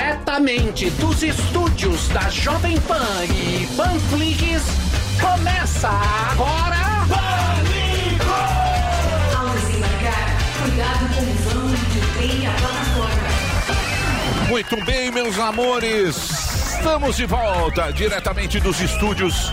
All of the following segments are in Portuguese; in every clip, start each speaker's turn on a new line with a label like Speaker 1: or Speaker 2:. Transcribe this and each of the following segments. Speaker 1: Diretamente dos estúdios da Jovem Pan e Panflix, começa agora.
Speaker 2: Ao desembarcar, cuidado com o vão do trem e a plataforma.
Speaker 3: Muito bem, meus amores. Estamos de volta diretamente dos estúdios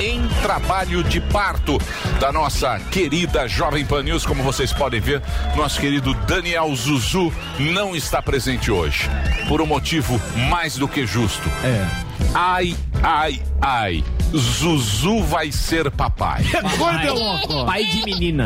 Speaker 3: em trabalho de parto da nossa querida Jovem Pan News. Como vocês podem ver, nosso querido Daniel Zuzu não está presente hoje. Por um motivo mais do que justo. É. Ai, ai, ai. Zuzu vai ser papai.
Speaker 4: Gordo é louco.
Speaker 5: Pai de menina.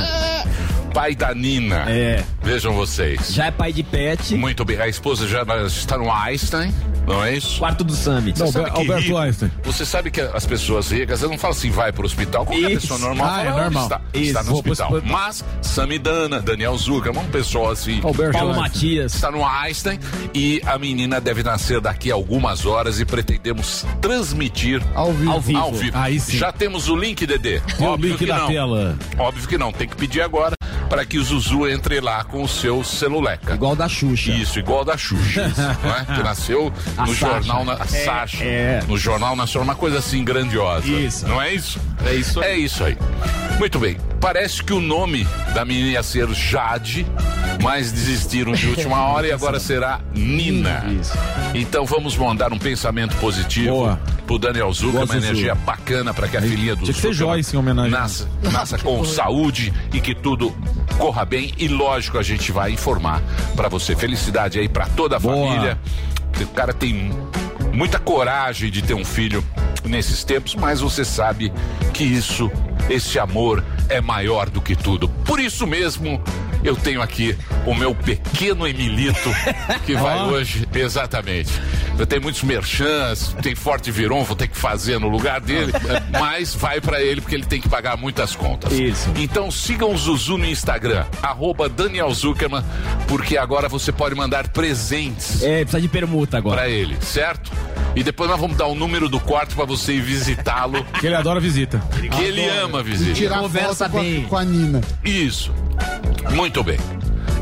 Speaker 3: Pai da Nina.
Speaker 5: É.
Speaker 3: Vejam vocês.
Speaker 5: Já é pai de pet.
Speaker 3: Muito bem. A esposa já está no Einstein, não é isso?
Speaker 5: Quarto do Summit.
Speaker 4: Não,
Speaker 3: Você sabe
Speaker 4: Albe-
Speaker 3: que
Speaker 4: Alberto
Speaker 3: rico-
Speaker 4: Einstein.
Speaker 3: Você sabe que as pessoas ricas, eu não falo assim, vai pro hospital. Qualquer
Speaker 5: Isso.
Speaker 3: pessoa normal
Speaker 4: Ah,
Speaker 3: fala,
Speaker 4: é
Speaker 3: "Ah,
Speaker 4: normal.
Speaker 3: Está,
Speaker 5: Isso.
Speaker 3: está no
Speaker 4: Vou pro
Speaker 3: hospital.
Speaker 4: hospital.
Speaker 3: Mas Samidana, Daniel Zucker, um pessoal assim,
Speaker 4: Alberto
Speaker 5: Paulo
Speaker 4: Einstein.
Speaker 5: Matias.
Speaker 3: está no Einstein e a menina deve nascer daqui a algumas horas e pretendemos transmitir
Speaker 4: Ao vivo.
Speaker 5: Ao vivo.
Speaker 3: ao vivo.
Speaker 4: Aí sim.
Speaker 3: Já temos o link, Dedê.
Speaker 4: Tem o
Speaker 3: Óbvio
Speaker 4: link
Speaker 3: que
Speaker 4: na
Speaker 3: não.
Speaker 4: tela.
Speaker 3: Óbvio que não, tem que pedir agora para que o Zuzu entre lá com o seu celuleca.
Speaker 5: Igual da Xuxa.
Speaker 3: Isso, igual da Xuxa, isso, não é? que nasceu
Speaker 5: A
Speaker 3: no
Speaker 5: Sasha.
Speaker 3: jornal na, a Sasha,
Speaker 5: é.
Speaker 3: no jornal nacional, uma coisa assim grandiosa.
Speaker 4: Isso.
Speaker 3: Não é isso? É isso. Aí. É isso aí. Muito bem. Parece que o nome da menina ia ser Jade, mas desistiram de última hora e agora será Nina.
Speaker 5: Isso.
Speaker 3: Então vamos mandar um pensamento positivo
Speaker 4: Boa.
Speaker 3: pro Daniel Zucca,
Speaker 4: Boa,
Speaker 3: uma
Speaker 4: Zuzu.
Speaker 3: energia bacana para que a filhinha do
Speaker 4: tinha que ser
Speaker 3: Zucca
Speaker 4: Joyce em homenagem.
Speaker 3: nasça, nasça com saúde e que tudo corra bem. E lógico, a gente vai informar pra você. Felicidade aí pra toda a
Speaker 4: Boa.
Speaker 3: família. O cara tem muita coragem de ter um filho nesses tempos, mas você sabe que isso, esse amor é maior do que tudo. Por isso mesmo, eu tenho aqui o meu pequeno Emilito, que vai hoje, exatamente. Eu tenho muitos merchans, tem Forte Viron, vou ter que fazer no lugar dele, mas vai pra ele porque ele tem que pagar muitas contas.
Speaker 5: Isso.
Speaker 3: Então sigam o Zuzu no Instagram, arroba Daniel Zuckerman, porque agora você pode mandar presentes
Speaker 5: É, precisa de permuta agora.
Speaker 3: pra ele, certo? E depois nós vamos dar o número do quarto pra você ir visitá-lo,
Speaker 4: Que ele adora visita.
Speaker 3: que ele ama visitar.
Speaker 6: tirar
Speaker 5: Conversa
Speaker 6: Conversa foto com
Speaker 5: bem.
Speaker 6: a, com a Nina.
Speaker 3: Isso. Muito bem.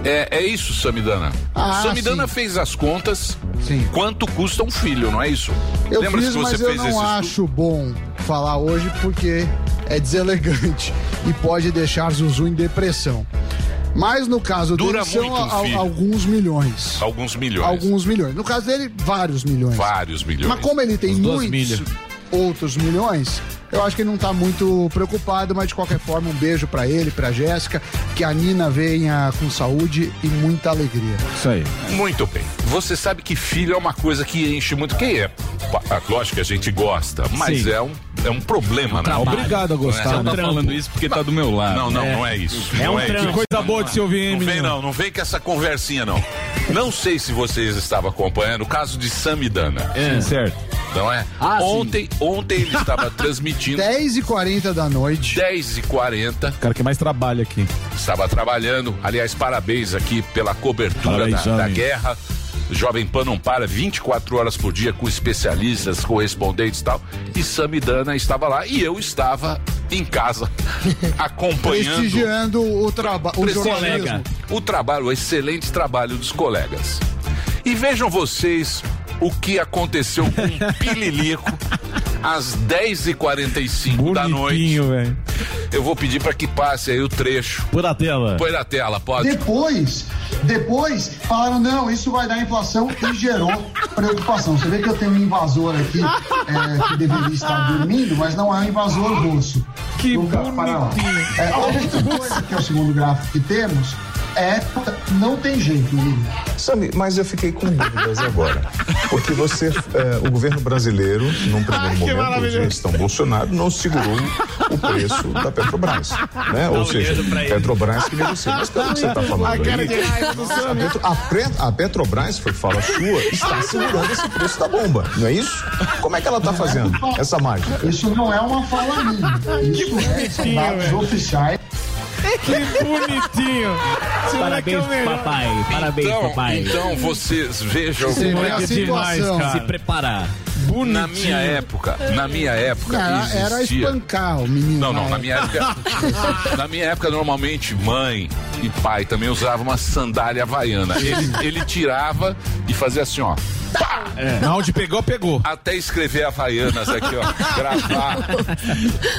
Speaker 3: É, é isso, Samidana.
Speaker 6: Ah,
Speaker 3: Samidana
Speaker 6: sim.
Speaker 3: fez as contas.
Speaker 6: Sim.
Speaker 3: Quanto custa um filho, não é isso?
Speaker 6: Eu
Speaker 3: Lembra
Speaker 6: fiz,
Speaker 3: que você
Speaker 6: mas eu
Speaker 3: fez esse
Speaker 6: não
Speaker 3: estudo?
Speaker 6: acho bom falar hoje porque é deselegante e pode deixar Zuzu em depressão. Mas no caso
Speaker 3: Dura
Speaker 6: dele, são
Speaker 3: muito um
Speaker 6: al-
Speaker 3: filho.
Speaker 6: alguns milhões.
Speaker 3: Alguns milhões.
Speaker 6: Alguns milhões. No caso dele, vários milhões.
Speaker 3: Vários milhões.
Speaker 6: Mas como ele tem
Speaker 4: Uns duas
Speaker 6: muitos
Speaker 4: milhas.
Speaker 6: outros milhões, eu acho que ele não tá muito preocupado, mas de qualquer forma, um beijo pra ele, pra Jéssica, que a Nina venha com saúde e muita alegria.
Speaker 4: Isso aí.
Speaker 3: Muito bem. Você sabe que filho é uma coisa que enche muito. Quem é? pa- ah, Lógico que a gente gosta, mas
Speaker 4: Sim.
Speaker 3: é um, é um problema, né?
Speaker 5: trabalho.
Speaker 4: Obrigado a gostar.
Speaker 7: tá
Speaker 4: né?
Speaker 7: falando isso porque tá do meu lado.
Speaker 3: Não, não, não é isso.
Speaker 5: É
Speaker 3: não
Speaker 5: um
Speaker 3: é isso.
Speaker 5: trampo.
Speaker 4: Coisa boa de se ouvir, hein,
Speaker 3: Não vem
Speaker 4: menino?
Speaker 3: não, não vem com essa conversinha não. Não sei se vocês estavam acompanhando o caso de Samidana,
Speaker 4: É. Certo.
Speaker 3: não é?
Speaker 5: Ah, sim.
Speaker 3: ontem, ontem ele estava transmitindo
Speaker 6: 10h40 da noite.
Speaker 3: 10h40,
Speaker 4: O cara que mais trabalha aqui.
Speaker 3: estava trabalhando. Aliás, parabéns aqui pela cobertura
Speaker 4: Parabéns,
Speaker 3: da, da
Speaker 4: Jovem.
Speaker 3: guerra. Jovem Pan não para 24 horas por dia com especialistas, correspondentes e tal. E Samidana estava lá e eu estava em casa acompanhando
Speaker 6: prestigiando o trabalho, o
Speaker 3: Prestigiando
Speaker 6: jornalismo.
Speaker 3: o trabalho, o excelente trabalho dos colegas. E vejam vocês o que aconteceu com o Pililico às 10h45 da noite.
Speaker 4: Bonitinho, velho.
Speaker 3: Eu vou pedir para que passe aí o trecho.
Speaker 4: Por a tela.
Speaker 3: Põe na tela, pode.
Speaker 8: Depois, depois falaram não, isso vai dar inflação e gerou preocupação. Você vê que eu tenho um invasor aqui é, que deveria estar dormindo, mas não é um invasor russo.
Speaker 4: Que
Speaker 8: Nunca, para lá. É, a outra coisa que é o segundo gráfico que temos é não tem jeito, Lili.
Speaker 9: Sabe, mas eu fiquei com dúvidas agora. Porque você, eh, o governo brasileiro, num primeiro momento, o gestão Bolsonaro, não segurou o preço da Petrobras. Né?
Speaker 5: um
Speaker 9: Ou seja, Petrobras
Speaker 4: é
Speaker 9: que negocia. Mas pelo que você
Speaker 4: tá
Speaker 9: está falando aí, a,
Speaker 4: né?
Speaker 9: Petro- a Pre- a Petrobras, foi fala sua, está segurando esse preço da bomba, não é isso? Como é que ela está fazendo essa mágica?
Speaker 8: Isso não é uma fala minha. Isso é são dados oficiais.
Speaker 4: Que bonitinho.
Speaker 5: é
Speaker 4: é
Speaker 5: Parabéns, papai. Parabéns,
Speaker 3: Então,
Speaker 5: papai.
Speaker 3: então vocês vejam
Speaker 6: Você vê a
Speaker 4: moleque é demais,
Speaker 6: situação.
Speaker 4: cara.
Speaker 5: Se preparar.
Speaker 3: na minha época, na minha época
Speaker 6: Cara,
Speaker 3: existia.
Speaker 6: era espancar o menino.
Speaker 3: Não, não,
Speaker 6: né?
Speaker 3: na minha época. na minha época, normalmente, mãe e pai também usavam uma sandália havaiana. Ele, ele tirava e fazia assim, ó. Pá!
Speaker 4: É.
Speaker 5: É.
Speaker 4: Na onde pegou, pegou.
Speaker 3: Até escrever Havaianas aqui, ó. Gravar.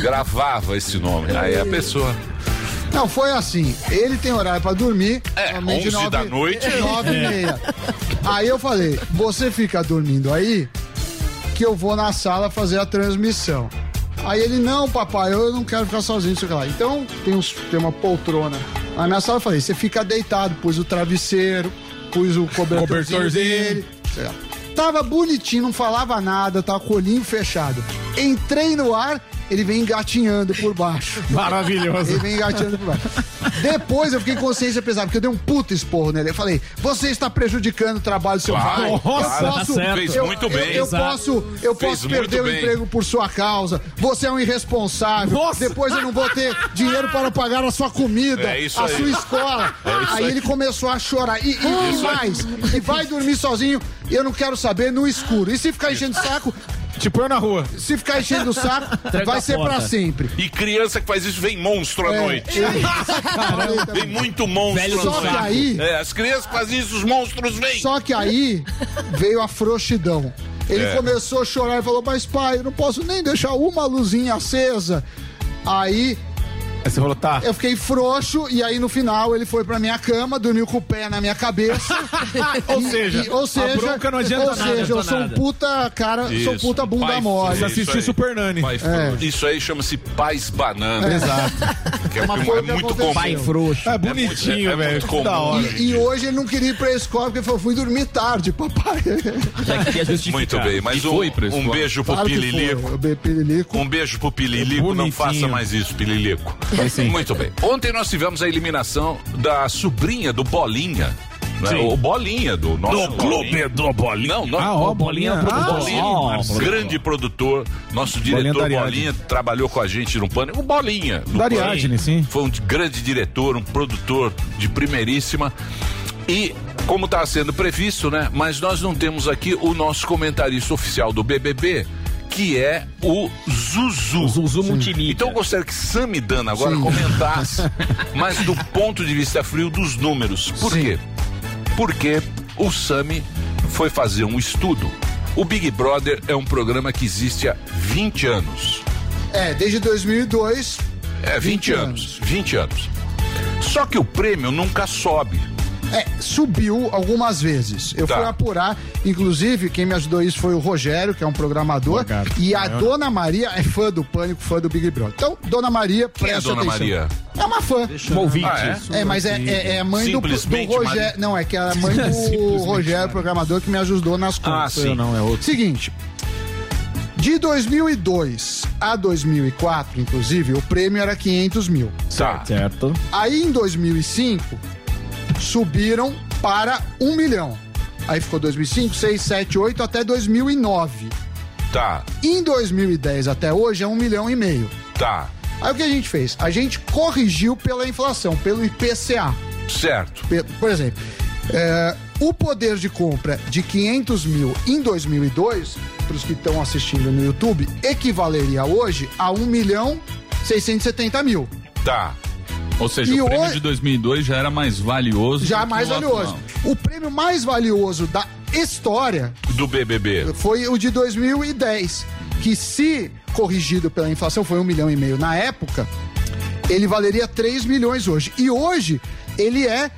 Speaker 3: Gravava esse nome. Aí a pessoa.
Speaker 6: Não, foi assim. Ele tem horário pra dormir.
Speaker 3: É,
Speaker 6: normalmente
Speaker 3: 11 da noite. É.
Speaker 6: Nove e meia. Aí eu falei, você fica dormindo aí que eu vou na sala fazer a transmissão. Aí ele, não, papai, eu não quero ficar sozinho, sei lá. Então tem, uns, tem uma poltrona. Aí na sala eu falei, você fica deitado, pus o travesseiro, pus o cobertorzinho,
Speaker 4: Cobertorzinho.
Speaker 6: dele, sei lá. Tava bonitinho, não falava nada, tava com o olhinho fechado. Entrei no ar, ele vem engatinhando por baixo.
Speaker 4: Maravilhoso.
Speaker 6: Ele vem engatinhando por baixo. Depois eu fiquei com consciência pesada, porque eu dei um puto esporro nele. Eu falei, você está prejudicando o trabalho do seu
Speaker 3: Claro,
Speaker 6: pai.
Speaker 4: claro,
Speaker 6: eu
Speaker 5: tá certo.
Speaker 3: Fez
Speaker 6: eu-
Speaker 3: muito
Speaker 6: eu-
Speaker 3: bem.
Speaker 6: Eu,
Speaker 5: Exato.
Speaker 6: posso, eu
Speaker 3: Fez
Speaker 6: posso
Speaker 3: muito
Speaker 6: perder o
Speaker 3: bem.
Speaker 6: emprego por sua causa. Você é um irresponsável.
Speaker 4: Nossa.
Speaker 6: Depois eu não vou ter dinheiro para pagar a sua comida,
Speaker 3: É isso
Speaker 6: a
Speaker 3: aí. É
Speaker 6: sua escola.
Speaker 3: isso
Speaker 6: aí,
Speaker 3: aí.
Speaker 6: ele começou a chorar. E, e- e
Speaker 3: Isso aí.
Speaker 6: é mais, e vai dormir sozinho, eu não quero saber, no escuro. E se ficar enchendo o saco,
Speaker 4: Tipo eu na rua.
Speaker 6: se ficar enchendo o saco, vai
Speaker 5: a
Speaker 6: ser
Speaker 5: porta.
Speaker 6: para sempre.
Speaker 3: E criança que faz isso vem monstro à
Speaker 6: É,
Speaker 3: noite.
Speaker 6: eu- Falei também.
Speaker 3: Vem muito monstro
Speaker 5: Velho
Speaker 3: à
Speaker 5: do
Speaker 6: Só que
Speaker 3: noite.
Speaker 5: saco.
Speaker 6: aí,
Speaker 3: É, as crianças que fazem isso, os monstros vêm.
Speaker 6: Só que aí veio a frouxidão. Ele
Speaker 3: É.
Speaker 6: começou a chorar e falou: Mas pai, eu não posso nem deixar uma luzinha acesa. Aí
Speaker 4: Aí você falou, tá.
Speaker 6: eu fiquei frouxo e aí no final ele foi pra minha cama, dormiu com o pé na minha cabeça.
Speaker 4: Ou
Speaker 6: E-
Speaker 4: seja,
Speaker 6: e- ou seja,
Speaker 4: a bronca não adianta
Speaker 6: ou
Speaker 4: nada.
Speaker 6: seja, eu sou um
Speaker 5: nada.
Speaker 6: puta cara, sou um
Speaker 3: Isso,
Speaker 6: puta bunda
Speaker 3: pai
Speaker 6: mole.
Speaker 4: Você
Speaker 3: Isso
Speaker 4: assistiu
Speaker 3: aí. É
Speaker 4: Super Nani.
Speaker 3: Pai frouxo. Isso aí chama-se pais banana.
Speaker 4: Exato.
Speaker 3: Que é,
Speaker 6: Mas
Speaker 3: é
Speaker 6: foi o que
Speaker 3: muito
Speaker 6: aconteceu.
Speaker 3: comum.
Speaker 5: Pai frouxo.
Speaker 4: É
Speaker 3: É- é
Speaker 4: bonitinho,
Speaker 3: muito
Speaker 4: velho.
Speaker 3: comum. né,
Speaker 4: Da hora.
Speaker 6: E, e hoje ele não queria ir pra escola porque ele falou, fui dormir tarde, papai.
Speaker 5: Já queria justificar.
Speaker 3: Muito bem, mas
Speaker 5: E
Speaker 3: um,
Speaker 5: foi pra
Speaker 3: um
Speaker 5: escola.
Speaker 3: beijo pro
Speaker 6: Claro que foi,
Speaker 3: Pililico.
Speaker 6: eu bebi Pirilico.
Speaker 3: Um beijo pro Pililico, não
Speaker 4: Bonitinho.
Speaker 3: faça mais isso, Pililico. Muito bem. Ontem nós tivemos a eliminação da sobrinha do Bolinha. Né? O Bolinha do nosso. Do clube do Bolinha. Não, não.
Speaker 4: Ah, ó, bolinha.
Speaker 5: Ah,
Speaker 4: produtor.
Speaker 3: Bolinha,
Speaker 5: ó,
Speaker 3: Marcelo. grande produtor, nosso
Speaker 4: Bolinha
Speaker 3: diretor
Speaker 4: da Ariadne.
Speaker 3: Bolinha, trabalhou com a gente no Pânico. O Bolinha. no
Speaker 4: Da Ariadne,
Speaker 3: Pânico.
Speaker 4: sim.
Speaker 3: Foi um grande diretor, um produtor de primeiríssima. E, como está sendo previsto, né? Mas nós não temos aqui o nosso comentarista oficial do BBB, que é o Zuzu.
Speaker 5: Zuzu Multinível.
Speaker 3: Então eu gostaria que Samidana agora comentasse, mas do ponto de vista frio dos números. Por
Speaker 6: Sim.
Speaker 3: quê? Porque o Sami foi fazer um estudo. O Big Brother é um programa que existe há 20 anos.
Speaker 6: É, desde 2002.
Speaker 3: É, 20,
Speaker 6: 20
Speaker 3: anos. 20 anos. Só que o prêmio nunca sobe.
Speaker 6: É, subiu algumas vezes. Eu
Speaker 3: Tá.
Speaker 6: fui apurar, inclusive, quem me ajudou isso foi o Rogério, que é um programador,
Speaker 4: Obrigado.
Speaker 6: e a Dona Maria é fã do Pânico, fã do Big Brother. Então, Dona Maria,
Speaker 3: é
Speaker 6: presta
Speaker 3: Dona
Speaker 6: atenção.
Speaker 3: Maria?
Speaker 6: É uma fã.
Speaker 5: Um ouvinte.
Speaker 3: Ah, é?
Speaker 6: É, mas é, é, é a mãe do, do
Speaker 3: Simplesmente
Speaker 6: Rogério.
Speaker 3: Maria.
Speaker 6: Não, é que é a mãe do
Speaker 4: Simplesmente
Speaker 6: Rogério, programador, que me ajudou nas contas.
Speaker 3: Ah, sim.
Speaker 4: Não, é outro.
Speaker 6: Seguinte. De 2002 a 2004, inclusive, o prêmio era 500 mil.
Speaker 3: Tá.
Speaker 5: Certo.
Speaker 6: Aí em 2005 subiram para 1 milhão. Aí ficou 2005, 6, 7, 8 até 2009.
Speaker 3: Tá.
Speaker 6: Em 2010 até hoje é 1 milhão e meio.
Speaker 3: Tá.
Speaker 6: Aí o que a gente fez? A gente corrigiu pela inflação, pelo IPCA.
Speaker 3: Certo.
Speaker 6: Pe- Por exemplo, é, o poder de compra de 500 mil em 2002, para os que estão assistindo no YouTube, equivaleria hoje a 1 milhão 670 mil.
Speaker 3: Tá.
Speaker 7: Ou seja,
Speaker 6: E
Speaker 7: o prêmio
Speaker 6: hoje-
Speaker 7: de 2002 já era mais valioso.
Speaker 6: Já
Speaker 4: é
Speaker 7: do que
Speaker 6: mais
Speaker 7: o
Speaker 6: valioso.
Speaker 7: atual.
Speaker 6: O prêmio mais valioso da história
Speaker 3: Do BBB.
Speaker 6: foi o de 2010, que se corrigido pela inflação foi um milhão e meio na época, ele valeria 3 milhões hoje. E hoje ele é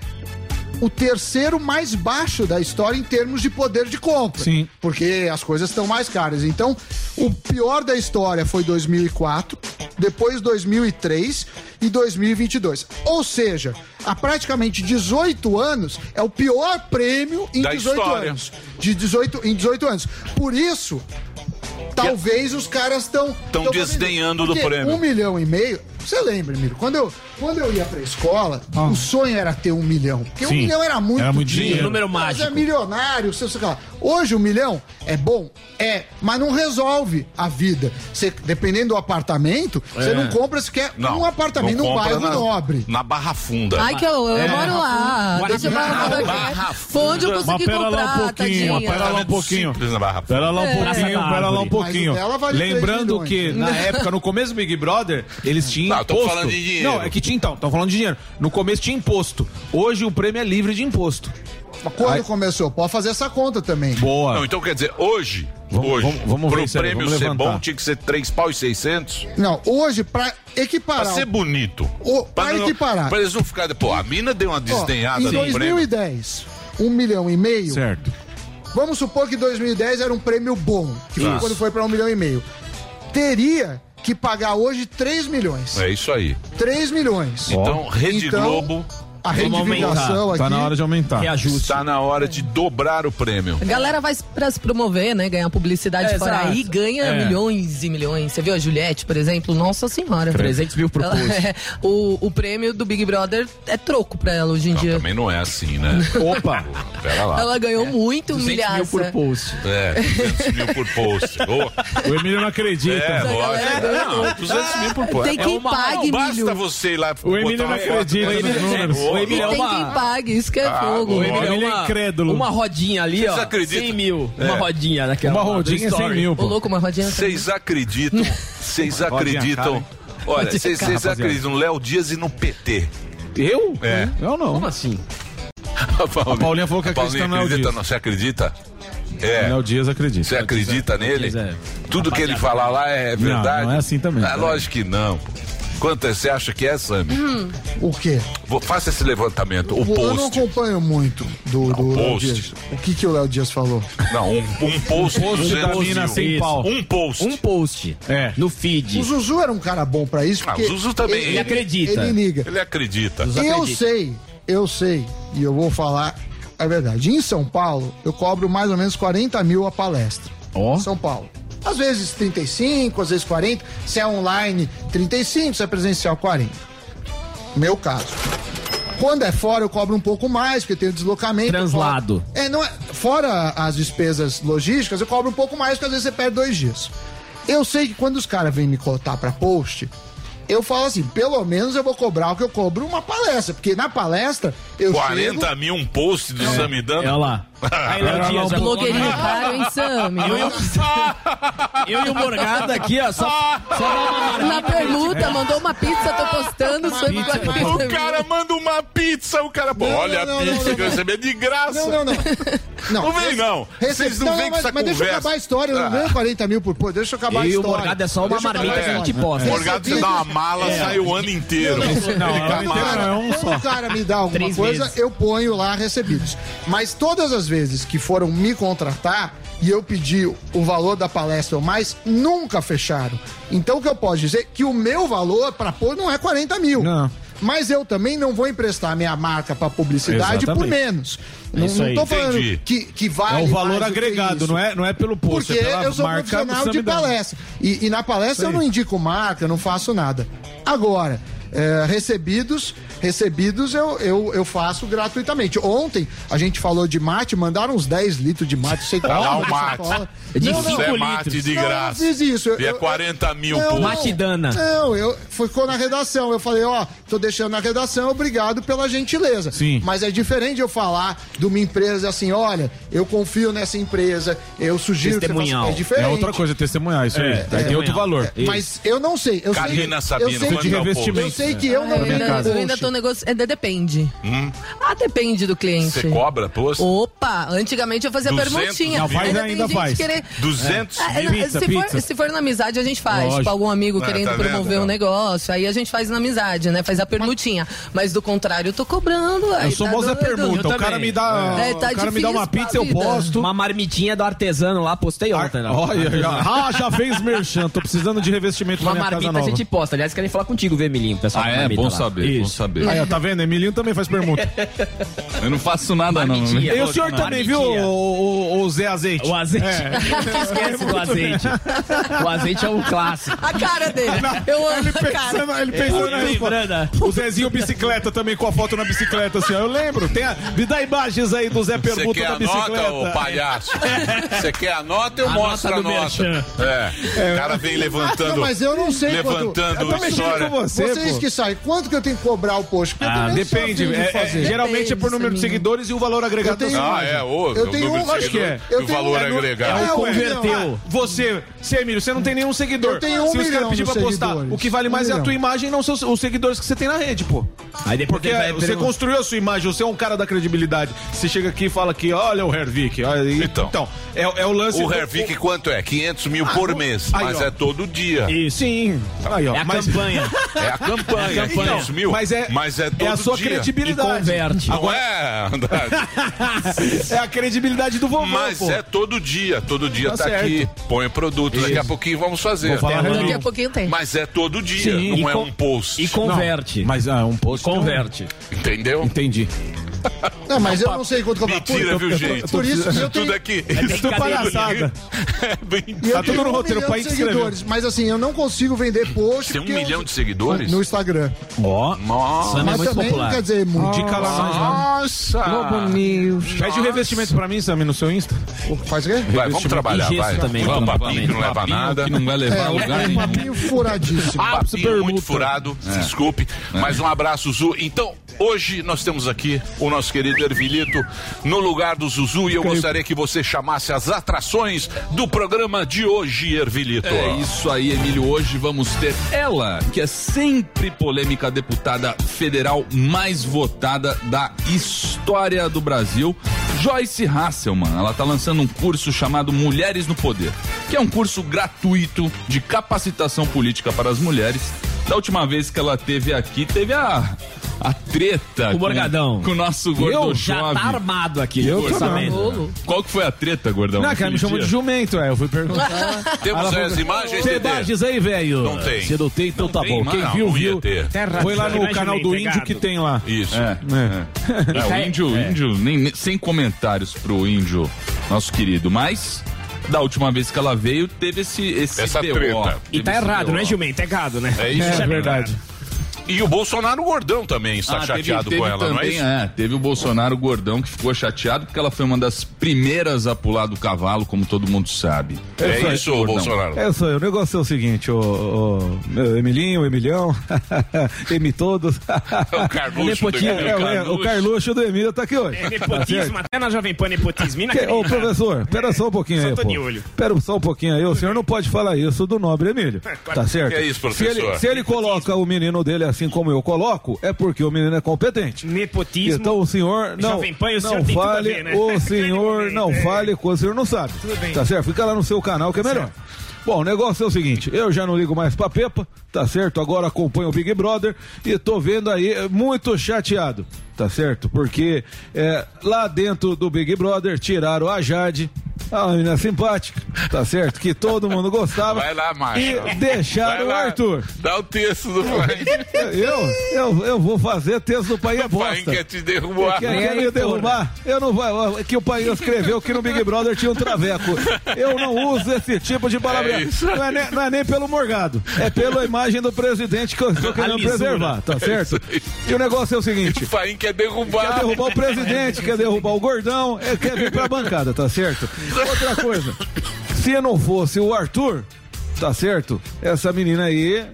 Speaker 6: o terceiro mais baixo da história em termos de poder de compra.
Speaker 4: Sim.
Speaker 6: Porque as coisas estão mais caras. Então, o pior da história foi 2004, depois 2003 e 2022. Ou seja, há praticamente 18 anos é o pior prêmio em
Speaker 3: Da
Speaker 6: 18
Speaker 3: história.
Speaker 6: anos. De 18 em 18 anos. Por isso, talvez os caras estão
Speaker 3: Tão desdenhando do prêmio.
Speaker 6: Um milhão e meio. Você lembra, Miro? Quando eu, quando eu ia pra escola, o sonho era ter um milhão. Porque um
Speaker 4: Sim.
Speaker 6: milhão era muito,
Speaker 4: Era muito
Speaker 3: Um
Speaker 4: dinheiro.
Speaker 5: Número
Speaker 6: mas
Speaker 5: mágico.
Speaker 6: é milionário, sei lá. Hoje o milhão é bom, é, mas não resolve a vida. Você, dependendo do apartamento, você não compra sequer
Speaker 3: É. Não.
Speaker 6: um apartamento
Speaker 3: não
Speaker 6: num
Speaker 3: compra
Speaker 6: bairro
Speaker 3: na-
Speaker 6: nobre.
Speaker 3: Na Barra Funda. É.
Speaker 10: Ai, que eu, eu moro lá. Deixa eu falar uma
Speaker 3: Barra
Speaker 10: coisa. Foi onde eu
Speaker 3: Funda.
Speaker 10: consegui
Speaker 4: Mas pera lá um
Speaker 10: comprar,
Speaker 4: pouquinho, mas pera lá.
Speaker 10: tadinha.
Speaker 4: um pouquinho.
Speaker 3: Simples na Barra Funda.
Speaker 4: Pera lá um pouquinho,
Speaker 5: Graças a
Speaker 4: pera lá um
Speaker 5: árvore.
Speaker 4: pouquinho.
Speaker 6: Mas o dela vale três
Speaker 4: Lembrando
Speaker 6: milhões, né?
Speaker 4: que, na época, no começo do Big Brother, eles tinham Não,
Speaker 3: tamo
Speaker 4: imposto.
Speaker 3: falando de dinheiro.
Speaker 4: Não, é que tinha então, estão falando de dinheiro. No começo tinha imposto. Hoje o prêmio é livre de imposto.
Speaker 6: Mas quando começou? Pode fazer essa conta também.
Speaker 4: Boa.
Speaker 3: Não, então quer dizer, hoje, hoje,
Speaker 4: vamos- vamos ver
Speaker 3: pro
Speaker 4: isso aí,
Speaker 3: prêmio
Speaker 4: vamos
Speaker 3: ser
Speaker 4: levantar.
Speaker 3: bom tinha que ser 3 pau e 600.
Speaker 6: Não, hoje, pra equiparar.
Speaker 3: Pra ser bonito.
Speaker 6: O- pra
Speaker 3: não-
Speaker 6: equiparar.
Speaker 3: Pra eles não ficarem. Pô, a mina deu uma
Speaker 6: Ó,
Speaker 3: desdenhada no
Speaker 6: em
Speaker 3: prêmio.
Speaker 6: 2010, um milhão e meio.
Speaker 4: Certo.
Speaker 6: Vamos supor que 2010 era um prêmio bom, que foi
Speaker 3: Isso.
Speaker 6: quando foi pra um milhão e meio. Teria que pagar hoje 3 milhões.
Speaker 3: É isso aí.
Speaker 6: 3 milhões.
Speaker 3: Então, Rede
Speaker 6: Então,
Speaker 3: Globo
Speaker 6: A reivindicação aqui.
Speaker 4: Tá na hora de aumentar.
Speaker 5: Reajuste.
Speaker 3: está na hora de dobrar o prêmio.
Speaker 10: A galera vai pra se promover, né? Ganhar publicidade
Speaker 5: É,
Speaker 10: fora
Speaker 5: exato.
Speaker 10: aí, ganha
Speaker 5: É.
Speaker 10: milhões e milhões. Você viu a Juliette, por exemplo? Nossa senhora.
Speaker 5: 300 mil por
Speaker 10: Ela-
Speaker 5: post.
Speaker 10: é, o, o prêmio do Big Brother é troco pra ela hoje em
Speaker 3: Não,
Speaker 10: dia.
Speaker 3: também não é assim, né?
Speaker 4: Opa!
Speaker 3: Pera lá.
Speaker 10: Ela ganhou muito,
Speaker 5: 200 mil por
Speaker 10: milhaça.
Speaker 5: post.
Speaker 3: É, 200 mil por post. Ô,
Speaker 4: O Emílio não acredita.
Speaker 3: é,
Speaker 10: galera
Speaker 3: lógico.
Speaker 10: ganha
Speaker 3: Não, 200 mil por post. É
Speaker 10: Tem quem
Speaker 3: uma-
Speaker 10: pague,
Speaker 3: Basta
Speaker 10: milho.
Speaker 3: você ir lá botar
Speaker 4: O Emílio não
Speaker 3: uma foto.
Speaker 4: acredita nos números.
Speaker 3: Ô,
Speaker 5: O
Speaker 10: E
Speaker 5: Emílio é
Speaker 10: tem
Speaker 5: uma-
Speaker 10: quem pague, isso que é
Speaker 3: Ah,
Speaker 10: fogo.
Speaker 3: o
Speaker 5: Ele
Speaker 3: Emílio
Speaker 5: é
Speaker 4: Ele é
Speaker 5: uma,
Speaker 4: incrédulo.
Speaker 5: Uma rodinha ali,
Speaker 3: Vocês
Speaker 5: ó.
Speaker 3: acreditam?
Speaker 5: 100 mil.
Speaker 3: É.
Speaker 5: Uma rodinha naquela.
Speaker 4: Uma
Speaker 5: lá, do
Speaker 4: rodinha é 100
Speaker 5: story.
Speaker 4: mil,
Speaker 10: Ô,
Speaker 4: pô.
Speaker 10: louco, uma rodinha.
Speaker 3: Vocês acreditam? Vocês acreditam? Olha, vocês vocês acreditam no Léo Dias e no PT.
Speaker 4: Eu?
Speaker 3: É.
Speaker 4: Eu não.
Speaker 5: Como assim?
Speaker 3: A Paulinha,
Speaker 4: Paulinha falou que
Speaker 3: a Paulinha
Speaker 4: acredita no Léo
Speaker 3: acredita,
Speaker 4: Dias.
Speaker 3: não, Você acredita? É.
Speaker 4: Léo Dias acredita.
Speaker 3: Você acredita nele?
Speaker 5: Dias é-
Speaker 3: Tudo que ele falar lá é verdade?
Speaker 4: não é assim também.
Speaker 3: Ah, lógico que não. Quanto é- você acha que é, Sammy?
Speaker 6: Hum. O quê?
Speaker 3: Vou- faça esse levantamento. O
Speaker 6: Eu não
Speaker 3: post.
Speaker 6: acompanho muito do, do Léo
Speaker 3: post.
Speaker 6: Dias. O que, que o Léo Dias falou?
Speaker 3: Não, um, um post.
Speaker 4: Post da
Speaker 3: 200
Speaker 4: mina
Speaker 3: mil.
Speaker 4: sem
Speaker 5: Isso.
Speaker 4: pau.
Speaker 3: Um post.
Speaker 5: Um post.
Speaker 4: É.
Speaker 5: No
Speaker 6: O
Speaker 5: feed.
Speaker 6: Zuzu era um cara bom pra isso.
Speaker 3: Ah,
Speaker 6: Porque
Speaker 3: o Zuzu também.
Speaker 6: Ele,
Speaker 3: Ele
Speaker 5: acredita.
Speaker 6: Ele liga.
Speaker 3: Ele acredita.
Speaker 6: Eu
Speaker 5: acredita.
Speaker 6: sei, eu sei, e eu vou falar a verdade. Em São Paulo, eu cobro mais ou menos 40 mil a palestra.
Speaker 4: Ó.
Speaker 6: São Paulo. Às vezes 35, às vezes 40. Se é online, 35, se é presencial, 40. Meu caso. Quando é fora, eu cobro um pouco mais, porque tem o deslocamento.
Speaker 5: Translado.
Speaker 6: É, não é, fora as despesas logísticas, eu cobro um pouco mais, porque às vezes você perde dois dias. Eu sei que quando os caras vêm me cotar pra post, eu falo assim, pelo menos eu vou cobrar o que eu cobro uma palestra, porque na palestra eu
Speaker 3: 40
Speaker 6: chego...
Speaker 3: mil um post
Speaker 4: É.
Speaker 3: do Samidana.
Speaker 5: Olha lá. Aí, Léo Dias, já-
Speaker 10: Blogueirinho caro, hein, Sam?
Speaker 5: Eu e o- Eu e o Morgado aqui, ó, só, só dá
Speaker 10: Na
Speaker 5: uma
Speaker 10: permuta, mandou uma pizza, tô postando. Sam,
Speaker 5: pizza,
Speaker 10: com a
Speaker 5: pô.
Speaker 10: pizza.
Speaker 3: O cara manda uma pizza, o cara, pô,
Speaker 6: Não,
Speaker 3: olha
Speaker 6: não,
Speaker 3: a
Speaker 6: não,
Speaker 3: pizza
Speaker 6: não,
Speaker 3: que eu recebi é de graça.
Speaker 6: Não, não, não.
Speaker 3: Não vem, não.
Speaker 6: Rece-
Speaker 3: Vocês não, vêm com
Speaker 6: mas,
Speaker 3: essa conversa.
Speaker 6: mas
Speaker 3: Ah.
Speaker 6: deixa eu acabar a história, eu não ganho 40 mil por pôr, deixa eu acabar a
Speaker 5: E o
Speaker 6: história.
Speaker 5: Morgado é só uma
Speaker 6: Deixa eu acabar
Speaker 5: marmita
Speaker 6: a É.
Speaker 5: que a gente
Speaker 6: história.
Speaker 5: posta.
Speaker 3: É.
Speaker 5: É.
Speaker 3: Morgado, você dá uma mala, sai o ano inteiro.
Speaker 4: Não,
Speaker 3: Ele
Speaker 4: é um
Speaker 3: camara.
Speaker 4: inteiro, é um
Speaker 6: Quando
Speaker 4: só.
Speaker 6: o cara me dá alguma
Speaker 5: Três
Speaker 6: coisa,
Speaker 5: meses.
Speaker 6: eu ponho lá recebidos. Mas todas as vezes que foram me contratar e eu pedi o valor da palestra ou mais, nunca fecharam. Então o que eu posso dizer é que o meu valor para pôr não é 40 mil.
Speaker 4: Não.
Speaker 6: Mas eu também não vou emprestar minha marca para publicidade por
Speaker 4: Exatamente.
Speaker 6: menos. não,
Speaker 5: isso aí.
Speaker 6: não tô falando
Speaker 3: Entendi.
Speaker 6: que, que
Speaker 4: É
Speaker 6: vale.
Speaker 4: o valor
Speaker 6: mais do que
Speaker 4: agregado,
Speaker 6: isso.
Speaker 4: não é, não é pelo post,
Speaker 6: Porque
Speaker 4: é pela
Speaker 6: eu sou
Speaker 4: marca tá
Speaker 6: profissional
Speaker 4: do
Speaker 6: de
Speaker 4: Samidana.
Speaker 6: palestra. E, e na palestra eu
Speaker 4: Isso aí.
Speaker 6: não indico marca, eu não faço nada. Agora, é, recebidos, recebidos eu, eu, eu faço gratuitamente. Ontem a gente falou de mate, mandaram uns 10 litros de mate, sei
Speaker 3: Tá lá
Speaker 6: qual.
Speaker 3: o mate.
Speaker 5: De
Speaker 3: Isso
Speaker 5: cinco
Speaker 3: é
Speaker 5: litros.
Speaker 3: mate de
Speaker 6: Não, eu
Speaker 3: graça.
Speaker 6: fiz isso, eu-
Speaker 3: E é
Speaker 6: eu-
Speaker 3: 40 mil,
Speaker 6: Não,
Speaker 3: pô.
Speaker 6: não.
Speaker 5: Matidana.
Speaker 6: Não, eu ficou na redação. Eu falei, ó, tô deixando na redação, obrigado pela gentileza.
Speaker 4: Sim.
Speaker 6: Mas é diferente eu falar de uma empresa assim, olha, eu confio nessa empresa, eu sugiro que você
Speaker 5: Testemunhal.
Speaker 6: faça. É diferente.
Speaker 4: É outra coisa, testemunhar isso aí. aí tem
Speaker 5: é.
Speaker 4: outro valor.
Speaker 5: Isso.
Speaker 6: Mas eu não sei. Eu
Speaker 3: Karina
Speaker 6: sei,
Speaker 3: Sabino,
Speaker 6: eu sei,
Speaker 3: quando
Speaker 6: que,
Speaker 3: dá o post?
Speaker 6: eu sei que eu
Speaker 10: Ah,
Speaker 6: não
Speaker 10: eu
Speaker 6: ganho
Speaker 10: ainda, eu ainda
Speaker 6: post.
Speaker 10: tô negócio. É, depende. Ah, depende do cliente.
Speaker 3: Hum? Você cobra, pô?
Speaker 10: Opa, antigamente eu fazia
Speaker 3: 200
Speaker 10: perguntinha.
Speaker 3: Não,
Speaker 4: faz
Speaker 10: tem
Speaker 4: ainda
Speaker 10: gente
Speaker 4: faz.
Speaker 10: querer-
Speaker 3: 200
Speaker 10: Ah, é,
Speaker 3: mil.
Speaker 10: não,
Speaker 4: Pizza,
Speaker 10: se, for,
Speaker 4: pizza.
Speaker 10: se for na amizade, a gente faz.
Speaker 4: Lógico.
Speaker 10: Tipo, algum amigo
Speaker 3: É,
Speaker 10: querendo
Speaker 3: tá vendo,
Speaker 10: promover
Speaker 3: cara?
Speaker 10: um negócio. Aí a gente faz na amizade, né? Faz a permutinha. Mas do contrário, eu tô cobrando.
Speaker 4: Eu
Speaker 10: aí
Speaker 4: sou
Speaker 10: tá
Speaker 4: mouse da
Speaker 10: doido.
Speaker 4: É permuta.
Speaker 5: Eu
Speaker 4: O cara
Speaker 5: também.
Speaker 4: me dá,
Speaker 10: É, tá
Speaker 4: o cara me dá uma
Speaker 10: difícil
Speaker 4: pizza, eu
Speaker 10: pra vida.
Speaker 4: posto.
Speaker 5: Uma marmitinha do artesano lá, postei ontem. né?
Speaker 4: Olha, já- ah, já fez merchan. Tô precisando de revestimento na
Speaker 5: Uma
Speaker 4: minha casa
Speaker 5: marmita a
Speaker 4: nova.
Speaker 5: gente posta. Aliás, querem falar contigo, Vermelhinho, pessoal.
Speaker 7: Ah,
Speaker 5: da
Speaker 7: é?
Speaker 5: marmita
Speaker 7: Bom
Speaker 5: lá.
Speaker 7: saber, bom
Speaker 5: Isso.
Speaker 7: saber.
Speaker 4: Aí, ó, tá vendo? Emilinho também faz permuta.
Speaker 7: Eu não faço nada, não. né?
Speaker 5: Marmitinha.
Speaker 4: E o senhor também, viu,
Speaker 5: Marmitinha.
Speaker 4: o, o- o Zé Azeite?
Speaker 5: O azeite.
Speaker 4: É.
Speaker 5: Esquece do azeite. O azeite é um clássico.
Speaker 10: A cara dele. Eu amo a cara.
Speaker 4: Pensando- ele pensou na resposta.
Speaker 5: Lembrando,
Speaker 4: O Zezinho bicicleta também com a foto na bicicleta, assim, ó. Eu lembro. Tem a, me dá imagens aí do Zé
Speaker 3: Você
Speaker 4: Permuta
Speaker 3: quer
Speaker 4: da
Speaker 3: a nota, ô
Speaker 4: bicicleta.
Speaker 3: palhaço? Você quer a nota, eu
Speaker 5: A
Speaker 3: mostro
Speaker 5: nota
Speaker 3: a
Speaker 5: do
Speaker 3: nota.
Speaker 5: merchan.
Speaker 3: É. O cara vem
Speaker 6: Não,
Speaker 3: levantando.
Speaker 6: mas eu não sei quando...
Speaker 3: Levantando
Speaker 4: Eu tô mexendo
Speaker 3: história.
Speaker 4: com você,
Speaker 6: Vocês
Speaker 4: pô.
Speaker 6: que sai, quanto que eu tenho que cobrar o post? Porque eu
Speaker 11: Ah,
Speaker 6: também não sou
Speaker 11: depende.
Speaker 6: afim de
Speaker 11: É, é,
Speaker 6: fazer.
Speaker 11: geralmente é por número de seguidores e o valor agregado
Speaker 6: Eu tenho
Speaker 11: da
Speaker 6: um,
Speaker 11: sua imagem.
Speaker 6: Ah, é, ô, Eu o tenho número de um, acho que é. seguidores e Eu o tenho valor um, é no- agregado. é,
Speaker 11: É,
Speaker 6: o
Speaker 11: o
Speaker 6: converteu.
Speaker 11: converteu. Você, Semílio, você não tem nenhum seguidor.
Speaker 6: Eu tenho
Speaker 11: Se
Speaker 6: um
Speaker 11: os caras
Speaker 6: milhão
Speaker 11: pedir
Speaker 6: de
Speaker 11: pra postar,
Speaker 6: seguidores.
Speaker 11: o que vale
Speaker 6: Um
Speaker 11: mais é a
Speaker 6: milhão.
Speaker 11: tua imagem e não seus- os seguidores que você tem na rede, pô.
Speaker 4: Aí depois
Speaker 11: Porque
Speaker 4: ele vai
Speaker 11: você
Speaker 4: perguntar.
Speaker 11: construiu a sua imagem, você é um cara da credibilidade. Você chega aqui e fala que, olha o Hervik. olha aí. Então, é, é o lance...
Speaker 3: O
Speaker 11: do- Ah,
Speaker 3: Hervik quanto é? 500 mil por mês,
Speaker 11: aí,
Speaker 3: mas
Speaker 11: ó.
Speaker 3: é todo dia.
Speaker 11: Isso. Sim. Aí, ó, mas-
Speaker 3: É a campanha.
Speaker 11: É a campanha.
Speaker 3: 500 mil,
Speaker 11: Mas é- é a
Speaker 3: todo
Speaker 11: sua
Speaker 3: dia.
Speaker 11: credibilidade. E converte.
Speaker 3: Não
Speaker 11: Agora-
Speaker 3: é, Andrade?
Speaker 11: É a credibilidade do vovô,
Speaker 3: Mas
Speaker 11: pô.
Speaker 3: é todo dia. Todo dia
Speaker 11: Tá
Speaker 3: tá,
Speaker 11: certo.
Speaker 3: aqui. Põe produto. Daqui a
Speaker 11: Isso.
Speaker 3: pouquinho vamos fazer. um
Speaker 11: Vou falar Daqui a
Speaker 10: Daqui a pouquinho tem.
Speaker 3: Mas é todo dia,
Speaker 11: Sim,
Speaker 3: não
Speaker 11: e
Speaker 3: é
Speaker 11: con-
Speaker 3: um post.
Speaker 11: e converte. Não, mas é um post.
Speaker 4: Converte.
Speaker 3: Entendeu?
Speaker 11: Entendi.
Speaker 6: Não, mas eu não sei quanto cobrar.
Speaker 3: Mentira,
Speaker 6: Por-
Speaker 3: viu,
Speaker 6: eu- eu-
Speaker 3: gente?
Speaker 6: Por isso que eu tenho...
Speaker 3: tudo aqui. um
Speaker 6: É
Speaker 3: Isso tudo
Speaker 6: palhaçada.
Speaker 3: Bem-
Speaker 6: E eu
Speaker 11: Tá
Speaker 6: tenho
Speaker 11: tudo no
Speaker 6: um
Speaker 11: roteiro,
Speaker 6: milhão
Speaker 11: o pai
Speaker 6: de
Speaker 11: que escreveu.
Speaker 6: seguidores, Mas assim, eu não consigo vender post.
Speaker 3: Tem um
Speaker 6: porque eu-
Speaker 3: milhão de seguidores?
Speaker 6: No Instagram.
Speaker 4: Ó.
Speaker 3: Nossa.
Speaker 6: Mas também não quer dizer muito.
Speaker 11: Dica lá mais,
Speaker 3: Nossa.
Speaker 6: News.
Speaker 11: Pede o revestimento pra mim, Sammy, no seu Insta.
Speaker 6: Faz o quê?
Speaker 3: Vai, vamos trabalhar,
Speaker 4: Gesso
Speaker 3: vai.
Speaker 4: também, né? então,
Speaker 3: Muito
Speaker 4: vamos,
Speaker 3: papinho que não
Speaker 4: vamos.
Speaker 3: leva a
Speaker 7: Papinho
Speaker 3: nada.
Speaker 7: que não vai levar a lugar
Speaker 6: Um
Speaker 7: nenhum.
Speaker 6: papinho furadíssimo.
Speaker 3: Papinho muito
Speaker 4: bermuda.
Speaker 3: furado, desculpe. Mas um abraço, Zuzu. Então, hoje nós temos aqui o nosso querido Ervilito no lugar do Zuzu e eu gostaria que você chamasse as atrações do programa de hoje, Ervilito.
Speaker 7: É isso aí, Emílio. Hoje vamos ter ela, que é sempre polêmica, a deputada federal mais votada da história do Brasil, Joyce Hasselman. Ela está lançando um curso chamado Mulheres no Poder, que é um curso gratuito de capacitação política para as mulheres. Da última vez que ela teve aqui, teve a, a treta
Speaker 4: O Borgadão.
Speaker 7: com o nosso gordo
Speaker 4: Eu já
Speaker 7: jovem.
Speaker 4: tá armado aqui.
Speaker 11: Eu
Speaker 4: o
Speaker 11: tô
Speaker 4: orçamento.
Speaker 10: Bolo.
Speaker 7: Qual que foi a treta,
Speaker 3: um
Speaker 7: gordão?
Speaker 11: Não, cara, me
Speaker 7: Aquele
Speaker 11: chamou
Speaker 7: dia?
Speaker 11: de jumento, é. Eu fui perguntar.
Speaker 3: Temos aí as imagens,
Speaker 4: Tem
Speaker 3: Dedê?
Speaker 4: imagens aí, velho?
Speaker 3: Não tem.
Speaker 4: Se não tem, então tá
Speaker 7: tem,
Speaker 4: bom.
Speaker 7: mas
Speaker 4: Quem
Speaker 3: não,
Speaker 4: viu,
Speaker 3: não ia
Speaker 4: viu.
Speaker 3: ter.
Speaker 11: Foi lá no
Speaker 4: Imaginei,
Speaker 11: canal do índio
Speaker 4: pegado.
Speaker 11: que tem lá. né?
Speaker 3: Isso.
Speaker 7: É, o índio, índio, nem, nem- sem comentários pro índio, nosso querido, mas da última vez que ela veio, teve esse, esse
Speaker 3: Essa
Speaker 7: BO,
Speaker 3: treta.
Speaker 4: E
Speaker 7: teve
Speaker 4: tá
Speaker 7: esse Ah,
Speaker 4: errado,
Speaker 7: BO.
Speaker 4: não é jumento, é gado, né?
Speaker 3: É isso. É.
Speaker 11: É verdade.
Speaker 3: E o Bolsonaro gordão também está
Speaker 7: Ah, teve-
Speaker 3: chateado
Speaker 7: teve
Speaker 3: com ela, não é
Speaker 7: também,
Speaker 3: isso?
Speaker 7: teve o Bolsonaro gordão que ficou chateado porque ela foi uma das primeiras a pular do cavalo, como todo mundo sabe.
Speaker 3: É,
Speaker 7: aí,
Speaker 3: isso,
Speaker 7: gordão.
Speaker 3: Bolsonaro.
Speaker 11: É isso aí, o negócio é o seguinte, o, Emilinho, o Emilhão, Emi todos.
Speaker 3: É o Carluxo
Speaker 11: Nepotismo,
Speaker 3: do
Speaker 11: é,
Speaker 3: Emílio,
Speaker 11: é,
Speaker 3: Carluxo.
Speaker 11: o Carluxo do Emílio tá aqui hoje.
Speaker 4: É
Speaker 11: Tá certo?
Speaker 4: Nepotismo, até na Jovem Pan nepotismo.
Speaker 11: Que- Ô,
Speaker 4: inacreditável.
Speaker 11: professor, pera só um pouquinho
Speaker 4: Só
Speaker 11: aí.
Speaker 4: tô
Speaker 11: pô.
Speaker 4: de olho.
Speaker 11: Pera só um pouquinho aí. O senhor não pode falar isso do nobre Emílio. Tá certo?
Speaker 3: Que é isso,
Speaker 11: Se
Speaker 3: professor?
Speaker 11: ele, se ele coloca o menino dele assim como eu coloco, é porque o menino é competente.
Speaker 4: Nepotismo.
Speaker 11: Então o senhor não,
Speaker 4: Jovem Pan, o senhor
Speaker 11: não
Speaker 4: tem tudo a
Speaker 11: fale,
Speaker 4: ver, né?
Speaker 11: o
Speaker 4: Grande
Speaker 11: senhor
Speaker 4: momento,
Speaker 11: não
Speaker 4: é.
Speaker 11: fale quando o senhor não sabe.
Speaker 4: bem.
Speaker 11: Tá certo? Fica lá no seu canal que é melhor. Bom, o negócio é o seguinte, eu já não ligo mais pra Pepa, tá certo? Agora acompanho o Big Brother e tô vendo aí é, muito chateado, tá certo? Porque é, lá dentro do Big Brother tiraram a Jade, a menina simpática, tá certo? Que todo mundo gostava.
Speaker 3: Vai lá, macho.
Speaker 11: E deixaram
Speaker 3: Vai
Speaker 11: o
Speaker 3: lá,
Speaker 11: Arthur.
Speaker 3: Dá o texto do Flamengo.
Speaker 11: Eu, eu, eu vou fazer texto do Pai é
Speaker 3: O Flamengo
Speaker 11: bosta.
Speaker 3: quer te derrubar.
Speaker 11: Quer, quer me derrubar? Eu não vou. É que o pai escreveu que no Big Brother tinha um traveco. Eu não uso esse tipo de palavra.
Speaker 3: É isso.
Speaker 11: não, é nem, não é nem pelo morgado. É pela imagem do presidente que eu estou
Speaker 4: A
Speaker 11: querendo
Speaker 4: lisura.
Speaker 11: preservar, tá certo? E o negócio é o seguinte.
Speaker 3: O Faim quer
Speaker 11: Quer
Speaker 3: derrubar.
Speaker 11: derrubar o presidente, quer derrubar o gordão, é, quer vir pra bancada, tá certo? Outra coisa, se não fosse o Arthur, tá certo? Essa menina aí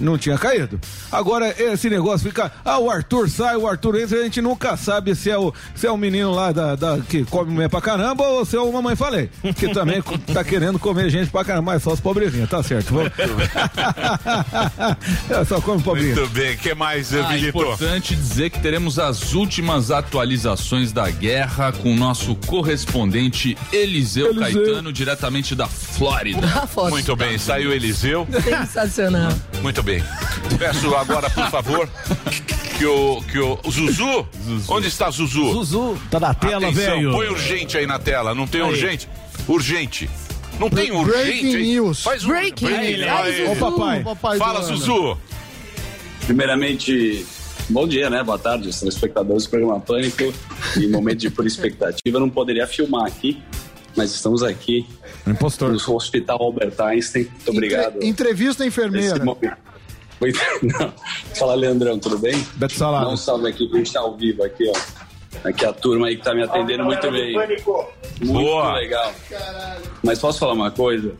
Speaker 11: não tinha caído. Agora, esse negócio fica. Ah, o Arthur sai, o Arthur entra, a gente nunca sabe se é o, se é o menino lá da, da- que come mulher pra caramba ou se é o mamãe falei. Que também co- tá querendo comer gente pra caramba, mas só os pobrezinhos, tá certo? Vamos. É, só come pobrinho.
Speaker 3: Muito bem, o que mais,
Speaker 7: Ah, é
Speaker 3: Ervilito?
Speaker 7: importante dizer que teremos as últimas atualizações da guerra com o nosso correspondente Eliseu,
Speaker 11: Eliseu.
Speaker 7: Caetano, diretamente da Flórida.
Speaker 10: A foto.
Speaker 3: Muito bem, saiu o Eliseu.
Speaker 10: Sensacional.
Speaker 3: Muito bem. Peço agora, por favor, que o. Que o Zuzu? Onde está Zuzu?
Speaker 4: Zuzu.
Speaker 11: Tá na tela,
Speaker 3: Atenção,
Speaker 11: velho.
Speaker 3: põe urgente aí na tela. Não tem urgente? Urgente. Não tem um urgente.
Speaker 6: Breaking
Speaker 3: hein?
Speaker 6: news.
Speaker 3: Faz um
Speaker 10: Breaking news. Ai,
Speaker 11: Ô,
Speaker 3: Aí.
Speaker 11: papai.
Speaker 6: é Papai
Speaker 3: Fala,
Speaker 6: do ano.
Speaker 3: Zuzu.
Speaker 12: Primeiramente, bom dia, né? Boa tarde, os telespectadores do programa Pânico. E momento de pura expectativa, eu não poderia filmar aqui, mas estamos aqui
Speaker 11: Impostor.
Speaker 12: no Hospital Albert Einstein. Muito
Speaker 6: Entre-
Speaker 12: obrigado.
Speaker 6: Entrevista à
Speaker 12: nesse
Speaker 6: enfermeira.
Speaker 12: momento. Muito- Não. Fala, Leandrão, tudo bem?
Speaker 11: Beto Salas.
Speaker 12: Dá um salve aqui, que a gente tá ao vivo aqui, ó. Aqui a turma aí que tá me atendendo muito bem. Muito
Speaker 3: Boa.
Speaker 12: legal. Mas posso falar uma coisa?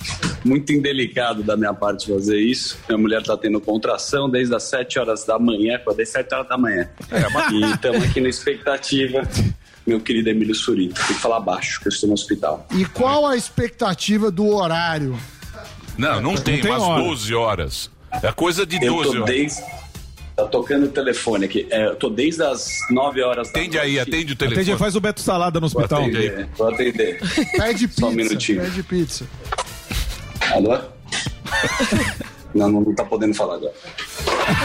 Speaker 12: muito indelicado da minha parte fazer isso. Minha mulher está tendo contração desde as 7 horas da manhã, acordei 7 horas da manhã.
Speaker 3: É,
Speaker 12: E estamos aqui na expectativa, meu querido Emílio Surito. Tem que falar baixo, que eu estou no hospital.
Speaker 6: E qual a expectativa do horário?
Speaker 3: Não, não tem,
Speaker 6: tem
Speaker 3: umas
Speaker 6: hora.
Speaker 3: 12 horas. É coisa de
Speaker 12: Eu
Speaker 3: 12
Speaker 12: tô
Speaker 3: horas.
Speaker 12: desde. Tá tocando o telefone aqui. É, eu tô desde as 9 horas da Atende aí, atende o
Speaker 4: Atende, faz o Beto Salada no
Speaker 12: Vou
Speaker 4: hospital.
Speaker 12: atender, vou atender.
Speaker 6: Pede
Speaker 12: Só um minutinho.
Speaker 6: pizza. Pede pizza.
Speaker 12: Alô? Não, não, não tá podendo falar agora.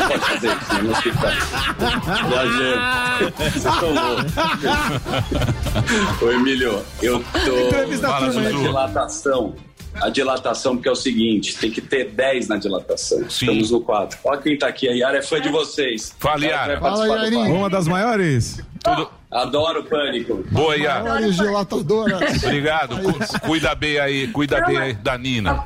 Speaker 12: Pode fazer isso, né? no hospital. Viajando. Vocês estão loucos. Ô, Emílio, eu tô
Speaker 1: Entrevista a turma
Speaker 12: na
Speaker 1: aí.
Speaker 12: dilatação. A dilatação, porque é o seguinte, tem que ter 10 na dilatação. Estamos no 4. Olha quem tá aqui, a Yara é fã de vocês. Fala, Yara.
Speaker 4: Fala, Yairinho. Uma das maiores.
Speaker 12: Adoro o pânico.
Speaker 3: Boa, Yara.
Speaker 6: Olha, gelatadora.
Speaker 3: Obrigado. Cu- cuida bem aí, cuida bem aí da Nina.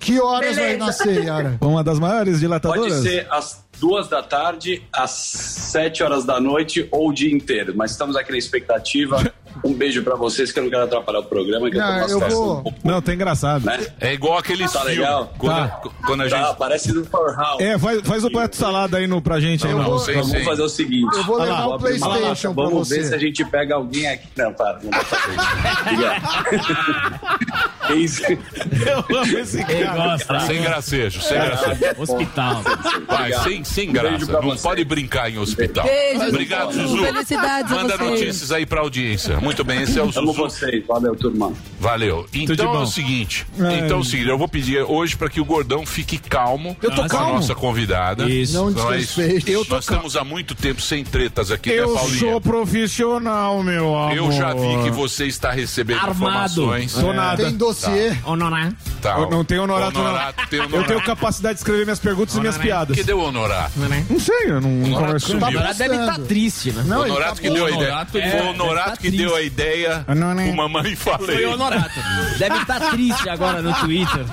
Speaker 6: Que horas vai
Speaker 12: Beleza.
Speaker 6: nascer, Yara?
Speaker 4: Uma das maiores
Speaker 12: Pode
Speaker 4: dilatadoras.
Speaker 12: ser às duas da tarde, às sete horas da noite ou o dia inteiro. Mas estamos aqui na expectativa. Um beijo pra vocês, que eu não quero atrapalhar o programa, que eu tô passando.
Speaker 4: Não, tá engraçado.
Speaker 3: É igual aquele
Speaker 12: Tá
Speaker 3: filme.
Speaker 12: legal?
Speaker 3: Quando,
Speaker 4: Tá.
Speaker 3: quando a gente.
Speaker 12: Tá, parece do Power House.
Speaker 4: É, faz, faz o Beto Salada aí no, pra gente aí,
Speaker 12: Não,
Speaker 4: não.
Speaker 12: sei, vamos fazer o seguinte.
Speaker 4: Eu vou levar
Speaker 12: Vamos
Speaker 4: o
Speaker 12: abrir uma lata,
Speaker 4: PlayStation pra
Speaker 12: Vamos ver
Speaker 4: você.
Speaker 12: se a gente pega alguém aqui. Não, para. Não dá pra fazer isso. Obrigado. É isso.
Speaker 3: Eu amo esse
Speaker 12: cara. Ele gosta.
Speaker 3: Sem gracejo, sem
Speaker 12: É,
Speaker 3: gracejo.
Speaker 12: é bom. Hospital.
Speaker 3: Vai,
Speaker 12: Obrigado.
Speaker 3: sem, sem
Speaker 12: Um beijo
Speaker 3: graça.
Speaker 12: pra
Speaker 3: Não pode brincar em hospital.
Speaker 12: Beijo,
Speaker 3: Obrigado,
Speaker 12: Zuzu.
Speaker 3: Zuzu.
Speaker 12: Felicidades a
Speaker 3: Manda
Speaker 12: você.
Speaker 3: notícias aí pra audiência. Muito bem, esse é o
Speaker 12: Amo
Speaker 3: Zuzu.
Speaker 12: vocês. Valeu, turma.
Speaker 3: Valeu.
Speaker 12: de
Speaker 3: Então é
Speaker 12: bom.
Speaker 3: o seguinte.
Speaker 12: Ai.
Speaker 3: Então é o seguinte, eu vou pedir hoje pra que o gordão fique calmo
Speaker 4: Eu tô
Speaker 3: com a
Speaker 4: calmo.
Speaker 3: nossa convidada.
Speaker 4: Isso. Não
Speaker 3: Nós,
Speaker 4: desrespeite. Eu tô
Speaker 3: nós estamos há muito tempo sem tretas aqui, né,
Speaker 4: Eu
Speaker 3: Paulinha?
Speaker 4: sou profissional, meu amor.
Speaker 3: Eu já vi que você está recebendo informações. É.
Speaker 4: Sou nada.
Speaker 5: Honorar.
Speaker 3: Tá.
Speaker 4: Eu não tenho honorato,
Speaker 3: Honorato, tem
Speaker 4: não.
Speaker 3: honorato.
Speaker 4: Eu tenho capacidade de escrever minhas perguntas e minhas piadas.
Speaker 3: Que deu honorato?
Speaker 4: Não sei, eu não, não
Speaker 3: Honorato
Speaker 4: converso
Speaker 3: sumiu.
Speaker 4: com
Speaker 3: Honorato deve tá
Speaker 5: triste, né?
Speaker 3: Não, honorato que deu a ideia. foi o Honorato que deu a ideia.
Speaker 5: Honorato.
Speaker 3: O mamãe falei.
Speaker 5: Foi o Honorato. Deve estar triste agora no Twitter.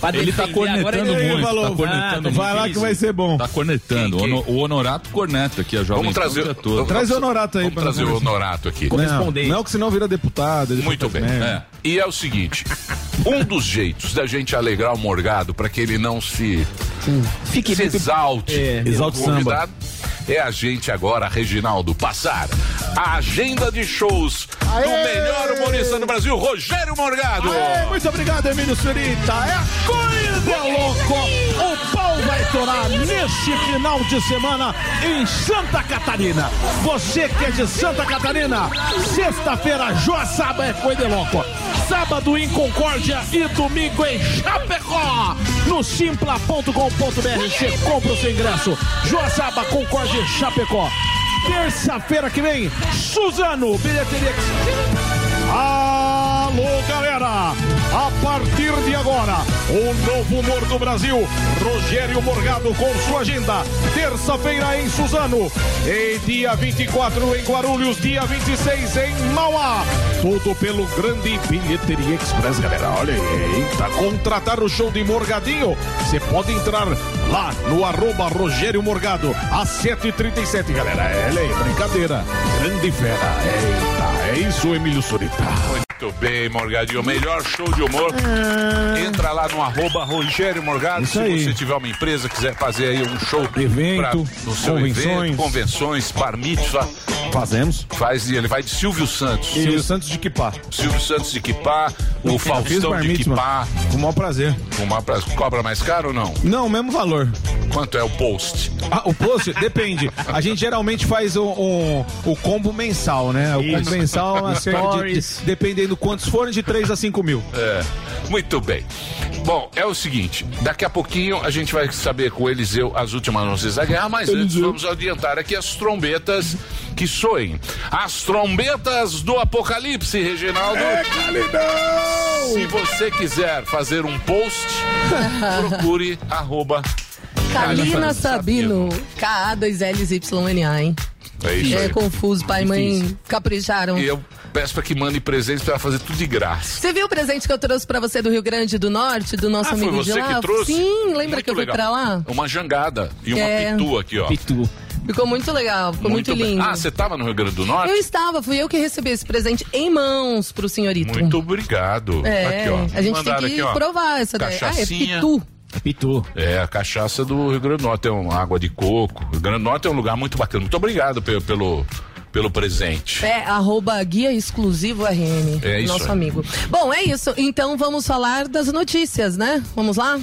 Speaker 5: Pra
Speaker 7: Ele tá
Speaker 5: defender. Agora
Speaker 7: cornetando
Speaker 5: ele-
Speaker 7: muito,
Speaker 5: falou,
Speaker 7: tá cornetando
Speaker 5: ah,
Speaker 7: muito.
Speaker 5: vai lá que vai
Speaker 4: ser bom.
Speaker 7: Tá cornetando. Ono- O Honorato corneta aqui, a jovem.
Speaker 3: Vamos trazer-
Speaker 4: Traz o honorato aí
Speaker 3: Vamos trazer o Honorato aqui.
Speaker 4: Correspondente. Não, é que senão vira deputado. ele
Speaker 3: Muito
Speaker 4: fica
Speaker 3: bem.
Speaker 4: merda.
Speaker 3: É. E é o seguinte: um dos jeitos da gente alegrar o Morgado para que ele não se,
Speaker 5: Fique
Speaker 3: se
Speaker 5: muito-
Speaker 3: exalte,
Speaker 5: É, exalte
Speaker 3: o convidado, é a gente agora, Reginaldo, passar a agenda de shows do melhor humorista do Brasil, Rogério Morgado.
Speaker 1: Aê, muito obrigado, Emílio Surita. É a coisa louco. O pau vai torar neste final de semana em Santa Catarina. Você que é de Santa Catarina, sexta-feira, Joaçaba é coisa louco. Sábado em Concórdia e domingo em Chapecó. No simpla.com.br você compra o seu ingresso. Joaçaba, Concórdia e Chapecó. Terça-feira que vem, Suzano, bilheteria Ah! Alô, galera! A partir de agora, o novo humor do Brasil, Rogério Morgado com sua agenda. Terça-feira em Suzano. E dia 24 em Guarulhos, dia 26 em Mauá. Tudo pelo grande Bilheteria Express, galera. Olha aí, hein? Pra contratar o show de Morgadinho, você pode entrar lá no arroba Rogério Morgado, às 7h37, galera. É, olha aí, brincadeira. Grande fera. Eita, é isso, Emílio Surita.
Speaker 3: Muito bem, Morgadinho. O melhor show de humor.
Speaker 4: Ah.
Speaker 3: Entra lá no arroba Rogério Morgado. Se você tiver uma empresa, quiser fazer aí um show
Speaker 4: Evento,
Speaker 3: pra- no seu
Speaker 4: convenções.
Speaker 3: evento, convenções, bar mitzvah.
Speaker 4: Fazemos.
Speaker 3: Faz, ele vai de Silvio Santos.
Speaker 4: E o Santos de Quipá.
Speaker 3: Silvio Santos de Quipá, o
Speaker 4: Fiz
Speaker 3: Faustão
Speaker 4: bar
Speaker 3: de
Speaker 4: mitzvah.
Speaker 3: Quipá.
Speaker 4: Com o maior prazer.
Speaker 3: O maior pra- Cobra mais caro ou não?
Speaker 4: Não, mesmo valor.
Speaker 3: Quanto é o post?
Speaker 4: Ah, o post? Depende. A gente geralmente faz um, um- o combo mensal, né? O combo
Speaker 3: Isso.
Speaker 4: mensal é uma série de,
Speaker 3: Stories.
Speaker 4: de- Dependendo quantos forem, de 3 a 5 mil.
Speaker 3: É, muito bem. Bom, é o seguinte, daqui a pouquinho a gente vai saber com o Eliseu as últimas notícias da guerra, mas antes vamos adiantar aqui as trombetas que soem. As trombetas do apocalipse, Reginaldo. Se você quiser fazer um post, procure arroba
Speaker 10: Kalina Sabino. K-A-2-L-Y-N-A, hein?
Speaker 3: É isso
Speaker 10: É
Speaker 3: aí.
Speaker 10: confuso, pai e mãe
Speaker 3: Difícil.
Speaker 10: capricharam.
Speaker 3: E eu peço pra que mande presentes pra fazer tudo de graça.
Speaker 10: Você viu o presente que eu trouxe pra você do Rio Grande do Norte, do nosso
Speaker 3: Ah, foi
Speaker 10: amigo
Speaker 3: você
Speaker 10: de lá?
Speaker 3: que trouxe?
Speaker 10: Sim, lembra
Speaker 3: Muito
Speaker 10: que eu
Speaker 3: legal.
Speaker 10: fui pra lá?
Speaker 3: Uma jangada e uma
Speaker 10: É.
Speaker 3: pitu aqui, ó.
Speaker 5: Pitu.
Speaker 10: Ficou muito legal, ficou muito,
Speaker 3: bem.
Speaker 10: lindo.
Speaker 3: Ah, você tava no Rio Grande do Norte?
Speaker 10: Eu estava, fui eu que recebi esse presente em mãos pro senhorito.
Speaker 3: Muito obrigado.
Speaker 10: É,
Speaker 3: aqui, ó.
Speaker 10: a gente tem
Speaker 3: Mandaram
Speaker 10: que
Speaker 3: aqui, ó.
Speaker 10: provar essa daí. Ah, é
Speaker 3: Cachaçinha.
Speaker 10: pitu.
Speaker 3: Pitu. É, a cachaça do Rio Grande do Norte é uma água de coco. O Rio Grande do Norte é um lugar muito bacana. Muito obrigado pe- pelo, pelo presente.
Speaker 10: É, arroba guia exclusivo RM.
Speaker 3: É isso
Speaker 10: Nosso
Speaker 3: aí.
Speaker 10: amigo. Bom, é isso. Então vamos falar das notícias, né? Vamos lá?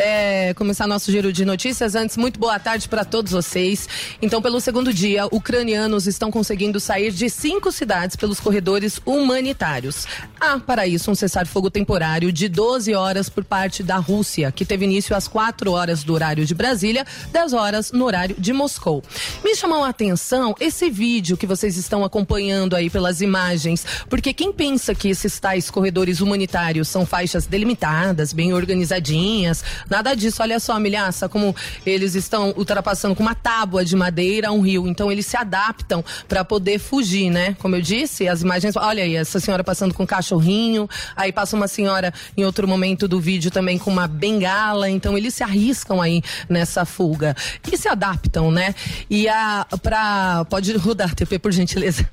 Speaker 10: É, começar nosso giro de notícias. Antes, muito boa tarde para todos vocês. Então, pelo segundo dia, ucranianos estão conseguindo sair de cinco cidades pelos corredores humanitários. Há, para isso, um cessar-fogo temporário de 12 horas por parte da Rússia, que teve início às 4 horas do horário de Brasília, 10 horas no horário de Moscou. Me chamou a atenção esse vídeo que vocês estão acompanhando aí pelas imagens, porque quem pensa que esses tais corredores humanitários são faixas delimitadas, bem organizadinhas, nada disso. Olha só, milhaça, como eles estão ultrapassando com uma tábua de madeira um rio. Então eles se adaptam para poder fugir, né? Como eu disse, as imagens. Olha aí, essa senhora passando com um cachorrinho, aí passa uma senhora em outro momento do vídeo também com uma bengala. Então eles se arriscam aí nessa fuga e se adaptam, né? E a para pode rodar TP por gentileza.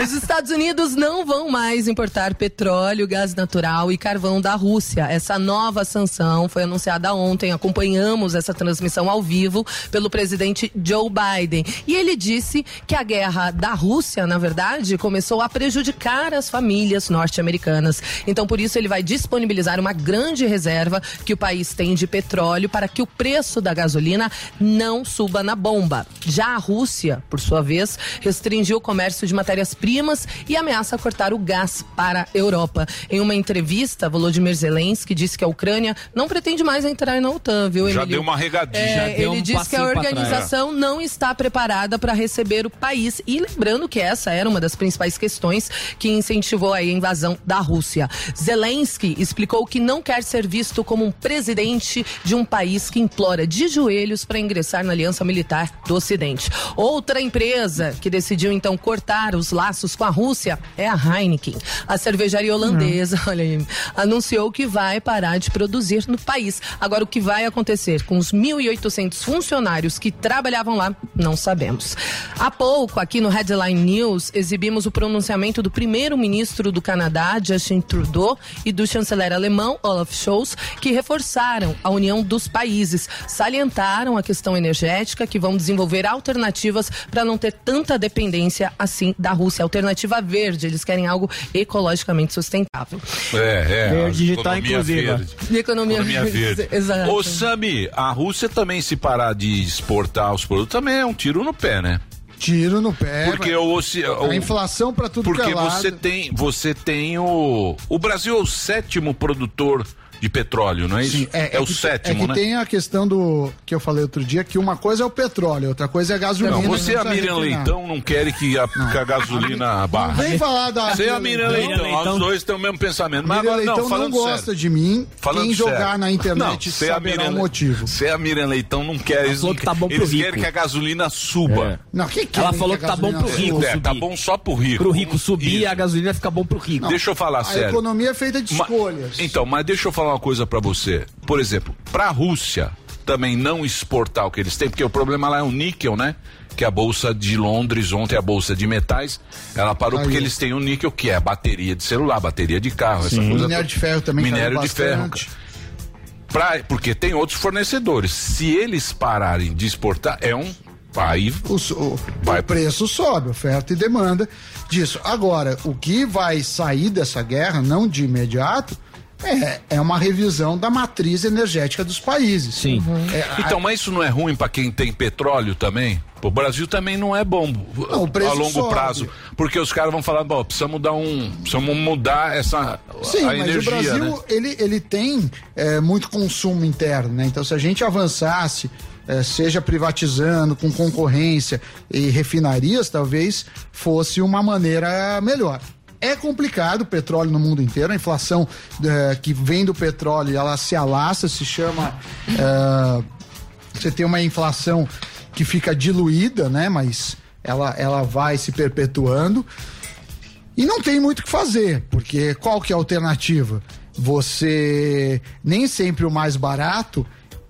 Speaker 10: Os Estados Unidos não vão mais importar petróleo, gás natural e carvão da Rússia. Essa nova sanção foi anunciada ontem. Acompanhamos essa transmissão ao vivo pelo presidente Joe Biden. E ele disse que a guerra da Rússia, na verdade, começou a prejudicar as famílias norte-americanas. Então, por isso, ele vai disponibilizar uma grande reserva que o país tem de petróleo para que o preço da gasolina não suba na bomba. Já a Rússia, por sua vez, restringiu o comércio de matérias-primas e ameaça cortar o gás para a Europa. Em uma entrevista, Volodymyr Zelensky disse que a Ucrânia não pretende mais entrar na OTAN, viu,
Speaker 3: Já
Speaker 10: Emílio?
Speaker 3: deu uma regadinha.
Speaker 10: É,
Speaker 3: Já
Speaker 10: ele
Speaker 3: deu um
Speaker 10: diz que a
Speaker 3: passinho pra trás.
Speaker 10: organização não está preparada para receber o país. E lembrando que essa era uma das principais questões que incentivou aí a invasão da Rússia. Zelensky explicou que não quer ser visto como um presidente de um país que implora de joelhos para ingressar na aliança militar do Ocidente. Outra empresa que decidiu então cortar os laços com a Rússia é a Heineken. A cervejaria holandesa, olha aí, anunciou que vai parar de produzir no país. Agora, o que vai acontecer com os 1.800 funcionários que trabalhavam lá, não sabemos. Há pouco, aqui no Headline News, exibimos o pronunciamento do primeiro-ministro do Canadá, Justin Trudeau, e do chanceler alemão, Olaf Scholz, que reforçaram a união dos países, salientaram a questão energética, que vão desenvolver alternativas para não ter tanta dependência assim da Rússia. Alternativa verde, eles querem algo ecologicamente sustentável.
Speaker 3: É, é.
Speaker 10: Verde
Speaker 3: a
Speaker 10: digital
Speaker 3: economia
Speaker 10: inclusiva.
Speaker 3: verde.
Speaker 10: E economia
Speaker 3: Economia
Speaker 10: verde.
Speaker 3: verde.
Speaker 10: Exato.
Speaker 3: Ô, Sami, a Rússia também, se parar de exportar os produtos, também é um tiro no pé, né?
Speaker 6: Tiro no pé.
Speaker 3: Porque
Speaker 6: mano.
Speaker 3: o, oce- o-
Speaker 6: É, A inflação pra tudo que
Speaker 3: Porque
Speaker 6: é lado.
Speaker 3: você tem, você tem o. O Brasil é o sétimo produtor de petróleo, não é isso?
Speaker 6: Sim,
Speaker 3: o
Speaker 6: que-
Speaker 3: sétimo,
Speaker 6: é que
Speaker 3: né?
Speaker 6: tem a questão do que eu falei outro dia, que uma coisa é o petróleo, outra coisa é a gasolina.
Speaker 3: Não, você e a
Speaker 6: precisa
Speaker 3: Miriam
Speaker 6: refinar.
Speaker 3: Leitão não querem que a, que a gasolina barra.
Speaker 6: vem falar da
Speaker 3: Você e a
Speaker 6: Miriam
Speaker 3: Miriam
Speaker 6: Leitão.
Speaker 3: Leitão, os dois têm o mesmo pensamento. Mas
Speaker 6: Miriam
Speaker 3: agora
Speaker 6: Leitão
Speaker 3: não,
Speaker 6: não
Speaker 3: falando
Speaker 6: gosta
Speaker 3: sério.
Speaker 6: de mim,
Speaker 3: Falando
Speaker 6: quem jogar
Speaker 3: sério.
Speaker 6: na internet
Speaker 3: não, você e a
Speaker 6: saberá
Speaker 3: Miriam
Speaker 6: o
Speaker 3: Le-
Speaker 6: motivo.
Speaker 3: Você e a Miriam Leitão não querem. Eles, não,
Speaker 6: tá bom pro
Speaker 3: eles
Speaker 6: rico.
Speaker 3: querem que a gasolina suba.
Speaker 6: Não, quem quer Ela falou que a que tá bom gasolina pro rico
Speaker 3: É,
Speaker 6: subir.
Speaker 3: tá bom só pro rico.
Speaker 5: Pro rico subir,
Speaker 3: Isso.
Speaker 5: a gasolina fica bom pro rico.
Speaker 3: Não. Deixa eu falar
Speaker 6: A
Speaker 3: sério.
Speaker 6: economia é feita de
Speaker 3: Ma-
Speaker 6: escolhas.
Speaker 3: Então, mas deixa eu falar uma coisa pra você. Por exemplo, pra Rússia também não exportar o que eles têm, porque o problema lá é o níquel, né? Que a bolsa de Londres ontem, a bolsa de metais, ela parou
Speaker 6: Aí.
Speaker 3: porque eles têm o níquel, que é bateria de celular, bateria de carro, essa coisa.
Speaker 6: Minério de ferro também
Speaker 3: Minério
Speaker 6: caiu
Speaker 3: de ferro.
Speaker 6: bastante.
Speaker 3: Pra- porque tem outros fornecedores. Se eles pararem de exportar, é um. Aí vai
Speaker 6: O preço sobe, oferta e demanda disso. Agora, o que vai sair dessa guerra, não de imediato, é, é uma revisão da matriz energética dos países. Sim.
Speaker 3: Então, mas isso não é ruim pra quem tem petróleo também? O Brasil também não é bom
Speaker 6: Não, o preço
Speaker 3: a longo
Speaker 6: sobe.
Speaker 3: prazo, porque os caras vão falar, bom, precisamos dar um, precisamos mudar essa
Speaker 6: Sim,
Speaker 3: a
Speaker 6: mas
Speaker 3: energia,
Speaker 6: o Brasil
Speaker 3: né?
Speaker 6: ele, ele tem é, muito consumo interno, né? Então se a gente avançasse, é, seja privatizando, com concorrência e refinarias, talvez fosse uma maneira melhor. É complicado o petróleo no mundo inteiro, a inflação é, que vem do petróleo, ela se alaça, se chama. é, você tem uma inflação que fica diluída, né? Mas ela, ela vai se perpetuando. E não tem muito o que fazer, porque qual que é a alternativa? Você nem sempre o mais barato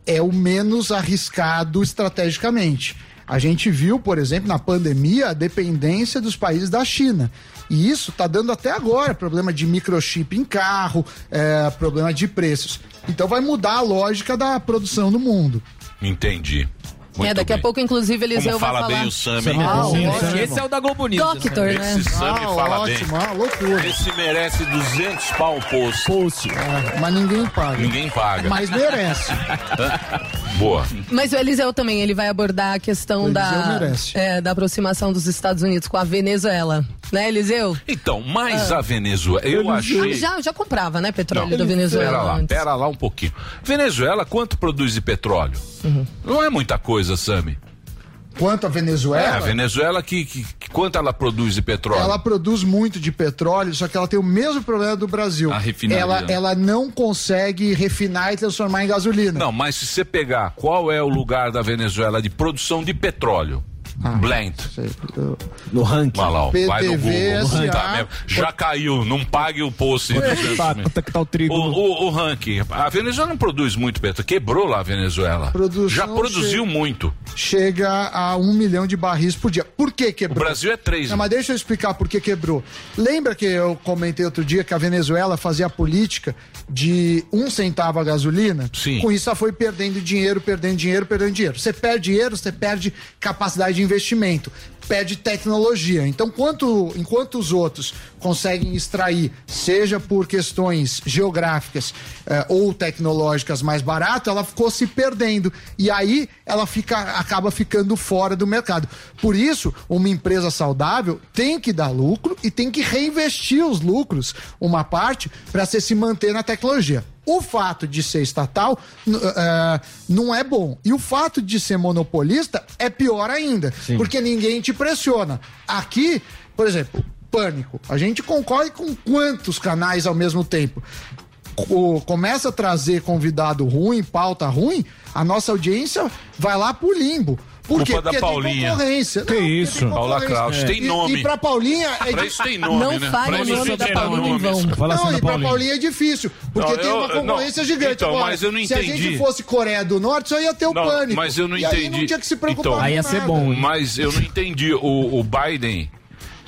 Speaker 6: é o menos arriscado estrategicamente. A gente viu, por exemplo, na pandemia, a dependência dos países da China. E isso está dando até agora problema de microchip em carro, é, problema de preços. Então vai mudar a lógica da produção no mundo.
Speaker 3: Entendi. Muito
Speaker 10: é, daqui a
Speaker 3: bem.
Speaker 10: pouco, inclusive, Eliseu
Speaker 3: Como fala
Speaker 10: vai falar.
Speaker 3: bem o Sami.
Speaker 10: Ah,
Speaker 3: Sim,
Speaker 10: ótimo.
Speaker 3: Sami é bom.
Speaker 10: Doctor, né?
Speaker 3: Esse Sami fala bem.
Speaker 6: ah, loucura.
Speaker 3: Esse merece 200 pau o post.
Speaker 6: é, mas ninguém paga.
Speaker 3: Ninguém paga.
Speaker 6: Mas merece.
Speaker 3: Boa.
Speaker 10: Mas o Eliseu também, ele vai abordar a questão da, é, da aproximação dos Estados Unidos com a Venezuela. Né, Eliseu?
Speaker 3: Então, mais
Speaker 6: É.
Speaker 3: a Venezuela. Eu achei.
Speaker 10: Já, já comprava, né, petróleo
Speaker 3: Não,
Speaker 10: da Venezuela.
Speaker 3: Pera lá,
Speaker 10: antes.
Speaker 3: pera lá um pouquinho. Venezuela, quanto produz de petróleo? Não é muita coisa, Sami.
Speaker 6: Quanto à
Speaker 3: É,
Speaker 6: Venezuela,
Speaker 3: a Venezuela, que, que- que- quanto ela produz de petróleo?
Speaker 6: Ela produz muito de petróleo, só que ela tem o mesmo problema do Brasil.
Speaker 3: A refinaria.
Speaker 6: Ela, é- ela não consegue refinar e transformar em gasolina.
Speaker 3: Não, mas se você pegar qual é o lugar da Venezuela de produção de petróleo?
Speaker 6: Ah,
Speaker 3: Blend.
Speaker 5: No ranking.
Speaker 3: Lá, ó, vai no
Speaker 5: PTV,
Speaker 3: Google. não
Speaker 5: SA.
Speaker 3: dá mesmo. Já caiu, não pague o post.
Speaker 5: tá, é
Speaker 3: o, o, o ranking. A Venezuela não produz muito petróleo. Quebrou lá a Venezuela. Já produziu muito.
Speaker 6: Chega a um milhão de barris por dia. Por que quebrou?
Speaker 3: O Brasil é três,
Speaker 6: Não, mas deixa eu explicar por que quebrou. Lembra que eu comentei outro dia que a Venezuela fazia a política de um centavo a gasolina? Sim. Com isso, ela foi perdendo dinheiro, perdendo dinheiro, perdendo dinheiro. Você perde dinheiro, você perde capacidade de investimento, perde tecnologia. Então, quanto, enquanto os outros conseguem extrair, seja por questões geográficas eh, ou tecnológicas mais barato, ela ficou se perdendo. E aí ela fica, acaba ficando fora do mercado. Por isso, uma empresa saudável tem que dar lucro e tem que reinvestir os lucros, uma parte, para você se manter na tecnologia. O fato de ser estatal n- eh, não é bom. E o fato de ser monopolista é pior ainda. Porque ninguém te pressiona. Aqui, por exemplo, pânico. A gente concorre com quantos canais ao mesmo tempo? o- começa a trazer convidado ruim, pauta ruim, a nossa audiência vai lá pro limbo. Por
Speaker 3: Culpa
Speaker 6: quê?
Speaker 3: da
Speaker 6: Porque
Speaker 3: Paulinha.
Speaker 6: tem concorrência.
Speaker 3: Que
Speaker 6: porque
Speaker 3: isso?
Speaker 6: tem
Speaker 3: Paula
Speaker 6: concorrência.
Speaker 3: Kraus, tem
Speaker 6: E-
Speaker 3: nome.
Speaker 6: E, pra Paulinha... É
Speaker 3: Pra isso tem nome, Não né? fale Pra o isso nome tem da Paulinha nome. em vão. Fala assim
Speaker 6: Não,
Speaker 3: da
Speaker 6: e pra
Speaker 3: Paulinha.
Speaker 6: Paulinha é difícil, porque
Speaker 3: Não,
Speaker 6: tem
Speaker 3: eu-
Speaker 6: uma
Speaker 3: eu- não.
Speaker 6: concorrência gigante.
Speaker 3: Então,
Speaker 6: Agora,
Speaker 3: mas eu não
Speaker 6: Se a
Speaker 3: entendi.
Speaker 6: gente fosse Coreia do Norte, só ia ter o pânico.
Speaker 3: Mas eu não
Speaker 6: E
Speaker 3: entendi.
Speaker 6: aí não tinha que se preocupar
Speaker 3: Então,
Speaker 6: com nada.
Speaker 3: Mas eu não entendi. O, o Biden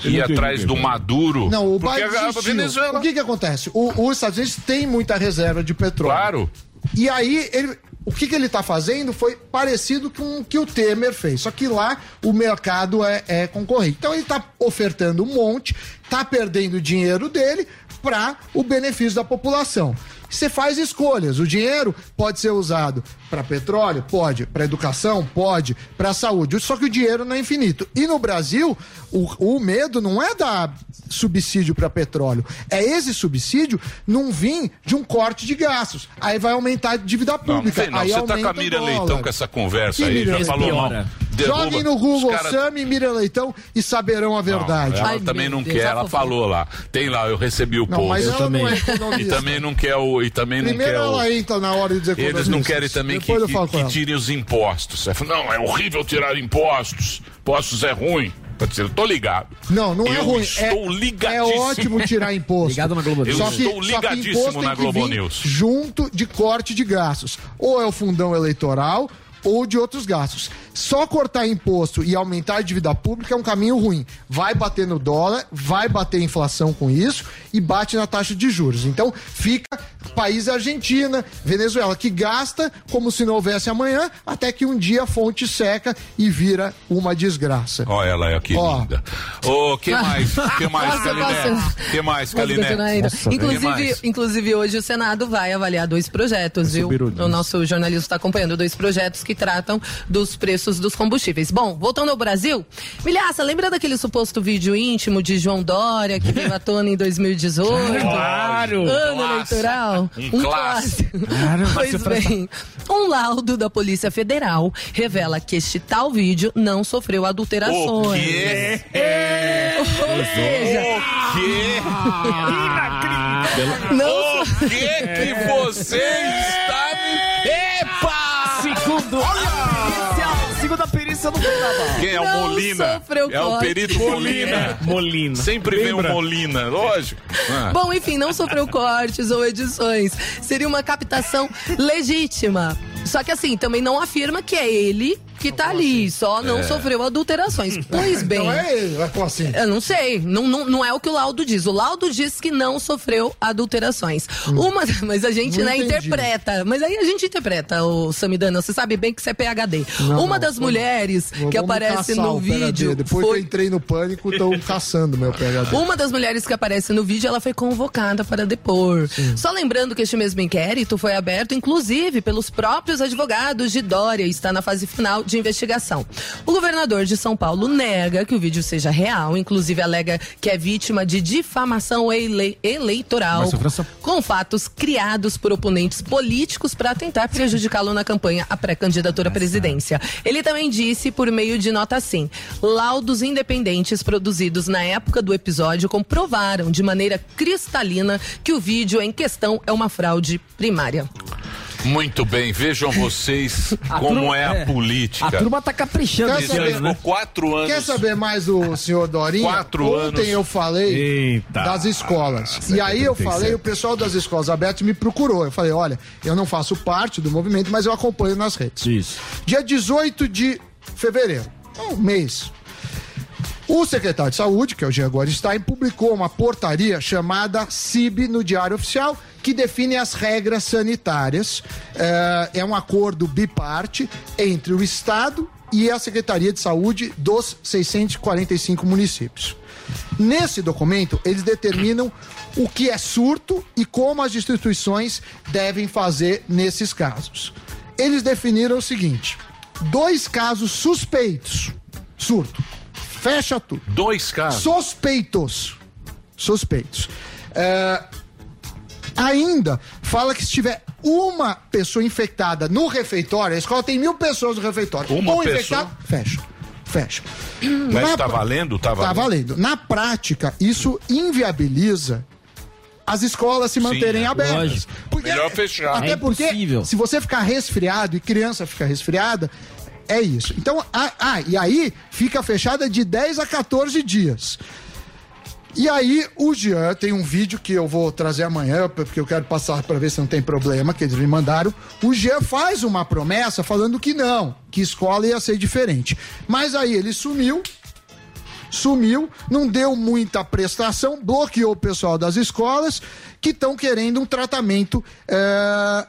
Speaker 6: Eu
Speaker 3: ir
Speaker 6: não entendi,
Speaker 3: atrás do
Speaker 6: Pedro.
Speaker 3: Maduro.
Speaker 6: Não, o
Speaker 3: porque
Speaker 6: Biden
Speaker 3: a- a
Speaker 6: desistiu.
Speaker 3: Venezuela.
Speaker 6: O que que acontece? O, os Estados Unidos têm muita reserva de petróleo.
Speaker 3: Claro.
Speaker 6: E aí, ele- o que, que ele está fazendo foi parecido com o que o Temer fez. Só que lá o mercado é, é concorrente. Então ele está ofertando um monte, está perdendo o dinheiro dele para o benefício da população. Você faz escolhas. O dinheiro pode ser usado para petróleo? Pode. Para educação? Pode. Para saúde. Só que o dinheiro não é infinito. E no Brasil, o, o medo não é dar subsídio para petróleo. É esse subsídio não vir de um corte de gastos. Aí vai aumentar a dívida
Speaker 3: Não, não
Speaker 6: pública.
Speaker 3: sei não.
Speaker 6: Aí
Speaker 3: Você tá com
Speaker 6: aumenta
Speaker 3: a
Speaker 6: o
Speaker 3: Mira
Speaker 6: dólar.
Speaker 3: Leitão com essa conversa
Speaker 6: Que
Speaker 3: aí.
Speaker 6: Mira
Speaker 3: Já falou
Speaker 6: Leitão?
Speaker 3: mal. Derruba.
Speaker 6: Joguem no Google
Speaker 3: Os cara-
Speaker 6: Sam e Mira Leitão e saberão a verdade.
Speaker 3: Ela também não quer, ela falou lá. Tem lá, eu recebi o
Speaker 6: Não,
Speaker 3: post.
Speaker 6: mas ela Eu não também. é
Speaker 3: e
Speaker 6: economista.
Speaker 3: também não quer o. E também não
Speaker 6: Primeiro
Speaker 3: quer o-
Speaker 6: ela entra na hora de dizer
Speaker 3: Eles não querem também que,
Speaker 6: Depois eu
Speaker 3: que-
Speaker 6: falo com
Speaker 3: que
Speaker 6: ela.
Speaker 3: tirem os impostos. Aí fala, Não, é horrível tirar impostos. Impostos é ruim. Tá dizendo, tô ligado.
Speaker 6: Não, não é
Speaker 3: Eu
Speaker 6: ruim.
Speaker 3: estou
Speaker 6: é,
Speaker 3: ligadíssimo.
Speaker 6: é ótimo tirar imposto.
Speaker 3: Ligado na Globo News.
Speaker 6: Só
Speaker 3: Eu
Speaker 6: que,
Speaker 3: estou
Speaker 6: só que
Speaker 3: ligadíssimo
Speaker 6: imposto tem
Speaker 3: na
Speaker 6: que
Speaker 3: Globo
Speaker 6: vir
Speaker 3: News.
Speaker 6: Junto de corte de gastos. Ou é o fundão eleitoral ou de outros gastos. Só cortar imposto e aumentar a dívida pública é um caminho ruim. Vai bater no dólar, vai bater a inflação com isso e bate na taxa de juros. Então fica país Argentina, Venezuela, que gasta como se não houvesse amanhã, até que um dia a fonte seca e vira uma desgraça.
Speaker 3: Olha ela aí, que
Speaker 6: Ó.
Speaker 3: linda. Ô, que mais? Que mais,
Speaker 10: Nossa,
Speaker 3: Caliné?
Speaker 10: nossa.
Speaker 3: Que mais,
Speaker 10: Mas continuar ainda.
Speaker 3: Caliné? Que
Speaker 10: inclusive,
Speaker 3: mais?
Speaker 10: inclusive, hoje o Senado vai avaliar dois projetos, viu?
Speaker 3: Birulina.
Speaker 10: O nosso jornalista está acompanhando dois projetos que tratam dos preços dos combustíveis. Bom, voltando ao Brasil, Milhaça, lembra daquele suposto vídeo íntimo de João Dória que veio à tona em 2018?
Speaker 5: Claro.
Speaker 10: Ano
Speaker 5: Clássico.
Speaker 10: eleitoral.
Speaker 5: Um clássico.
Speaker 10: Claro,
Speaker 5: mas
Speaker 10: pois
Speaker 5: eu falei-
Speaker 10: bem, um laudo da Polícia Federal revela que este tal vídeo não sofreu adulterações.
Speaker 3: O quê?
Speaker 4: É.
Speaker 3: É.
Speaker 10: Ou seja,
Speaker 3: O quê? Ah.
Speaker 10: Inacreditável. Não.
Speaker 3: O que que
Speaker 4: É.
Speaker 3: você está...
Speaker 10: É.
Speaker 3: Epa!
Speaker 5: Segundo a perícia, segundo a perícia do Carnaval.
Speaker 3: Quem é o Molina? É o perito Molina. Molina. Sempre vem o Molina, lógico. Ah.
Speaker 10: Bom, enfim, não sofreu cortes ou edições. Seria uma captação legítima. Só que assim, também não afirma que é ele que tá ali, só não
Speaker 6: É.
Speaker 10: sofreu adulterações. Pois bem.
Speaker 6: Então é ele, vai pôr assim.
Speaker 10: Eu não sei, não, não, não é o que o laudo diz. O laudo diz que não sofreu adulterações.
Speaker 6: Hum.
Speaker 10: Uma, mas a gente
Speaker 13: Não
Speaker 10: né,
Speaker 13: entendi.
Speaker 10: interpreta. Mas aí a gente interpreta, o Samidana. Você sabe bem que você é PHD.
Speaker 6: Não,
Speaker 10: Uma
Speaker 6: não,
Speaker 10: das
Speaker 6: vou-
Speaker 10: mulheres
Speaker 6: Vou-
Speaker 10: que
Speaker 6: vou me
Speaker 10: aparece
Speaker 6: caçar um
Speaker 10: no
Speaker 6: o PHD.
Speaker 10: vídeo.
Speaker 6: Depois que eu entrei no pânico, estão caçando meu PHD.
Speaker 10: Uma das mulheres que aparece no vídeo, ela foi convocada para depor. Só lembrando que este mesmo inquérito foi aberto, inclusive, pelos próprios advogados de Dória e está na fase final de investigação. O governador de São Paulo nega que o vídeo seja real, inclusive alega que é vítima de difamação ele- eleitoral
Speaker 14: Márcia França.
Speaker 10: com fatos criados por oponentes políticos para tentar prejudicá-lo na campanha à pré-candidatura à
Speaker 3: é.
Speaker 10: presidência. Ele também disse, por meio de nota assim, laudos independentes produzidos na época do episódio comprovaram de maneira cristalina que o vídeo em questão é uma fraude primária.
Speaker 3: Muito bem, vejam vocês
Speaker 10: A
Speaker 3: como
Speaker 10: turma-
Speaker 3: é a
Speaker 10: é.
Speaker 3: política.
Speaker 6: tá caprichando quer
Speaker 3: Esse ano
Speaker 6: saber,
Speaker 3: ficou quatro anos.
Speaker 6: né? Quer saber mais do senhor Dorinha?
Speaker 3: né? Quatro
Speaker 6: Ontem
Speaker 3: anos.
Speaker 6: eu falei
Speaker 3: Eita.
Speaker 6: das escolas. e aí eu
Speaker 3: 37.
Speaker 6: falei, o pessoal das escolas abertas me procurou. Eu falei, olha, eu não faço parte do movimento, mas eu acompanho nas redes.
Speaker 5: Isso.
Speaker 6: Dia 18 de fevereiro, um mês. O secretário de Saúde, que é o Jean Gorenstein, publicou uma portaria chamada CIB no Diário Oficial, que define as regras sanitárias. É, é um acordo biparte entre o Estado e a Secretaria de Saúde dos 645 municípios. Nesse documento, eles determinam o que é surto e como as instituições devem fazer nesses casos. Eles definiram o seguinte: dois casos suspeitos, surto. Fecha tudo.
Speaker 3: Dois casos.
Speaker 6: Suspeitos. Suspeitos. É, ainda fala que se tiver uma pessoa infectada no refeitório, a escola tem mil pessoas no refeitório.
Speaker 3: Uma
Speaker 6: um
Speaker 3: pessoa?
Speaker 6: infectado, fecha. Fecha.
Speaker 3: Mas
Speaker 6: Na
Speaker 3: tá
Speaker 6: pra-
Speaker 3: valendo? Tá valendo.
Speaker 6: um Tá valendo. Na prática, isso inviabiliza as escolas se manterem
Speaker 3: Sim, é. né?
Speaker 6: abertas.
Speaker 3: lógico. Melhor fechar.
Speaker 6: Até porque, se você ficar resfriado e criança ficar resfriada, é isso. Então, ah, ah, e aí fica fechada de 10 a 14 dias. E aí, o Jean tem um vídeo que eu vou trazer amanhã, porque eu quero passar para ver se não tem problema, que eles me mandaram. O Jean faz uma promessa falando que não, que escola ia ser diferente. Mas aí ele sumiu, sumiu, não deu muita prestação, bloqueou o pessoal das escolas que estão querendo um tratamento eh,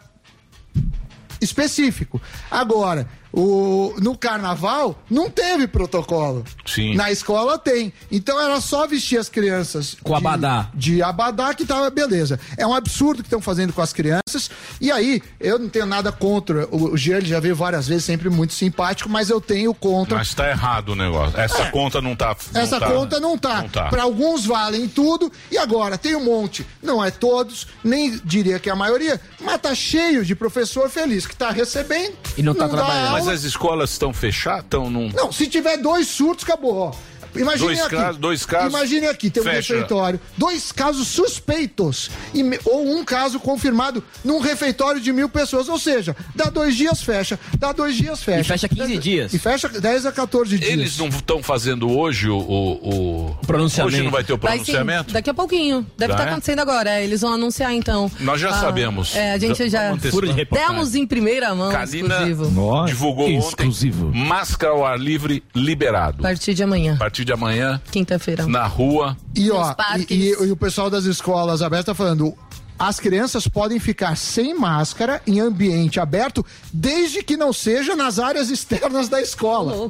Speaker 6: específico. Agora, o- no carnaval não teve protocolo.
Speaker 3: Sim.
Speaker 6: Na escola tem. Então era só vestir as crianças
Speaker 5: Com abadá.
Speaker 6: de abadá que tava beleza. É um absurdo o que estão fazendo com as crianças. E aí, eu não tenho nada contra. O o Jean ele já veio várias vezes, sempre muito simpático, mas eu tenho contra
Speaker 3: Mas tá errado o negócio. Essa conta não tá. não
Speaker 6: É. essa
Speaker 3: tá-
Speaker 6: conta não tá.
Speaker 3: não tá.
Speaker 6: Pra alguns valem tudo e agora tem um monte. Não é todos, nem diria que é a maioria, mas tá cheio de professor feliz que tá recebendo
Speaker 3: E não tá
Speaker 6: dá
Speaker 3: trabalhando. Mas
Speaker 6: aula.
Speaker 3: as escolas estão fechadas? Estão num.
Speaker 6: Não, se tiver dois surtos, acabou. ó. Imagine
Speaker 3: Dois
Speaker 6: aqui.
Speaker 3: casos, dois casos.
Speaker 6: Imagine aqui, tem um
Speaker 3: Fecha.
Speaker 6: refeitório. Dois casos suspeitos. e me- ou um caso confirmado num refeitório de mil pessoas. Ou seja, dá dois dias, fecha. Dá dois dias, fecha. E fecha 15 dias. E fecha 10 a 14 dias.
Speaker 3: Eles não estão fazendo hoje o, o, o- Hoje não vai ter o
Speaker 10: Vai sim,
Speaker 3: pronunciamento?
Speaker 10: daqui a pouquinho. Deve
Speaker 3: Já
Speaker 10: estar
Speaker 3: é?
Speaker 10: acontecendo agora. é, Eles vão anunciar então.
Speaker 3: Nós já sabemos.
Speaker 10: É, a gente
Speaker 3: Já-
Speaker 10: já
Speaker 3: vamos antecipar. Furo de reportagem.
Speaker 10: demos em primeira mão,
Speaker 3: Kalina
Speaker 10: exclusivo.
Speaker 3: divulgou ontem. Máscara ao ar livre
Speaker 10: A
Speaker 3: liberado.
Speaker 10: partir de amanhã,
Speaker 3: A partir de amanhã,
Speaker 10: quinta-feira.
Speaker 3: na rua.
Speaker 6: E ó,
Speaker 10: Nos parques.
Speaker 6: e, e- e o pessoal das escolas abertas tá falando. As crianças podem ficar sem máscara em ambiente aberto, desde que não seja nas áreas externas da escola.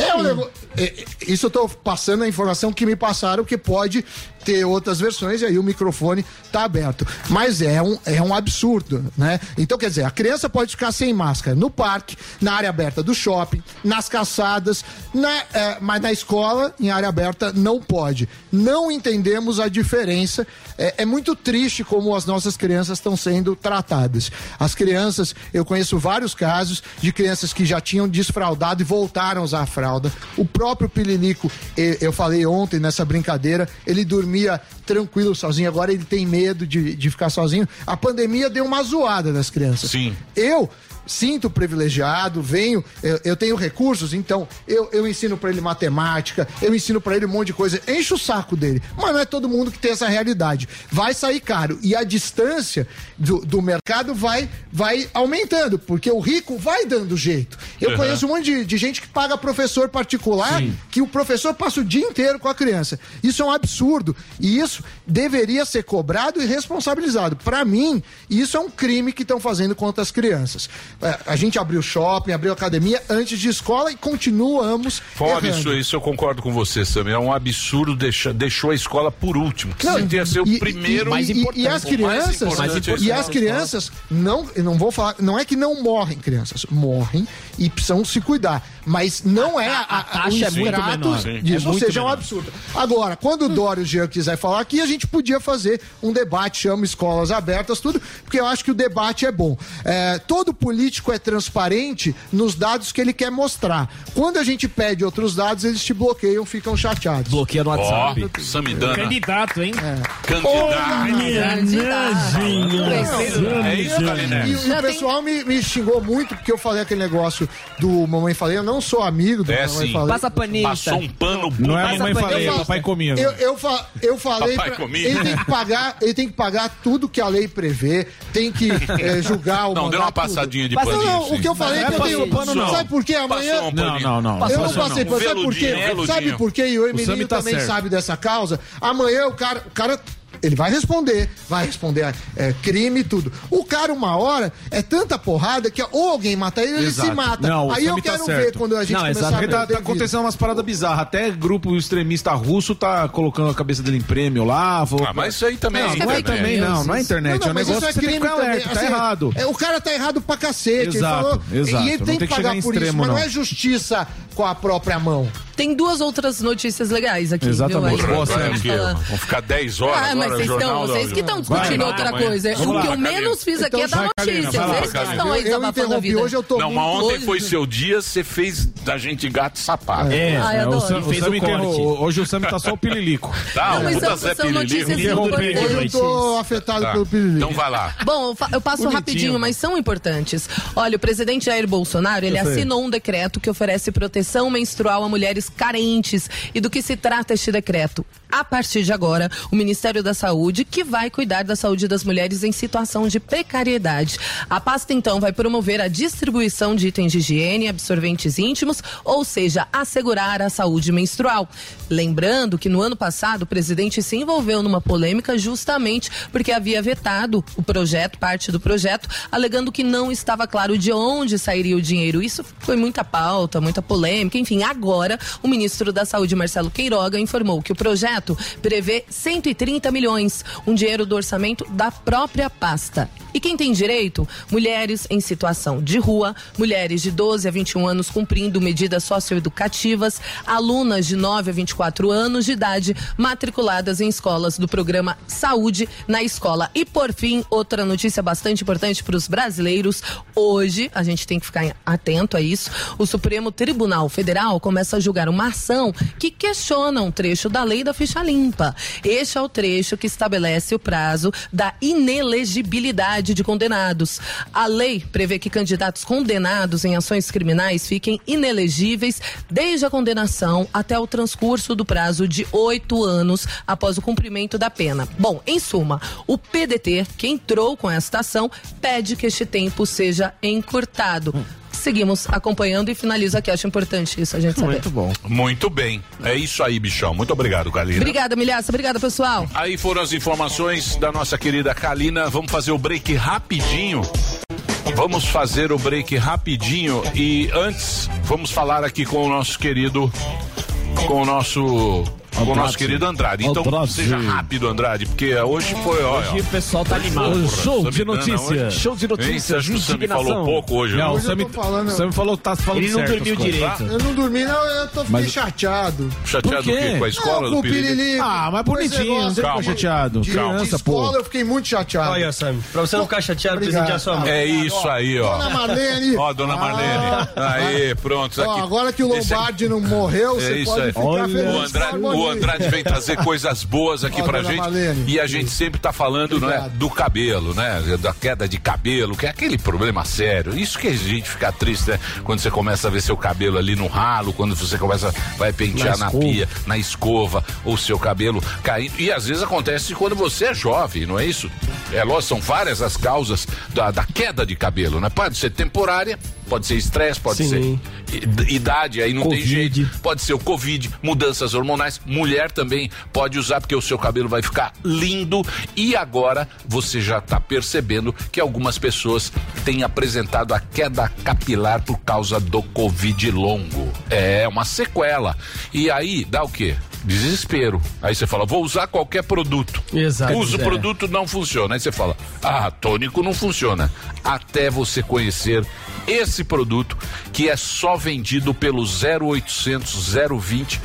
Speaker 6: É um nego- é, é, Isso eu tô passando a informação que me passaram, que pode ter outras versões, e aí o microfone tá aberto. Mas é um, é um absurdo, né? Então, quer dizer, a criança pode ficar sem máscara no parque, na área aberta do shopping, nas caçadas, na, é, mas na escola, em área aberta, não pode. Não entendemos a diferença. É, é muito triste como as nossas crianças estão sendo tratadas. As crianças, eu conheço vários casos de crianças que já tinham desfraudado e voltaram a usar a fralda. O próprio Pilinico, e- eu falei ontem nessa brincadeira, ele dormia tranquilo sozinho, agora ele tem medo de, de ficar sozinho. A pandemia deu uma zoada nas crianças.
Speaker 3: Sim.
Speaker 6: Eu sinto privilegiado, venho, eu, eu tenho recursos, então eu, eu ensino pra ele matemática, eu ensino pra ele um monte de coisa, encho o saco dele. Mas não é todo mundo que tem essa realidade. Vai sair caro. E a distância do, do mercado vai, vai aumentando, porque o rico vai dando jeito. Eu
Speaker 13: Uhum.
Speaker 6: conheço um monte de, de gente que paga professor particular,
Speaker 13: Sim.
Speaker 6: que o professor passa o dia inteiro com a criança. Isso é um absurdo. E isso deveria ser cobrado e responsabilizado. Para mim, isso é um crime que estão fazendo contra as crianças. É, A gente abriu shopping, abriu academia antes de escola e continuamos.
Speaker 3: Foi um
Speaker 6: errando.
Speaker 3: absurdo, isso eu concordo com você, Sam. É um absurdo deixar, deixou a escola por último. Que
Speaker 6: Não,
Speaker 3: não, ia ser o
Speaker 6: e-
Speaker 3: primeiro
Speaker 6: e, e, e as
Speaker 3: o mais
Speaker 6: crianças
Speaker 3: importante é
Speaker 6: e
Speaker 3: isso.
Speaker 6: as crianças não eu não vou falar não é que não morrem crianças morrem e precisam se cuidar mas não é a, a-
Speaker 5: taxa
Speaker 6: o
Speaker 5: é muito
Speaker 6: extrato
Speaker 5: menor, sim.
Speaker 6: disso
Speaker 5: É
Speaker 6: ou
Speaker 5: muito
Speaker 6: seja é um
Speaker 5: menor.
Speaker 6: absurdo agora quando o Dório Jean quiser falar aqui a gente podia fazer um debate chama escolas abertas tudo porque eu acho que o debate é bom É, todo político é transparente nos dados que ele quer mostrar quando a gente pede outros dados eles te bloqueiam ficam chateados bloqueia no
Speaker 3: Ó, Samidana.
Speaker 14: Candidato, hein?
Speaker 10: É.
Speaker 3: Candidato. É isso, Kaline.
Speaker 6: E o pessoal me, me xingou muito porque eu falei aquele negócio do Mamãe Falei. Eu não sou amigo do
Speaker 3: É,
Speaker 6: Mamãe
Speaker 3: sim.
Speaker 6: Falei.
Speaker 3: Passa paninho, Passou tá? um pano bom.
Speaker 4: Não é
Speaker 6: Passa
Speaker 4: Mamãe
Speaker 6: paninho.
Speaker 4: Falei, é
Speaker 6: Eu fa-
Speaker 4: Papai Comia.
Speaker 6: Eu, eu, fa- eu falei.
Speaker 4: Papai
Speaker 6: pra-
Speaker 4: Comia.
Speaker 6: ele, tem que pagar, ele tem que pagar tudo que a lei prevê, tem que eh, julgar
Speaker 3: Não,
Speaker 6: o.
Speaker 3: deu
Speaker 6: mandar
Speaker 3: uma passadinha de
Speaker 6: Não, não,
Speaker 3: paninho,
Speaker 6: o que eu
Speaker 3: sim.
Speaker 6: falei é que eu
Speaker 3: Não é
Speaker 6: tenho.
Speaker 3: passou pano, não.
Speaker 6: Sabe por quê? Amanhã.
Speaker 3: Passou um paninho. Não, não, não.
Speaker 6: Eu não
Speaker 3: Passou
Speaker 6: passei
Speaker 3: não.
Speaker 6: pano. Sabe por quê?
Speaker 3: Veludinho, né? Um
Speaker 6: Sabe
Speaker 3: veludinho.
Speaker 6: por quê? E eu e o
Speaker 3: O Sami
Speaker 6: Emílio
Speaker 3: tá
Speaker 6: também
Speaker 3: certo.
Speaker 6: sabe dessa causa. Amanhã o cara. O cara ele vai responder, vai responder é, crime e tudo. O cara, uma hora, é tanta porrada que ou alguém mata ele, ou ele se
Speaker 4: Exato.
Speaker 6: mata.
Speaker 4: Não,
Speaker 6: Aí
Speaker 4: o
Speaker 6: eu
Speaker 4: Sami tá
Speaker 6: quero ver
Speaker 4: certo.
Speaker 6: quando a gente
Speaker 4: não,
Speaker 6: começar
Speaker 4: exato. Porque
Speaker 6: a
Speaker 4: tá, tá
Speaker 6: perder vida.
Speaker 4: acontecendo umas paradas bizarras. Até grupo extremista russo tá colocando a cabeça dele em prêmio lá. falou-
Speaker 3: Ah, mas isso aí também
Speaker 4: não,
Speaker 3: é
Speaker 4: não é
Speaker 3: internet.
Speaker 4: também, não. Não é internet.
Speaker 6: Não, não,
Speaker 4: é um
Speaker 6: mas
Speaker 4: negócio
Speaker 6: isso é
Speaker 4: que você tem que
Speaker 6: crime
Speaker 4: ficar alerta.
Speaker 6: também,
Speaker 4: Tá
Speaker 6: assim,
Speaker 4: errado.
Speaker 6: é, o cara tá errado pra cacete.
Speaker 4: Exato,
Speaker 6: ele falou,
Speaker 4: exato.
Speaker 6: E ele
Speaker 4: Não tem
Speaker 6: tem que
Speaker 4: que
Speaker 6: pagar
Speaker 4: chegar em
Speaker 6: por isso,
Speaker 4: extremo,
Speaker 6: mas não.
Speaker 4: não.
Speaker 6: é justiça com a própria mão.
Speaker 10: Tem duas outras notícias legais aqui. Viu? Aí,
Speaker 3: Exatamente. Porra,
Speaker 10: pra
Speaker 3: agora é
Speaker 10: gente
Speaker 3: o quê?
Speaker 10: falar.
Speaker 3: Vão ficar 10 horas
Speaker 10: Ah, mas
Speaker 3: agora no
Speaker 10: vocês
Speaker 3: jornal.
Speaker 10: estão,
Speaker 3: da-
Speaker 10: vocês que estão discutindo
Speaker 3: Vai,
Speaker 10: outra
Speaker 3: vai,
Speaker 10: coisa.
Speaker 3: vai.
Speaker 10: O que eu
Speaker 3: Vai,
Speaker 10: menos fiz aqui é dar
Speaker 3: Karina,
Speaker 10: notícia.
Speaker 3: vai lá,
Speaker 10: Vocês que
Speaker 3: Karina.
Speaker 10: estão aí desabafando a vida.
Speaker 3: Não, mas ontem foi seu dia, você fez da gente gato e sapato.
Speaker 4: É,
Speaker 10: Ai,
Speaker 4: é, o
Speaker 10: adoro.
Speaker 4: Sam,
Speaker 10: E
Speaker 4: o
Speaker 10: fez
Speaker 4: Sam
Speaker 10: o
Speaker 4: enterrou.
Speaker 10: corte.
Speaker 4: Hoje o Sam tá só o pililico.
Speaker 3: Tá,
Speaker 10: Não, mas
Speaker 3: puta
Speaker 10: são-
Speaker 3: Zé
Speaker 10: são
Speaker 3: Pirulito.
Speaker 10: notícias Interrompei, importantes. eu tô
Speaker 6: afetado
Speaker 3: Tá.
Speaker 6: pelo pirulito.
Speaker 3: Então vai lá.
Speaker 10: Bom, eu, fa- eu passo
Speaker 3: Bonitinho,
Speaker 10: rapidinho, mas são importantes. Olha, o presidente Jair Bolsonaro, ele
Speaker 2: Eu sei.
Speaker 10: assinou um decreto que oferece proteção menstrual a mulheres carentes. E do que se trata este decreto? A partir de agora, o Ministério da Saúde, que vai cuidar da saúde das mulheres em situação de precariedade. A pasta, então, vai promover a distribuição de itens de higiene, absorventes íntimos, ou seja, assegurar a saúde menstrual. Lembrando que no ano passado, o presidente se envolveu numa polêmica justamente porque havia vetado o projeto, parte do projeto, alegando que não estava claro de onde sairia o dinheiro. Isso foi muita pauta, muita polêmica. Enfim, agora o ministro da Saúde, Marcelo Queiroga, informou que o projeto prevê 130 milhões, um dinheiro do orçamento da própria pasta. E quem tem direito? Mulheres em situação de rua, mulheres de 12 a 21 anos cumprindo medidas socioeducativas, alunas de 9 a 24 anos de idade matriculadas em escolas do programa Saúde na Escola. E por fim, outra notícia bastante importante para os brasileiros. Hoje, a gente tem que ficar atento a isso. O Supremo Tribunal Federal começa a julgar uma ação que questiona um trecho da lei da ficha limpa. Este é o trecho que estabelece o prazo da inelegibilidade de condenados. A lei prevê que candidatos condenados em ações criminais fiquem inelegíveis desde a condenação até o transcurso do prazo de oito anos após o cumprimento da pena. Bom, em suma, o PDT, que entrou com esta ação, pede que este tempo seja encurtado.
Speaker 6: Hum.
Speaker 10: Seguimos acompanhando e finalizo aqui. Acho importante isso a gente saber.
Speaker 3: bom. Muito bem. É isso aí, bichão. Muito obrigado,
Speaker 6: né?
Speaker 3: Kalina.
Speaker 10: Obrigada, Milhaça. Obrigada, pessoal.
Speaker 3: Aí foram as informações da nossa querida Kalina. Vamos fazer o break rapidinho. Vamos fazer o break rapidinho e antes vamos falar aqui com o nosso querido com o nosso com o nosso
Speaker 5: Andrade.
Speaker 3: querido Andrade. Então
Speaker 5: Andrade.
Speaker 3: seja rápido, Andrade, porque hoje foi, ó,
Speaker 5: Hoje o pessoal tá animado.
Speaker 3: Show de
Speaker 5: notícia.
Speaker 3: Show de notícia. Acho que o Sami falou pouco hoje,
Speaker 4: Não,
Speaker 3: né?
Speaker 4: o
Speaker 6: Hoje eu
Speaker 4: Sami
Speaker 6: tô falando-
Speaker 4: Sami falou que tá falando certo. as coisas. Tá?
Speaker 6: Eu não dormi, não, eu tô, fiquei
Speaker 4: Mas-
Speaker 6: chateado.
Speaker 3: Chateado
Speaker 4: Por quê?
Speaker 3: do quê? Com a escola
Speaker 6: Não,
Speaker 3: do
Speaker 6: com o
Speaker 3: Piriri?
Speaker 6: Pirilico.
Speaker 4: Ah, mas bonitinho, não tem que ficar
Speaker 3: Calma.
Speaker 4: chateado.
Speaker 6: De,
Speaker 3: Calma.
Speaker 6: de escola eu fiquei muito chateado.
Speaker 14: Olha, Sam, pra você não ficar chateado,
Speaker 6: Obrigado.
Speaker 14: presentear sua mãe.
Speaker 3: É isso aí, ó.
Speaker 6: Dona Marlene. Ah,
Speaker 3: Ó, dona Marlene. Aí, pronto. isso
Speaker 6: Ó,
Speaker 3: aqui-
Speaker 6: agora que o
Speaker 3: esse aqui-
Speaker 6: Lombardi não morreu,
Speaker 3: É
Speaker 6: você
Speaker 3: isso
Speaker 6: pode
Speaker 3: aí.
Speaker 6: ficar feliz.
Speaker 3: o Andrade,
Speaker 6: Tá bom
Speaker 3: o O Andrade vem trazer coisas boas aqui
Speaker 6: Ó,
Speaker 3: pra
Speaker 6: dona
Speaker 3: gente.
Speaker 6: Marlene.
Speaker 3: E a gente sempre tá falando né, do cabelo, né? Da queda de cabelo, que é aquele problema sério. Isso que a gente fica triste, né? Quando você começa a ver seu cabelo ali no ralo, quando você começa, vai pentear
Speaker 13: Na
Speaker 3: na,
Speaker 13: escova.
Speaker 3: pia, na escova, o seu cabelo caindo. E às vezes acontece quando você é jovem, não é isso? É, lógico, são várias as causas da, da queda de cabelo, né? Pode ser temporária, pode ser estresse, pode
Speaker 13: Sim.
Speaker 3: ser i- idade, aí não tem jeito. Pode ser o Covid, mudanças hormonais. Mulher também pode usar, porque o seu cabelo vai ficar lindo. E agora você já tá percebendo que algumas pessoas têm apresentado a queda capilar por causa do Covid longo. É uma sequela. E aí dá o quê? Desespero. Aí você fala, vou usar qualquer produto.
Speaker 14: Exato,
Speaker 3: Usa o
Speaker 14: é.
Speaker 3: produto produto não funciona. Aí você fala, ah, tônico não funciona. Até você conhecer esse produto que é só vendido pelo 0800 020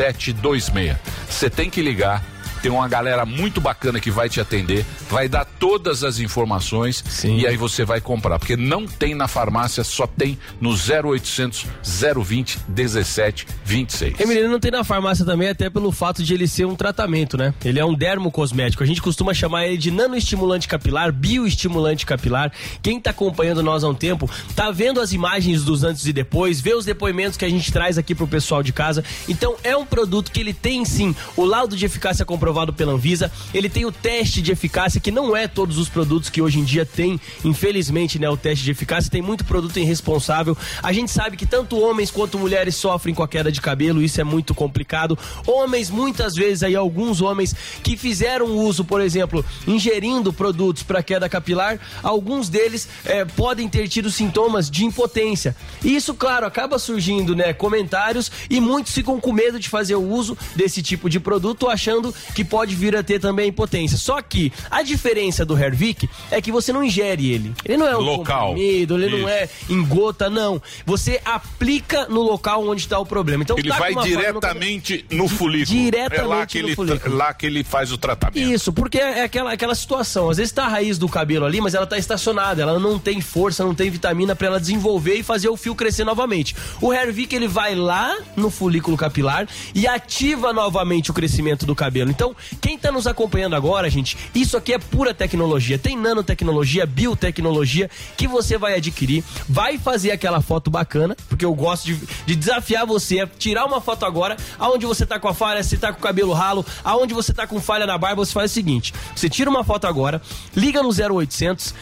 Speaker 3: 1726. Você tem que ligar. Tem uma galera muito bacana que vai te atender, vai dar todas as informações e aí você vai comprar. Porque não tem na farmácia, só tem no 0800 020 1726.
Speaker 14: E menino não tem na farmácia também, até pelo fato de ele ser um tratamento, né? Ele é um dermocosmético. A gente costuma chamar ele de nanoestimulante capilar, bioestimulante capilar. Quem tá acompanhando nós há um tempo, tá vendo as imagens dos antes e depois, vê os depoimentos que a gente traz aqui pro pessoal de casa. Então é um produto que ele tem sim o laudo de eficácia comprovado pela Anvisa, ele tem o teste de eficácia, que não é todos os produtos que hoje em dia tem, infelizmente, né, o teste de eficácia, tem muito produto irresponsável. A gente sabe que tanto homens quanto mulheres sofrem com a queda de cabelo, isso é muito complicado. Homens, muitas vezes aí alguns homens que fizeram uso, por exemplo, ingerindo produtos para queda capilar, alguns deles eh, podem ter tido sintomas de impotência. E isso, claro, acaba surgindo, né, comentários e muitos ficam com medo de fazer o uso desse tipo de produto, achando que pode vir a ter também a impotência. Só que a diferença do Hervik é que você não ingere ele. Ele não é um
Speaker 3: Local.
Speaker 14: comprimido, ele
Speaker 3: Isso.
Speaker 14: não é em gota, não. Você aplica no local onde está o problema. Então
Speaker 3: ele
Speaker 14: tá com
Speaker 3: vai
Speaker 14: uma fase no cabelo-
Speaker 3: diretamente no folículo. é lá
Speaker 14: diretamente
Speaker 3: que
Speaker 14: no
Speaker 3: ele tra-
Speaker 14: folículo.
Speaker 3: lá que ele faz o tratamento.
Speaker 14: Isso, porque é aquela, aquela situação. Às vezes tá a raiz do cabelo ali, mas ela tá estacionada, ela não tem força, não tem vitamina pra ela desenvolver e fazer o fio crescer novamente. O Hervik ele vai lá no folículo capilar e ativa novamente o crescimento do cabelo. Então, quem tá nos acompanhando agora, gente, isso aqui é pura tecnologia. Tem nanotecnologia, biotecnologia que você vai adquirir, vai fazer aquela foto bacana, porque eu gosto de, de desafiar você a tirar uma foto agora, aonde você tá com a falha, se tá com o cabelo ralo, aonde você tá com falha na barba, você faz o seguinte: você tira uma foto agora, liga no 0800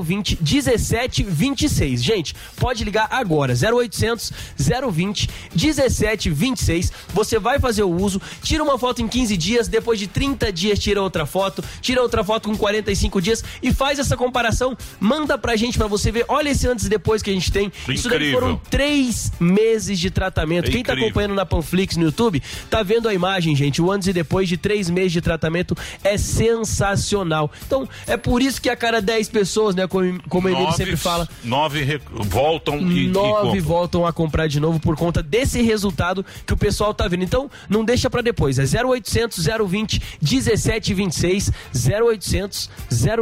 Speaker 14: 020 1726. Gente, pode ligar agora, 0800 020 1726. Você vai fazer o uso, tira uma foto em 15 dias, depois de 30 dias tira outra foto, tira outra foto com 45 dias e faz essa comparação, manda pra gente pra você ver. Olha esse antes e depois que a gente tem. Isso daí
Speaker 3: Incrível.
Speaker 14: foram três meses de tratamento.
Speaker 3: É
Speaker 14: Quem tá
Speaker 3: incrível.
Speaker 14: acompanhando na Panflix no YouTube, tá vendo a imagem, gente. O antes e depois de três meses de tratamento é sensacional. Então, é por isso que a cada 10 pessoas, né, como, como ele sempre fala,
Speaker 3: Nove re- voltam e, e
Speaker 14: nove
Speaker 3: compram.
Speaker 14: voltam a comprar de novo por conta desse resultado que o pessoal tá vendo. Então, não deixa pra depois. É 0800 020 1726. 0800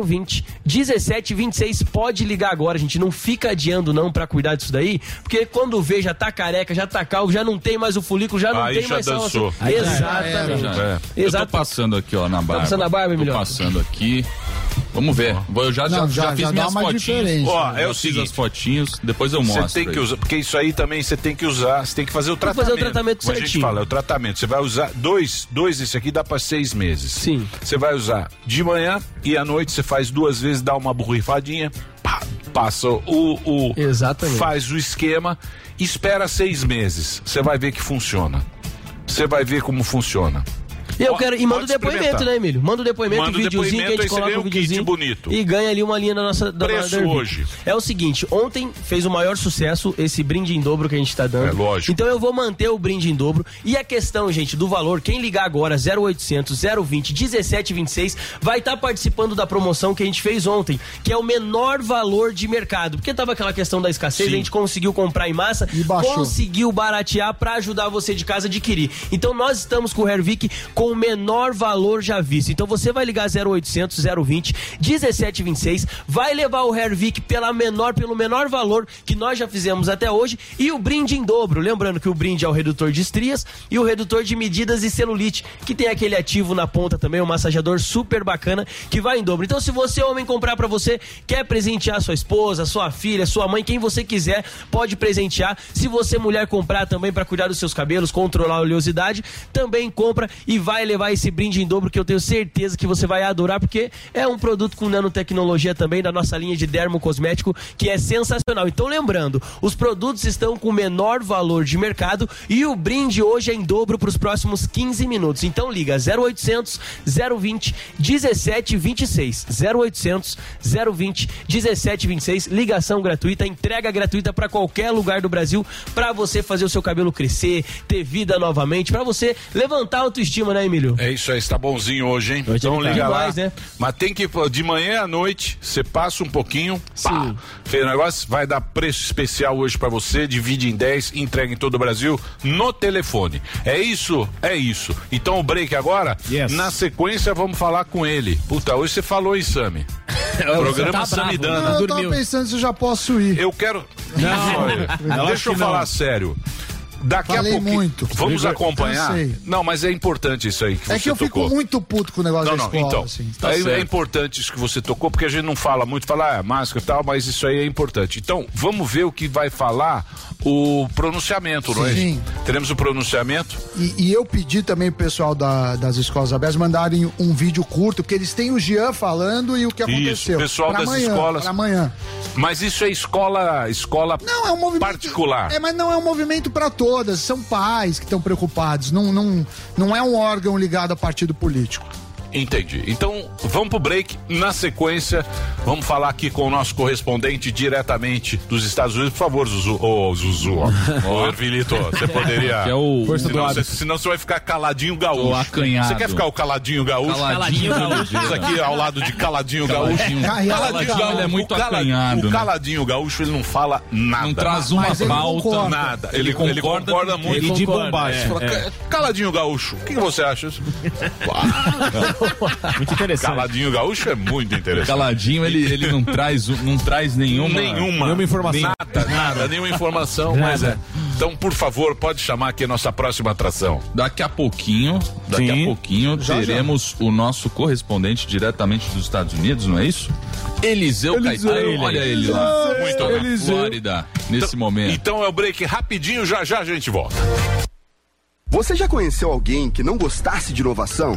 Speaker 14: 020 1726. Pode ligar agora, gente. Não fica adiando não pra cuidar disso daí, porque quando vê já tá careca, já tá calvo, já não tem mais o folículo, já Tá, não
Speaker 7: Aí
Speaker 14: tem
Speaker 7: já
Speaker 14: mais
Speaker 7: dançou.
Speaker 14: salvação. Exatamente.
Speaker 7: Já
Speaker 3: É.
Speaker 7: era. Eu tô
Speaker 14: Exato. Tá
Speaker 7: passando aqui, ó, na barba.
Speaker 14: passando na barba,
Speaker 7: Tô
Speaker 14: melhor?
Speaker 7: passando aqui. Vamos ver. Vou- Eu já, já,
Speaker 3: Não,
Speaker 7: já
Speaker 3: já-
Speaker 7: fiz
Speaker 3: já dá
Speaker 7: minhas
Speaker 3: uma
Speaker 7: fotinhas.
Speaker 3: diferença. Ó, é
Speaker 7: já
Speaker 3: o
Speaker 7: fiz
Speaker 3: seguinte.
Speaker 7: as fotinhos, depois eu mostro.
Speaker 3: Você tem que
Speaker 7: aí.
Speaker 3: usar, porque isso aí também você tem que usar, você tem que fazer
Speaker 7: Tem
Speaker 3: o
Speaker 7: que
Speaker 3: tratamento.
Speaker 7: fazer o tratamento
Speaker 3: Como A gente
Speaker 7: certinho.
Speaker 3: fala, é o tratamento. Você vai usar dois, dois esse aqui dá pra seis meses. Sim. Você vai usar de manhã e à noite você faz duas vezes, dá uma borrifadinha, pá, passa o, o
Speaker 14: Exatamente.
Speaker 3: faz o esquema, espera seis meses. Você vai ver que funciona. Você vai ver como funciona.
Speaker 14: E eu
Speaker 3: Pode-
Speaker 14: quero. E manda o
Speaker 3: pode experimentar.
Speaker 14: depoimento, né, Emílio? Manda o depoimento,
Speaker 3: Manda
Speaker 14: um
Speaker 3: o
Speaker 14: videozinho que a
Speaker 3: depoimento, aí
Speaker 14: gente
Speaker 3: você
Speaker 14: coloca
Speaker 3: ganha
Speaker 14: um
Speaker 3: um kit
Speaker 14: videozinho.
Speaker 3: bonito.
Speaker 14: E ganha ali uma linha da nossa. Da
Speaker 3: Preço
Speaker 14: da Derby.
Speaker 3: hoje.
Speaker 14: É o seguinte: ontem fez o maior sucesso esse brinde em dobro que a gente tá dando. É lógico. Então eu vou manter o brinde em dobro. E a questão, gente, do valor, quem ligar agora, 0800 020 1726, vai estar participando da promoção que a gente fez ontem, que é o menor valor de mercado. Porque tava aquela questão da escassez,
Speaker 5: Sim.
Speaker 14: a gente conseguiu comprar em massa. E
Speaker 5: baixou.
Speaker 14: conseguiu baratear para ajudar você de casa a adquirir. Então nós estamos com o Hervik com o menor valor já visto. Então você vai ligar 0800 020 1726, vai levar o Hervik pela menor, pelo menor valor que nós já fizemos até hoje e o brinde em dobro. Lembrando que o brinde é o redutor de estrias e o redutor de medidas e celulite, que tem aquele ativo na ponta também, um massageador super bacana que vai em dobro. Então se você homem comprar pra você, quer presentear sua esposa, sua filha, sua mãe, quem você quiser, pode presentear. Se você mulher comprar também pra cuidar dos seus cabelos, controlar a oleosidade, também compra e vai levar esse brinde em dobro que eu tenho certeza que você vai adorar porque é um produto com nanotecnologia também da nossa linha de dermo cosmético que é sensacional. Então lembrando, os produtos estão com menor valor de mercado e o brinde hoje é em dobro para os próximos 15 minutos. Então liga 0800 020 1726 0800 020 1726, ligação gratuita, entrega gratuita para qualquer lugar do Brasil para você fazer o seu cabelo crescer, ter vida novamente, para você levantar a autoestima, né, Emílio?
Speaker 3: É isso aí, está bonzinho hoje, hein? então
Speaker 14: ele tá
Speaker 3: liga
Speaker 14: demais,
Speaker 3: lá.
Speaker 14: né?
Speaker 3: Mas tem que, de manhã à noite, você passa um pouquinho, pá,
Speaker 14: Sim.
Speaker 3: fez o negócio, vai dar preço especial hoje pra você, divide em 10, entrega em todo o Brasil, no telefone. É isso? É isso. Então o break agora, na sequência vamos falar com ele. Puta, hoje você falou, hein, Sami?
Speaker 6: Tá
Speaker 14: tá
Speaker 3: Programa
Speaker 14: né?
Speaker 3: Samidana.
Speaker 6: Não, eu tava pensando se eu já posso ir. É
Speaker 3: Eu quero. Olha,
Speaker 6: Eu acho
Speaker 3: deixa eu
Speaker 6: que
Speaker 3: falar
Speaker 6: não.
Speaker 3: sério. Daqui
Speaker 6: Falei
Speaker 3: a pouquinho.
Speaker 6: muito.
Speaker 3: Vamos
Speaker 6: Cansei.
Speaker 3: acompanhar. Não, mas é importante isso aí que
Speaker 6: É
Speaker 3: você
Speaker 6: que eu
Speaker 3: tocou.
Speaker 6: fico muito puto com o negócio
Speaker 3: Não,
Speaker 6: da
Speaker 3: não,
Speaker 6: escola.
Speaker 3: então.
Speaker 6: assim.
Speaker 3: é, é importante isso que você tocou, porque a gente não fala muito, fala ah, máscara e tal, mas isso aí é importante. Então, vamos ver o que vai falar o pronunciamento, não é?
Speaker 6: Sim.
Speaker 3: Teremos o pronunciamento.
Speaker 6: E, e eu pedi também pro pessoal da- das escolas abertas mandarem um vídeo curto, porque eles têm o Jean falando e o que aconteceu.
Speaker 3: Isso, pessoal
Speaker 6: Pra
Speaker 3: das
Speaker 6: amanhã,
Speaker 3: escolas.
Speaker 6: pra amanhã.
Speaker 3: Mas isso é escola, escola
Speaker 6: Não, é um movimento.
Speaker 3: particular.
Speaker 6: É, mas não é um movimento para todas, são pais que estão preocupados. Não, não, não é um órgão ligado a partido político.
Speaker 3: Entendi. Então, vamos pro break. Na sequência, vamos falar aqui com o nosso correspondente diretamente dos Estados Unidos. Por favor, Zuzu. Ô, Zuzu. ó. Ô, Ervilito, você poderia.
Speaker 7: Que é o- Força do
Speaker 3: senão, você,
Speaker 7: hábito.
Speaker 3: senão você vai ficar caladinho gaúcho.
Speaker 7: O acanhado.
Speaker 3: Você quer ficar o caladinho gaúcho?
Speaker 7: Caladinho gaúcho.
Speaker 3: Isso aqui ao lado de caladinho,
Speaker 7: Caladinho.
Speaker 3: gaúcho.
Speaker 7: Caladinho gaúcho. Ele é muito
Speaker 3: o cala-
Speaker 7: acanhado,
Speaker 3: O
Speaker 7: né?
Speaker 3: caladinho gaúcho, ele não fala nada.
Speaker 7: Não traz uma
Speaker 3: Mas ele
Speaker 7: pauta.
Speaker 3: concorda. Nada. Ele, ele
Speaker 7: Ele
Speaker 3: concorda,
Speaker 7: concorda com
Speaker 3: muito.
Speaker 7: tudo. E de bombagem.
Speaker 3: Você fala,
Speaker 7: É,
Speaker 3: "Ca- Caladinho gaúcho, o que que você acha? Muito interessante. Caladinho gaúcho é muito interessante.
Speaker 7: Caladinho, ele, ele não traz, um- não traz nenhuma,
Speaker 3: Nenhuma. Nada, nada, nenhuma informação, mas é.
Speaker 7: Nada.
Speaker 3: Então, por favor, pode chamar aqui a nossa próxima atração.
Speaker 7: Daqui a pouquinho, daqui a pouquinho
Speaker 3: Já, já.
Speaker 7: teremos o nosso correspondente diretamente dos Estados Unidos, não é isso? Eliseu,
Speaker 3: Eliseu.
Speaker 7: Caetano, olha ele lá,
Speaker 3: Eliseu.
Speaker 7: muito na
Speaker 3: Eliseu.
Speaker 7: Flórida, nesse momento.
Speaker 3: Então é o break rapidinho, já já a gente volta.
Speaker 13: Você já conheceu alguém que não gostasse de inovação?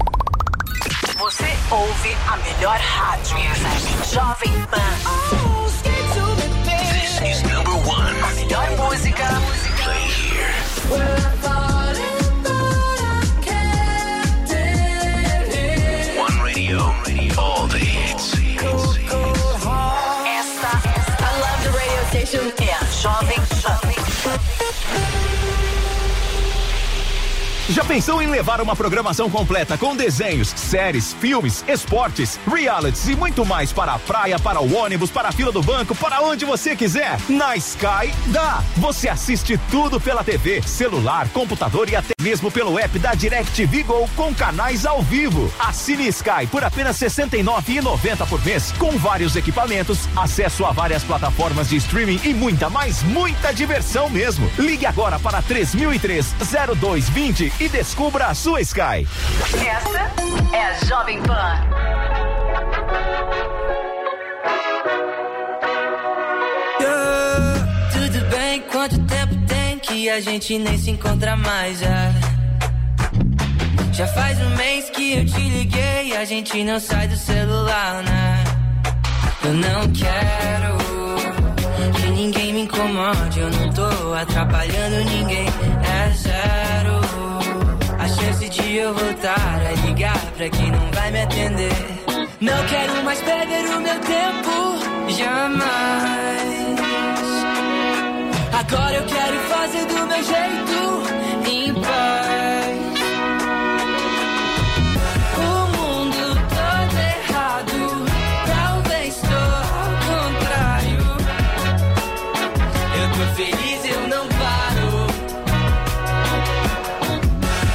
Speaker 15: Você ouve a melhor rádio. Jovem Pan. This is number one. A melhor música. Play here. One radio. All the hits. Esta, esta. I love the radio station. É a Jovem Pan.
Speaker 16: Já pensou em levar uma programação completa com desenhos, séries, filmes, esportes, realities e muito mais para a praia, para o ônibus, para a fila do banco, para onde você quiser? Na Sky dá! Você assiste tudo pela TV, celular, computador e até mesmo pelo app da DirecTV Go com canais ao vivo. Assine Sky por apenas R$ 69,90 por mês, com vários equipamentos, acesso a várias plataformas de streaming e muita mais, muita diversão mesmo. Ligue agora para 3003-0220 e descubra a sua Sky.
Speaker 15: Esta é a Jovem Pan.
Speaker 17: que a gente nem se encontra mais já. Já faz um mês que eu te liguei e a gente não sai do celular, né? Eu não quero que ninguém me incomode. Eu não tô atrapalhando ninguém, é zero. A chance de eu voltar a ligar pra quem não vai me atender. Não quero mais perder o meu tempo, jamais. Agora eu quero fazer do meu jeito, é em paz. O mundo todo é errado, talvez tô ao contrário. Eu tô feliz, eu não paro.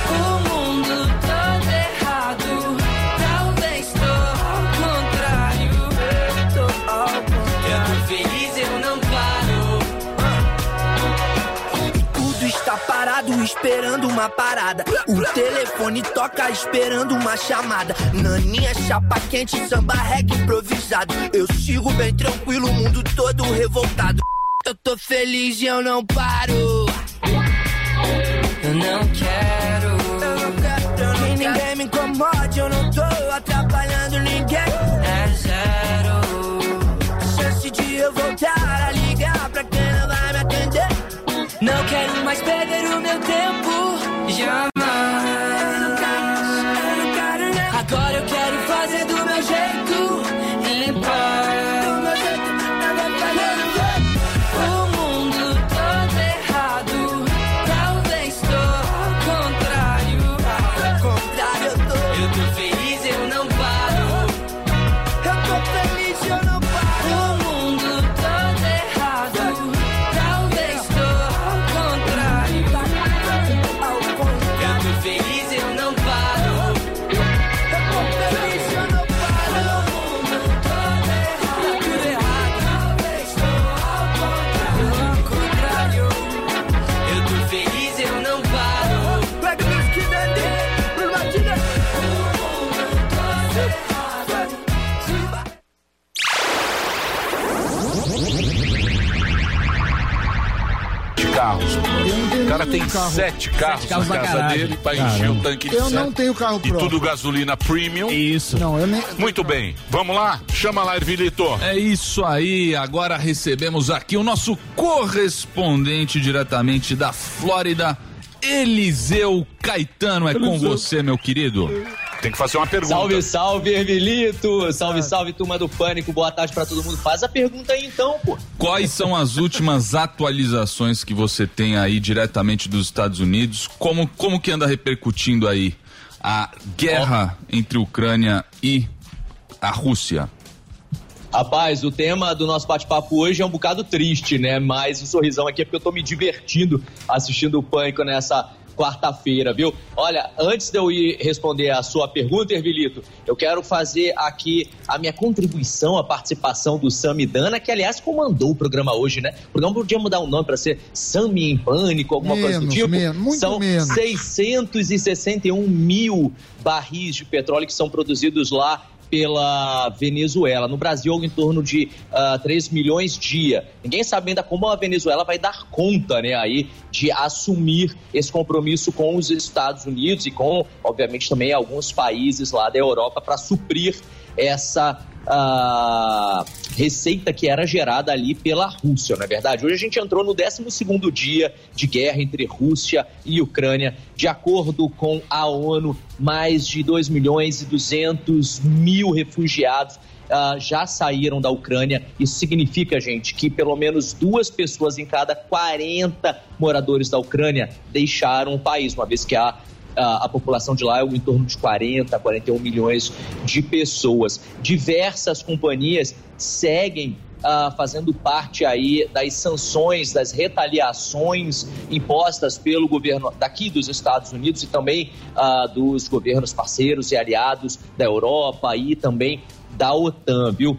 Speaker 17: O mundo todo errado, talvez tô ao contrário. Eu tô ao contrário. Eu tô feliz, eu não paro.
Speaker 5: Tudo está parado esperando uma parada. O telefone toca esperando uma chamada. Naninha, chapa quente, samba reggae improvisado. Eu sigo bem tranquilo, o mundo todo revoltado.
Speaker 17: Eu tô feliz e eu não paro. Eu não quero. Eu não quero. que ninguém me incomode. Eu não tô atrapalhando ninguém. É zero. A chance de eu voltar a ligar pra quem não vai me atender. Não quero mais perder o meu tempo. Jamais. Agora eu quero fazer do meu jeito. Em paz. O mundo todo errado. Talvez tô ao contrário. Ao contrário, eu tô. Eu tô feliz, eu não paro. Eu tô feliz, eu não paro. O mundo todo errado. Talvez tô ao contrário. Eu tô feliz, eu não paro. Eu tô feliz, eu não paro. O mundo todo errado. Tudo errado. Talvez tô ao contrário. Ao contrário. Eu tô feliz, eu não paro.
Speaker 3: De carros. O cara tem
Speaker 6: nenhum carro.
Speaker 3: sete carros,
Speaker 6: Sete carros
Speaker 3: na
Speaker 6: na
Speaker 3: casa
Speaker 6: garagem.
Speaker 3: dele pra encher
Speaker 6: Caramba.
Speaker 3: o tanque de
Speaker 6: Eu
Speaker 3: sete.
Speaker 6: não tenho carro
Speaker 3: E
Speaker 6: próprio.
Speaker 3: tudo gasolina premium.
Speaker 7: Isso.
Speaker 6: Não, eu nem...
Speaker 3: Muito bem. Vamos lá? Chama lá, Ervilito.
Speaker 7: É isso aí. Agora recebemos aqui o nosso correspondente diretamente da Flórida, Eliseu Caetano. É com você, meu querido.
Speaker 3: Tem que fazer uma pergunta.
Speaker 18: Salve, salve, Ervilito! Salve, salve, turma do Pânico. Boa tarde pra todo mundo. Faz a pergunta aí então, pô.
Speaker 7: Quais são as últimas atualizações que você tem aí diretamente dos Estados Unidos? Como, como que anda repercutindo aí a guerra entre Ucrânia e a Rússia?
Speaker 18: Rapaz, o tema do nosso bate-papo hoje é um bocado triste, né? Mas o sorrisão aqui é porque eu tô me divertindo assistindo o Pânico nessa quarta-feira, viu? Olha, antes de eu ir responder a sua pergunta, Ervilito, eu quero fazer aqui a minha contribuição, a participação do Samidana, que aliás comandou o programa hoje, né? O programa podia mudar o nome para ser Sami em Pânico, alguma coisa do
Speaker 6: Menos,
Speaker 18: tipo.
Speaker 6: menos, muito
Speaker 18: São
Speaker 6: menos.
Speaker 18: 661 mil barris de petróleo que são produzidos lá pela Venezuela. No Brasil, algo em torno de ah, 3 milhões dia. Ninguém sabe ainda como a Venezuela vai dar conta, né, aí, de assumir esse compromisso com os Estados Unidos e com, obviamente, também alguns países lá da Europa para suprir essa ah, receita que era gerada ali pela Rússia, não é verdade? Hoje a gente entrou no 12º dia de guerra entre Rússia e Ucrânia. De acordo com a ONU, mais de 2 milhões e 200 mil refugiados ah, já saíram da Ucrânia. Isso significa, gente, que pelo menos duas pessoas em cada 40 moradores da Ucrânia deixaram o país, uma vez que a a, a população de lá é em torno de 40, 41 milhões de pessoas. Diversas companhias seguem ah, fazendo parte aí das sanções, das retaliações impostas pelo governo daqui dos Estados Unidos e também ah, dos governos parceiros e aliados da Europa e também da OTAN, viu?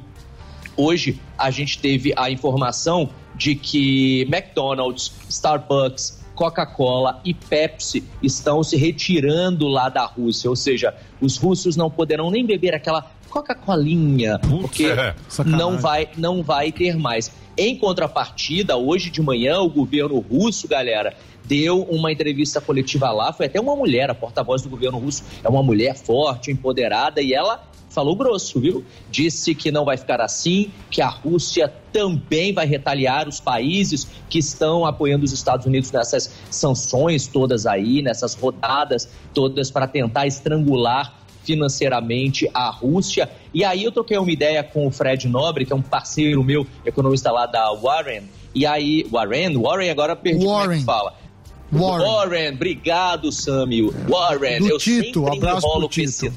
Speaker 18: Hoje a gente teve a informação de que McDonald's, Starbucks, Coca-Cola e Pepsi estão se retirando lá da Rússia, ou seja, Os russos não poderão nem beber aquela Coca-Colinha, porque
Speaker 14: sacanagem.
Speaker 18: não vai, não vai ter mais. Em contrapartida, hoje de manhã, o governo russo, galera, deu uma entrevista coletiva lá. Foi até uma mulher, a porta-voz do governo russo é uma mulher forte, empoderada, e ela falou grosso, viu? Disse que não vai ficar assim, que a Rússia também vai retaliar os países que estão apoiando os Estados Unidos nessas sanções todas aí, nessas rodadas todas para tentar estrangular financeiramente a Rússia. E aí eu troquei uma ideia com o Fred Nobre, que é um parceiro meu, economista lá da Warren. E aí, Warren, Warren agora perdi como é que fala. Warren. obrigado, Samio. Warren,
Speaker 6: Do
Speaker 18: eu
Speaker 6: Tito,
Speaker 18: sempre
Speaker 6: abraço pro
Speaker 18: enrolo com esse...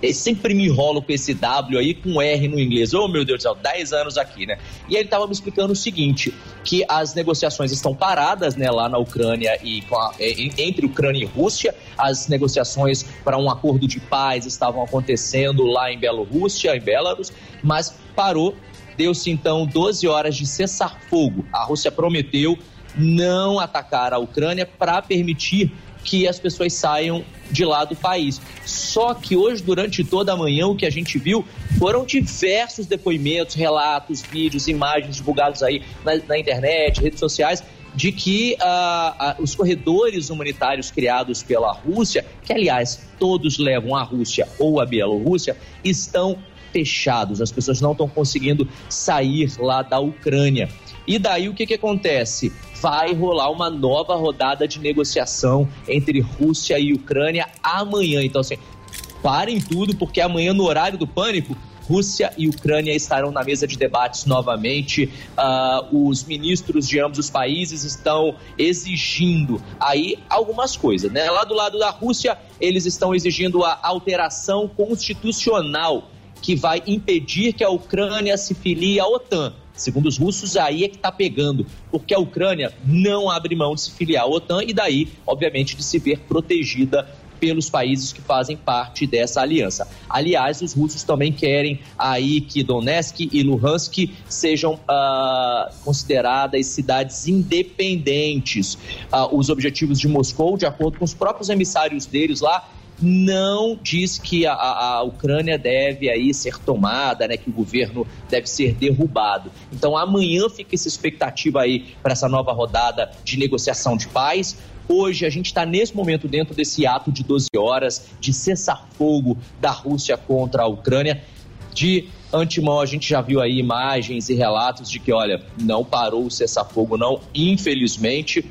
Speaker 18: Eu sempre me enrolo com esse W aí, com R no inglês. Oh, meu Deus do céu, 10 anos aqui, né? E ele tava me explicando o seguinte, que as negociações estão paradas, né, lá na Ucrânia e com a- e- entre Ucrânia e Rússia. As negociações para um acordo de paz estavam acontecendo lá em Bielorrússia, em Belarus, mas parou. Deu-se, então, 12 horas de cessar fogo. A Rússia prometeu não atacar a Ucrânia para permitir que as pessoas saiam de lá do país. Só que hoje, durante toda a manhã, o que a gente viu foram diversos depoimentos, relatos, vídeos, imagens divulgados aí na, na internet, redes sociais, de que ah, ah, os corredores humanitários criados pela Rússia, que aliás todos levam à Rússia ou à Bielorrússia, estão fechados. As pessoas não estão conseguindo sair lá da Ucrânia. E daí o que, que acontece? Vai rolar uma nova rodada de negociação entre Rússia e Ucrânia amanhã. Então, assim, parem tudo, porque amanhã, no horário do pânico, Rússia e Ucrânia estarão na mesa de debates novamente. Ah, os ministros de ambos os países estão exigindo aí algumas coisas. Né? Lá do lado da Rússia, eles estão exigindo a alteração constitucional que vai impedir que a Ucrânia se filie à OTAN. Segundo os russos, aí é que está pegando, porque a Ucrânia não abre mão de se filiar à OTAN e daí, obviamente, de se ver protegida pelos países que fazem parte dessa aliança. Aliás, os russos também querem aí que Donetsk e Luhansk sejam ah, consideradas cidades independentes. Ah, os objetivos de Moscou, de acordo com os próprios emissários deles lá, não diz que a, a- a Ucrânia deve aí ser tomada, né, que o governo deve ser derrubado. Então amanhã fica essa expectativa aí para essa nova rodada de negociação de paz. Hoje a gente está nesse momento dentro desse ato de 12 horas de cessar-fogo da Rússia contra a Ucrânia. De antemão a gente já viu aí imagens e relatos de que, olha, não parou o cessar-fogo, não, infelizmente.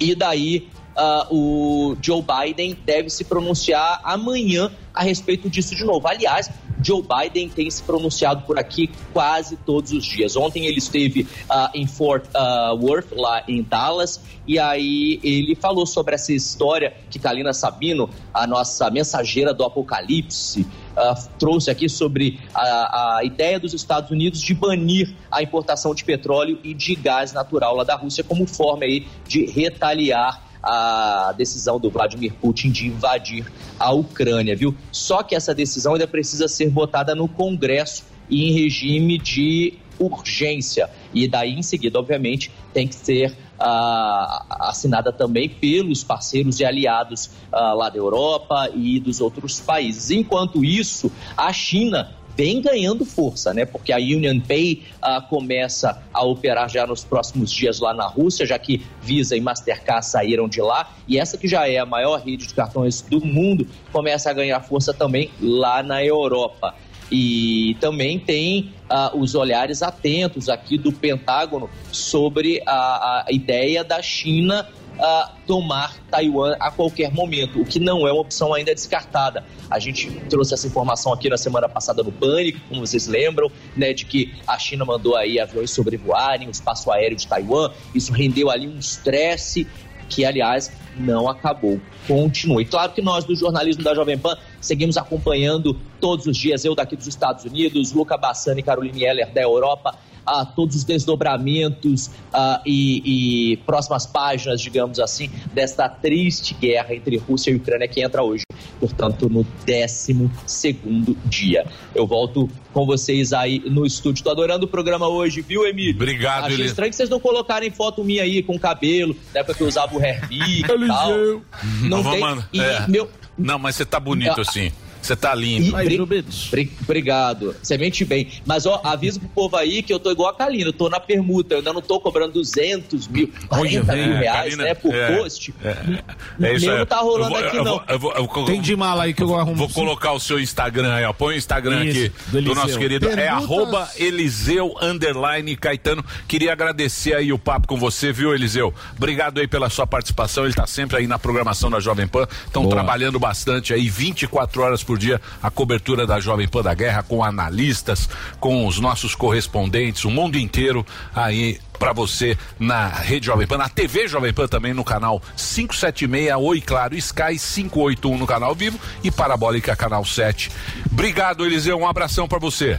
Speaker 18: E daí ah, o Joe Biden deve se pronunciar amanhã a respeito disso de novo. Aliás, Joe Biden tem se pronunciado por aqui quase todos os dias. Ontem ele esteve ah, em Fort ah, Worth, lá em Dallas, e aí ele falou sobre essa história que Kalina Sabino, a nossa mensageira do apocalipse, ah, trouxe aqui sobre a, a ideia dos Estados Unidos de banir a importação de petróleo e de gás natural lá da Rússia como forma aí de retaliar a decisão do Vladimir Putin de invadir a Ucrânia, viu? Só que essa decisão ainda precisa ser votada no Congresso e em regime de urgência. E daí, em seguida, obviamente, tem que ser ah, assinada também pelos parceiros e aliados ah, lá da Europa e dos outros países. Enquanto isso, a China vem ganhando força, né? Porque a UnionPay ah, começa a operar já nos próximos dias lá na Rússia, já que Visa e Mastercard saíram de lá. E essa que já é a maior rede de cartões do mundo começa a ganhar força também lá na Europa. E também tem ah, os olhares atentos aqui do Pentágono sobre a, a ideia da China ah, tomar Taiwan a qualquer momento, o que não é uma opção ainda descartada. A gente trouxe essa informação aqui na semana passada no Pânico, como vocês lembram, né, de que a China mandou aí aviões sobrevoarem o espaço aéreo de Taiwan, isso rendeu ali um estresse que, aliás, não acabou. Continua. E claro que nós do jornalismo da Jovem Pan seguimos acompanhando todos os dias, eu daqui dos Estados Unidos, Luca Bassani, Caroline Heller da Europa, a todos os desdobramentos ah, e, e próximas páginas, digamos assim, desta triste guerra entre Rússia e Ucrânia que entra hoje, portanto, no 12 segundo dia. Eu volto com vocês aí no estúdio. Tô adorando o programa hoje, viu, Emílio?
Speaker 3: Obrigado,
Speaker 18: Achei
Speaker 3: Eli.
Speaker 18: estranho que vocês não colocarem foto minha aí com cabelo, da época que eu usava o Herbie e tal.
Speaker 3: Eliseu.
Speaker 18: Não
Speaker 3: Nós
Speaker 18: tem.
Speaker 3: vamos-
Speaker 18: E
Speaker 3: é.
Speaker 18: meu,
Speaker 3: Não, mas você tá bonito
Speaker 18: Ah.
Speaker 3: assim. Você tá
Speaker 18: E
Speaker 3: lindo.
Speaker 18: bri- bri- Obrigado. Você mente bem. Mas ó, avisa pro povo aí que eu tô igual a Kalina, eu tô na permuta, eu ainda não tô cobrando 200 mil, 40 mil
Speaker 3: É,
Speaker 18: reais,
Speaker 3: Karina,
Speaker 18: né, por
Speaker 3: é,
Speaker 18: post.
Speaker 3: É, é isso
Speaker 18: Meu
Speaker 3: aí.
Speaker 18: não tá rolando
Speaker 3: Eu vou-
Speaker 18: aqui,
Speaker 3: eu
Speaker 18: não.
Speaker 3: vou- eu vou- eu vou-
Speaker 18: Tem de
Speaker 4: mala aí que eu arrumo.
Speaker 3: Vou colocar o seu Instagram aí, ó. Põe o Instagram
Speaker 4: Isso,
Speaker 3: aqui
Speaker 4: do
Speaker 3: do,
Speaker 4: Eliseu.
Speaker 3: nosso querido. É
Speaker 4: Perguntas-
Speaker 3: arroba Eliseu underline Caetano. Queria agradecer aí o papo com você, viu, Eliseu? Obrigado aí pela sua participação. Ele tá sempre aí na programação da Jovem Pan. Estão trabalhando bastante aí, 24 horas por dia, a cobertura da Jovem Pan da Guerra, com analistas, com os nossos correspondentes, o mundo inteiro aí pra você na Rede Jovem Pan, na TV Jovem Pan também, no canal 576, Oi Claro, Sky 581 no canal vivo e Parabólica canal 7. Obrigado, Eliseu, um abração pra você.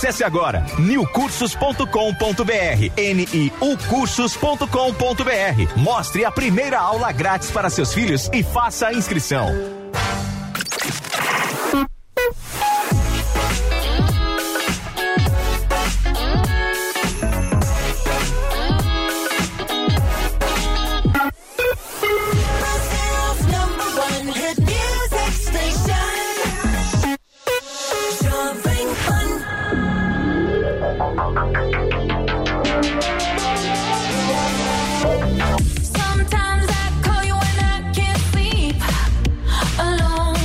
Speaker 16: Acesse agora newcursos.com.br, niucursos.com.br. Mostre a primeira aula grátis para seus filhos e faça a inscrição.
Speaker 2: Sometimes I call you when I can't sleep alone.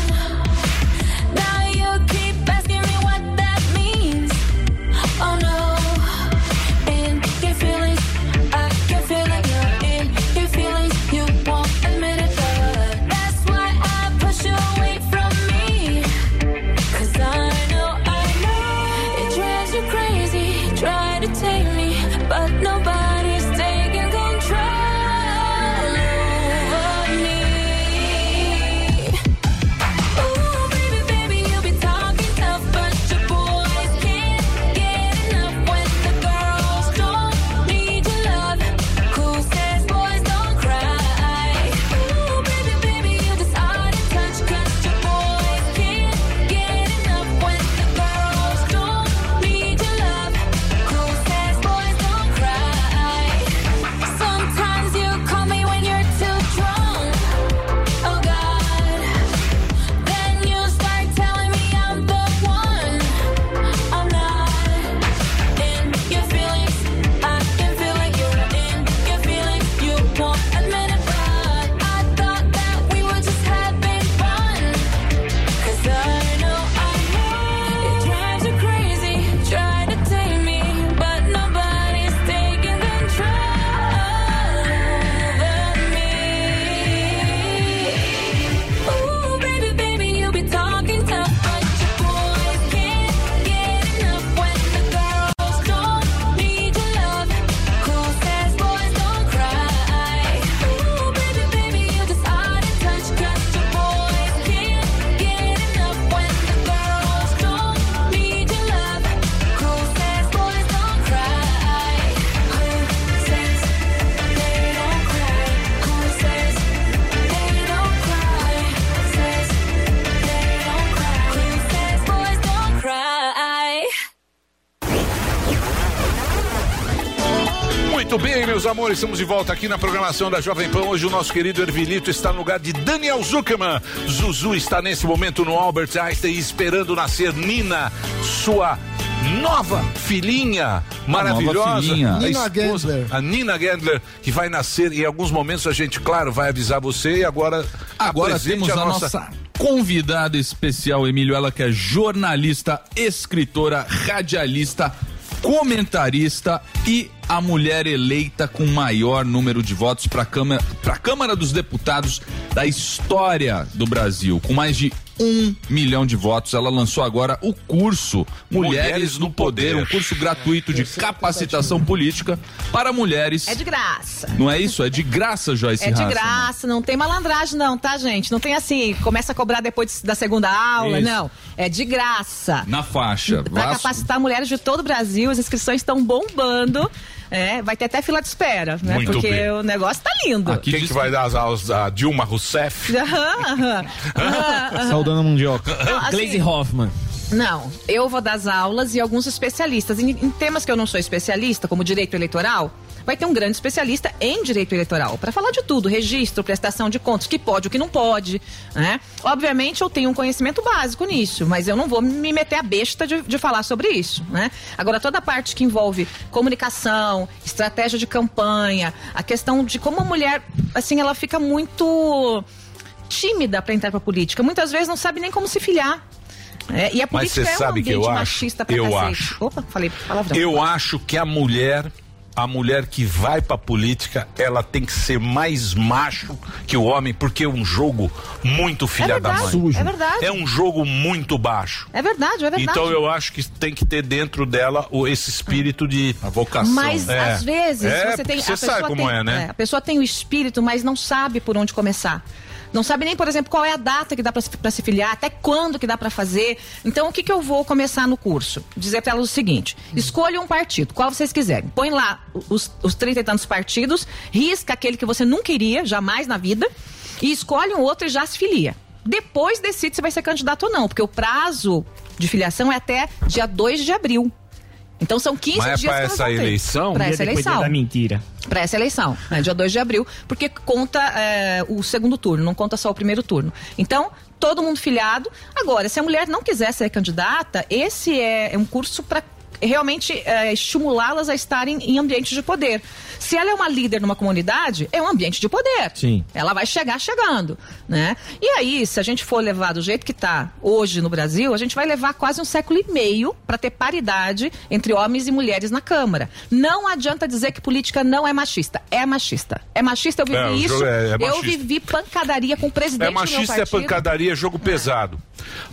Speaker 2: Now you keep asking me what that means. Oh no, in your feelings, I can feel it. You're in your feelings, you won't admit it, but that's why I push you away from me. 'Cause I know, I know it drives you crazy. Try to take me, but nobody's taking control over me. Ooh, baby, baby, you be talking tough, but your boys can't get enough when the girls don't need your love. Who says boys don't cry? Ooh, baby, baby, you just out of touch, 'cause your boys can't get enough when the girls don't Oh,
Speaker 3: Muito bem, meus amores, estamos de volta aqui na programação da Jovem Pan. Hoje o nosso querido Ervilito está no lugar de Daniel Zuckerman. Zuzu está nesse momento no Albert Einstein esperando nascer Nina, sua nova filhinha maravilhosa.
Speaker 7: nova filhinha.
Speaker 3: A
Speaker 7: Nina
Speaker 3: esposa, A Nina Gendler, que vai nascer em alguns momentos a gente, claro, vai avisar você e agora
Speaker 7: Agora
Speaker 3: apresente
Speaker 7: temos a, nossa convidada especial, Emílio, ela que é jornalista, escritora, radialista, comentarista e a mulher eleita com maior número de votos para a Câmara, pra Câmara dos Deputados da história do Brasil, com mais de um milhão de votos. Ela lançou agora o curso Mulheres, no Poder, um curso gratuito de capacitação política para mulheres.
Speaker 19: É de graça.
Speaker 7: Não é isso? É de graça, Joyce
Speaker 19: É de
Speaker 3: né?
Speaker 7: Hasselman.
Speaker 19: graça, não tem malandragem não, tá, gente? Não tem assim, começa a cobrar depois da segunda aula,
Speaker 7: Isso.
Speaker 19: não. É de graça.
Speaker 7: Na faixa.
Speaker 19: Vai
Speaker 7: Vasco-
Speaker 19: capacitar mulheres de todo o Brasil, as inscrições estão bombando. É, vai ter até fila de espera, né?
Speaker 3: Muito
Speaker 19: Porque
Speaker 3: bem.
Speaker 19: o negócio tá lindo.
Speaker 3: Quem que vai dar as aulas? A Dilma Rousseff?
Speaker 19: Aham, aham, aham, aham.
Speaker 3: Saudando a Mundioca.
Speaker 19: Não, assim- Glaze
Speaker 20: Hoffman.
Speaker 19: Não, eu vou dar as aulas e alguns especialistas. Em, em temas que eu não sou especialista, como direito eleitoral, vai ter um grande especialista em direito eleitoral para falar de tudo: registro, prestação de contas, o que pode, o que não pode. Né? Obviamente, eu tenho um conhecimento básico nisso, mas eu não vou me meter a besta de, de falar sobre isso. Né? Agora, toda a parte que envolve comunicação, estratégia de campanha, a questão de como a mulher, assim, ela fica muito tímida para entrar para política. Muitas vezes não sabe nem como se filiar. É, e a
Speaker 3: Mas
Speaker 19: política
Speaker 3: você
Speaker 19: é um
Speaker 3: sabe que
Speaker 19: ambiente
Speaker 3: eu acho,
Speaker 19: machista pra
Speaker 3: eu
Speaker 19: cacete.
Speaker 3: acho.
Speaker 19: Opa, falei palavrão.
Speaker 3: Eu acho que a mulher, a mulher que vai pra política, ela tem que ser mais macho que o homem, porque é um jogo muito filha da
Speaker 19: verdade,
Speaker 3: mãe.
Speaker 19: Sujo. é verdade.
Speaker 3: É um jogo muito baixo.
Speaker 19: É verdade, é verdade.
Speaker 3: Então eu acho que tem que ter dentro dela o- esse espírito de a vocação.
Speaker 19: Mas às vezes você tem.
Speaker 3: É. Você
Speaker 19: a pessoa
Speaker 3: sabe como
Speaker 19: tem-
Speaker 3: é, né?
Speaker 19: A pessoa tem o espírito, mas não sabe por onde começar. Não sabe nem, por exemplo, qual é a data que dá pra se- pra se filiar, até quando que dá pra fazer. Então, o que, que eu vou começar no curso? Dizer pra elas o seguinte: escolha um partido, qual vocês quiserem. Põe lá os, os 30 e tantos partidos, risca aquele que você nunca iria, jamais na vida, e escolhe um outro e já se filia. Depois decide se vai ser candidato ou não, porque o prazo de filiação é até dia 2 de abril. Então são 15
Speaker 3: Mas é
Speaker 19: dias
Speaker 3: pra
Speaker 19: que elas
Speaker 3: essa
Speaker 19: vão ter.
Speaker 3: eleição?
Speaker 19: Pra essa
Speaker 3: Dia depois
Speaker 19: eleição.
Speaker 3: da
Speaker 20: mentira.
Speaker 19: Para essa eleição, né, dia 2 de abril, porque conta é, o segundo turno, não conta só o primeiro turno. Então, todo mundo filiado. Agora, se a mulher não quiser ser candidata, esse é, é um curso para realmente é, estimulá-las a estarem em ambientes de poder. Se ela é uma líder numa comunidade, é um ambiente de poder.
Speaker 20: Sim.
Speaker 19: Ela vai chegar chegando, né? E aí, se a gente for levar do jeito que está hoje no Brasil, a gente vai levar quase um século e meio para ter paridade entre homens e mulheres na Câmara. Não adianta dizer que política não é machista. É machista. É machista, eu vivi
Speaker 3: É, o jogo
Speaker 19: isso.
Speaker 3: é- é
Speaker 19: eu
Speaker 3: machista.
Speaker 19: vivi pancadaria com o presidente
Speaker 3: É
Speaker 19: do meu
Speaker 3: machista, é
Speaker 19: partido.
Speaker 3: pancadaria, é jogo pesado.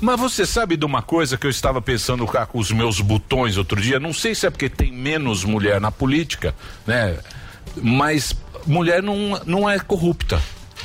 Speaker 3: Mas você sabe de uma coisa que eu estava pensando cá com os meus botões outro dia? Não sei se é porque tem menos mulher na política, né? Mas mulher não, não é corrupta.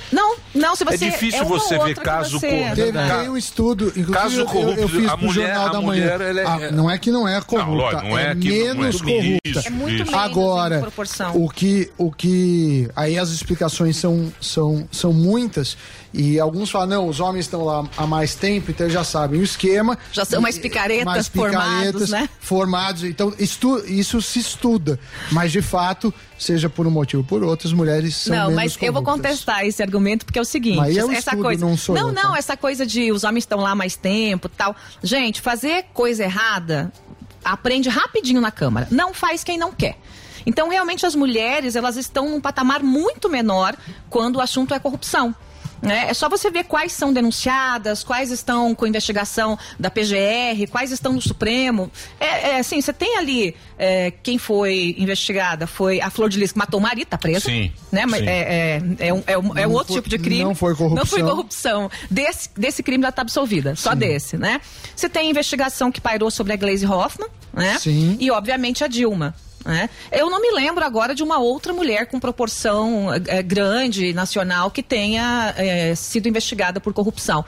Speaker 19: Não, não, se
Speaker 3: É
Speaker 19: você um
Speaker 3: difícil
Speaker 19: uma ou
Speaker 3: você ver
Speaker 19: outra que
Speaker 3: caso
Speaker 19: você...
Speaker 3: corrupto.
Speaker 6: Teve
Speaker 3: Verdade.
Speaker 6: tem um estudo, inclusive
Speaker 3: Caso
Speaker 6: eu- eu,
Speaker 3: corrupto,
Speaker 6: eu fiz
Speaker 3: a
Speaker 6: pro
Speaker 3: mulher-
Speaker 6: Jornal
Speaker 3: a
Speaker 6: da Manhã.
Speaker 3: mulher, ela é-
Speaker 6: Ah, não é que não é corrupta,
Speaker 3: lógico, não
Speaker 6: é,
Speaker 3: é que não é
Speaker 6: menos
Speaker 3: corrupta.
Speaker 6: corrupta.
Speaker 3: Isso, É muito isso. menos,
Speaker 6: Agora,
Speaker 19: assim, em proporção.
Speaker 6: o que, o que... Aí as explicações são, são, são muitas e alguns falam, não, os homens estão lá há mais tempo, então eles já sabem o esquema.
Speaker 19: Já são
Speaker 6: E-
Speaker 19: mais picaretas formados, né?
Speaker 6: formados. Então, estu- isso se estuda. Mas, de fato, seja por um motivo ou por outro, as mulheres são
Speaker 19: não,
Speaker 6: menos
Speaker 19: mas eu vou
Speaker 6: corruptas.
Speaker 19: contestar esse argumento porque é o seguinte,
Speaker 6: Mas é o
Speaker 19: essa
Speaker 6: estudo,
Speaker 19: coisa,
Speaker 6: não sou
Speaker 19: não,
Speaker 6: eu, tá?
Speaker 19: não, essa coisa de os homens estão lá mais tempo, tal. Gente, fazer coisa errada aprende rapidinho na câmara. Não faz quem não quer. Então, realmente as mulheres, elas estão num patamar muito menor quando o assunto é corrupção. né? É só você ver quais são denunciadas, quais estão com investigação da PGR, quais estão no Supremo. É, é, assim, você tem ali é, quem foi investigada, foi a Flor de Lis, que matou o marido, tá presa.
Speaker 6: Sim,
Speaker 19: Né? Mas
Speaker 6: sim.
Speaker 19: É, é, é um, é um- é um
Speaker 6: Não
Speaker 19: outro
Speaker 6: foi-
Speaker 19: tipo de crime.
Speaker 6: não foi corrupção.
Speaker 19: Não foi corrupção. Desse, desse crime ela está absolvida, só desse, né? Você tem a investigação que pairou sobre a Glaze Hoffman, né?
Speaker 6: Sim.
Speaker 19: E, obviamente, a Dilma. Né? Eu não me lembro agora de uma outra mulher com proporção eh, eh, grande, nacional, que tenha eh, sido investigada por corrupção.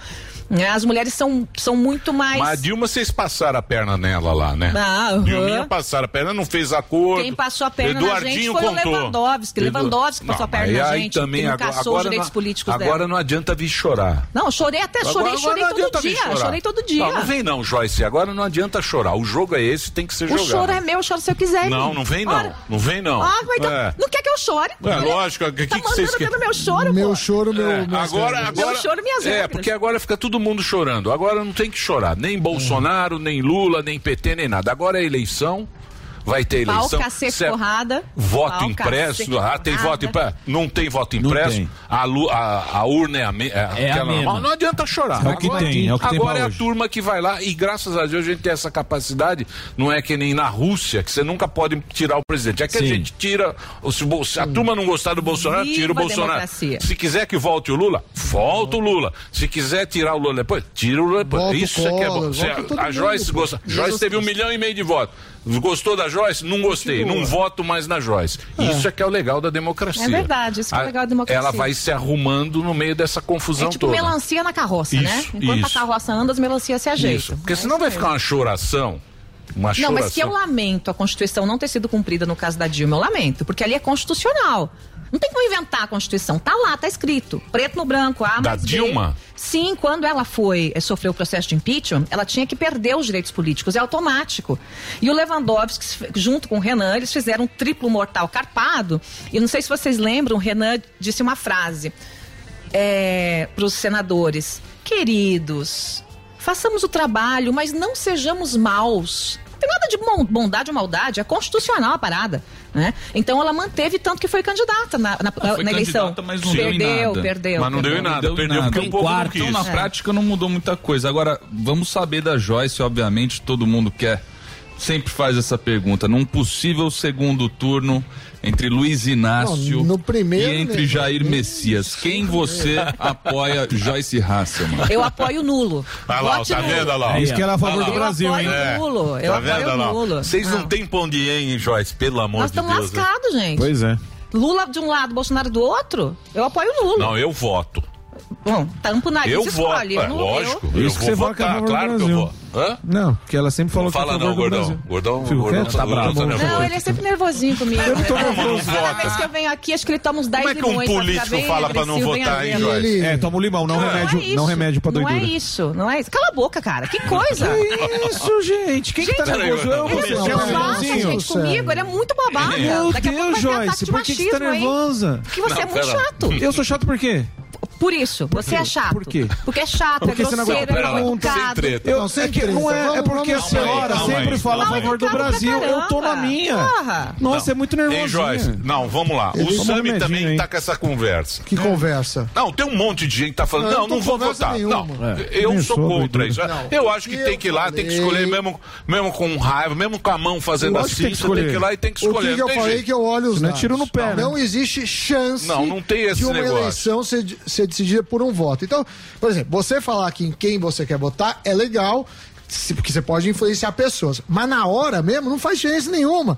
Speaker 19: né? As mulheres são, são muito mais.
Speaker 3: Mas a Dilma, vocês passaram a perna nela lá, né?
Speaker 19: Ah, aham.
Speaker 3: Dilminha passaram a perna, não fez acordo.
Speaker 19: Quem passou a perna na gente
Speaker 3: Eduardinho
Speaker 19: foi
Speaker 3: contou.
Speaker 19: o Lewandowski.
Speaker 3: Edu-
Speaker 19: Lewandowski passou
Speaker 3: Não,
Speaker 19: a perna
Speaker 3: mas
Speaker 19: na
Speaker 3: aí
Speaker 19: gente,
Speaker 3: também
Speaker 19: que não
Speaker 3: agora-
Speaker 19: caçou os
Speaker 3: agora
Speaker 19: direitos
Speaker 3: não-
Speaker 19: políticos
Speaker 3: Agora
Speaker 19: dela.
Speaker 3: não adianta vir chorar.
Speaker 19: Não, chorei até,
Speaker 3: Agora-
Speaker 19: chorei,
Speaker 3: agora
Speaker 19: chorei
Speaker 3: não
Speaker 19: todo
Speaker 3: adianta vir
Speaker 19: dia, chorei todo dia.
Speaker 3: Não, não vem não, Joyce. Agora não adianta chorar. O jogo é esse, tem que ser
Speaker 19: o
Speaker 3: jogado.
Speaker 19: choro é meu, eu choro se eu quiser.
Speaker 3: Não,
Speaker 19: hein?
Speaker 3: não vem não.
Speaker 19: Ora,
Speaker 3: Não vem não.
Speaker 19: Ah, mas então,
Speaker 3: É.
Speaker 19: não quer que eu chore?
Speaker 3: É, lógico, o que,
Speaker 19: tá
Speaker 3: que vocês
Speaker 19: mandando
Speaker 3: querem?
Speaker 19: pelo meu choro,
Speaker 6: Meu
Speaker 19: pô.
Speaker 6: choro, meu.
Speaker 3: É,
Speaker 6: minhas
Speaker 3: agora,
Speaker 6: regras.
Speaker 3: agora,
Speaker 19: Meu choro, minhas
Speaker 3: É,
Speaker 19: regras.
Speaker 3: porque agora fica todo mundo chorando. Agora não tem que chorar.
Speaker 19: Hum.
Speaker 3: Nem Bolsonaro, nem Lula, nem PT, nem nada. Agora é eleição. Vai ter
Speaker 19: Pau,
Speaker 3: eleição.
Speaker 19: cacete,
Speaker 3: Cê-
Speaker 19: porrada.
Speaker 3: Voto
Speaker 19: Pau,
Speaker 3: impresso.
Speaker 19: cacete,
Speaker 3: ah, tem
Speaker 19: porrada.
Speaker 3: voto impresso. Não tem voto impresso. A, lu- a- a urna é a, me, é aquela
Speaker 9: mesma.
Speaker 3: normal. Não adianta chorar.
Speaker 9: É o que tem, é o que tem
Speaker 3: agora
Speaker 9: pra
Speaker 3: é a
Speaker 9: hoje.
Speaker 3: turma que vai lá e graças a Deus a gente tem essa capacidade. Não é que nem na Rússia, que você nunca pode tirar o presidente. É que a
Speaker 9: Sim.
Speaker 3: gente tira. Se o Bol- se a turma não gostar do Bolsonaro,
Speaker 19: Viva
Speaker 3: tira o
Speaker 19: a
Speaker 3: Bolsonaro.
Speaker 19: democracia.
Speaker 3: Se quiser que volte o Lula, volta o Lula. Se quiser tirar o Lula depois, tira o Lula depois.
Speaker 19: Volta o
Speaker 3: Isso é que é bom.
Speaker 19: Collor,
Speaker 3: Se
Speaker 19: volta todo
Speaker 3: a, a
Speaker 19: mundo,
Speaker 3: Joyce
Speaker 19: pô.
Speaker 3: gosta.
Speaker 19: Jesus
Speaker 3: Joyce teve um milhão e meio de votos. Gostou da Joyce? Não gostei. Não voto mais na Joyce. Isso é que é o legal da democracia.
Speaker 19: É verdade, isso que é o
Speaker 3: A-
Speaker 19: legal da democracia.
Speaker 3: Ela vai se arrumando no meio dessa confusão
Speaker 19: É tipo
Speaker 3: toda.
Speaker 19: melancia na carroça, né?
Speaker 3: Isso,
Speaker 19: Enquanto
Speaker 3: isso.
Speaker 19: a carroça anda, as melancias se ajeitam.
Speaker 3: Isso. Porque senão vai ficar uma choração. Uma
Speaker 19: não,
Speaker 3: choração.
Speaker 19: mas que eu lamento a Constituição não ter sido cumprida no caso da Dilma, eu lamento, porque ali é constitucional. Não tem como inventar a Constituição, tá lá, tá escrito, preto no branco, A
Speaker 3: Da
Speaker 19: mais B.
Speaker 3: Dilma?
Speaker 19: Sim, quando ela foi eh, sofreu o processo de impeachment, ela tinha que perder os direitos políticos, é automático. E o Lewandowski, junto com o Renan, eles fizeram um triplo mortal carpado, e não sei se vocês lembram, o Renan disse uma frase para os É, senadores: queridos, façamos o trabalho, mas não sejamos maus. Não tem nada de mon- bondade ou maldade, é constitucional a parada. Né? Então ela manteve tanto que foi candidata na, na,
Speaker 7: Ah, Foi
Speaker 19: na eleição.
Speaker 7: candidata, mas não
Speaker 19: perdeu,
Speaker 7: deu em nada.
Speaker 19: perdeu. perdeu.
Speaker 7: Não deu em nada.
Speaker 3: porque o povo não quis.
Speaker 7: Então, na
Speaker 19: É.
Speaker 7: prática, não mudou muita coisa. Agora, vamos saber da Joyce, obviamente, todo mundo quer. Sempre faz essa pergunta. Num possível segundo turno entre Luiz Inácio
Speaker 6: Não, no primeiro,
Speaker 7: e entre
Speaker 6: né?
Speaker 7: Jair Messias, quem você apoia Joyce Hasselman?
Speaker 19: Eu apoio o nulo.
Speaker 3: Olha lá,
Speaker 19: Vote
Speaker 3: tá
Speaker 19: nulo.
Speaker 3: vendo olha lá?
Speaker 7: É isso que era a favor
Speaker 3: Olha
Speaker 7: do
Speaker 3: lá.
Speaker 7: Brasil,
Speaker 19: hein?
Speaker 3: É.
Speaker 19: nulo, eu
Speaker 3: Tá
Speaker 19: apoio
Speaker 3: vendo olha
Speaker 19: nulo.
Speaker 3: lá? Vocês não têm pão de ir, hein, Joyce? Pelo amor
Speaker 19: Nós
Speaker 3: de
Speaker 19: estamos
Speaker 3: Deus. né?
Speaker 19: lascados, gente.
Speaker 3: é.
Speaker 19: Lula de um lado, Bolsonaro do outro, eu apoio o Lula.
Speaker 3: Não, eu voto.
Speaker 19: Bom, tampa o nariz
Speaker 3: eu
Speaker 19: e
Speaker 3: voto.
Speaker 19: escolhe.
Speaker 3: É,
Speaker 19: Eu não-
Speaker 3: lógico.
Speaker 4: Isso
Speaker 3: Eu
Speaker 4: que você
Speaker 3: vou
Speaker 4: fala que é a
Speaker 3: votar,
Speaker 4: favor do
Speaker 3: claro que eu
Speaker 4: Brasil.
Speaker 3: vou. Hã?
Speaker 4: Não, porque ela sempre falou
Speaker 3: Não
Speaker 4: que é a
Speaker 3: fala
Speaker 4: favor
Speaker 3: não,
Speaker 4: do
Speaker 3: gordão.
Speaker 4: Brasil.
Speaker 3: Gordão,
Speaker 4: Fica
Speaker 3: gordão, né,
Speaker 4: quieto, tá
Speaker 3: gordão
Speaker 4: bravo.
Speaker 3: nervoso.
Speaker 19: Não, ele é sempre nervosinho comigo. Eu não
Speaker 4: tô
Speaker 3: nervoso.
Speaker 19: Toda vez que eu venho aqui, acho que ele toma uns 10
Speaker 3: Como é que um
Speaker 19: limões pra
Speaker 3: político
Speaker 19: ficar tá bem
Speaker 3: fala pra não
Speaker 19: agressivo, bem
Speaker 3: votar, hein,
Speaker 19: azedo.
Speaker 3: Joyce?
Speaker 4: É, toma um limão, não,
Speaker 19: Não é
Speaker 4: remédio, não
Speaker 19: isso.
Speaker 4: remédio pra doidura.
Speaker 19: Não é isso, não é isso. Cala a boca, cara. Que coisa.
Speaker 4: Que isso, gente? Quem que tá
Speaker 19: Gente,
Speaker 4: nervoso? Eu ou
Speaker 19: Ele
Speaker 4: você?
Speaker 19: é
Speaker 4: Você é o
Speaker 19: babaca,
Speaker 4: Leozinho?
Speaker 19: gente, comigo. Ele é muito babaca.
Speaker 4: Meu
Speaker 19: Daqui a pouco
Speaker 4: Deus,
Speaker 19: vai ter ataque
Speaker 4: Joyce,
Speaker 19: de
Speaker 4: por que, que você tá
Speaker 19: machismo, hein?
Speaker 4: nervosa?
Speaker 19: Porque você é muito chato.
Speaker 4: Eu sou chato por quê?
Speaker 19: Por isso, você é chato.
Speaker 4: Por quê?
Speaker 19: Porque é chato,
Speaker 4: Porque
Speaker 19: é
Speaker 4: esse negócio-
Speaker 19: grosseiro, é
Speaker 4: Pera lá,
Speaker 19: mal
Speaker 4: sem
Speaker 19: educado.
Speaker 4: treta. Eu- é que não é- é porque a senhora sempre fala a favor do Brasil, eu tô na minha.
Speaker 19: Porra.
Speaker 4: Nossa, é muito nervoso.
Speaker 3: Hein, Joyce? Não, vamos lá.
Speaker 4: Ele
Speaker 3: o
Speaker 4: toma
Speaker 3: Sami
Speaker 4: remedinho,
Speaker 3: também
Speaker 4: hein?
Speaker 3: tá com essa conversa.
Speaker 6: Que conversa.
Speaker 3: Não, tem um monte de gente que tá falando,
Speaker 6: Não,
Speaker 3: não,
Speaker 6: eu não
Speaker 3: não,
Speaker 6: tô
Speaker 3: vou
Speaker 6: conversa
Speaker 3: votar.
Speaker 6: nenhuma.
Speaker 3: Não,
Speaker 6: É.
Speaker 3: eu
Speaker 6: Nem
Speaker 3: sou
Speaker 6: sou
Speaker 3: contra
Speaker 6: doidura.
Speaker 3: isso.
Speaker 6: Não.
Speaker 3: Eu acho que tem que ir lá, tem que escolher, mesmo, mesmo com raiva, mesmo com a mão fazendo
Speaker 6: Lógico
Speaker 3: assim,
Speaker 6: que tem que
Speaker 3: você tem
Speaker 6: escolher.
Speaker 3: que ir lá e tem que escolher.
Speaker 6: O que, que
Speaker 3: não
Speaker 6: eu
Speaker 3: tem
Speaker 6: falei
Speaker 3: jeito.
Speaker 6: que eu olho os
Speaker 3: Não é
Speaker 6: dados. Tá.
Speaker 3: tiro no pé, né?
Speaker 6: Não existe chance
Speaker 3: Não, não tem esse
Speaker 6: de uma
Speaker 3: negócio.
Speaker 6: eleição ser, de- ser decidida por um voto. Então, por exemplo, você falar que em quem você quer votar é legal, se- porque você pode influenciar pessoas. Mas na hora mesmo não faz diferença nenhuma.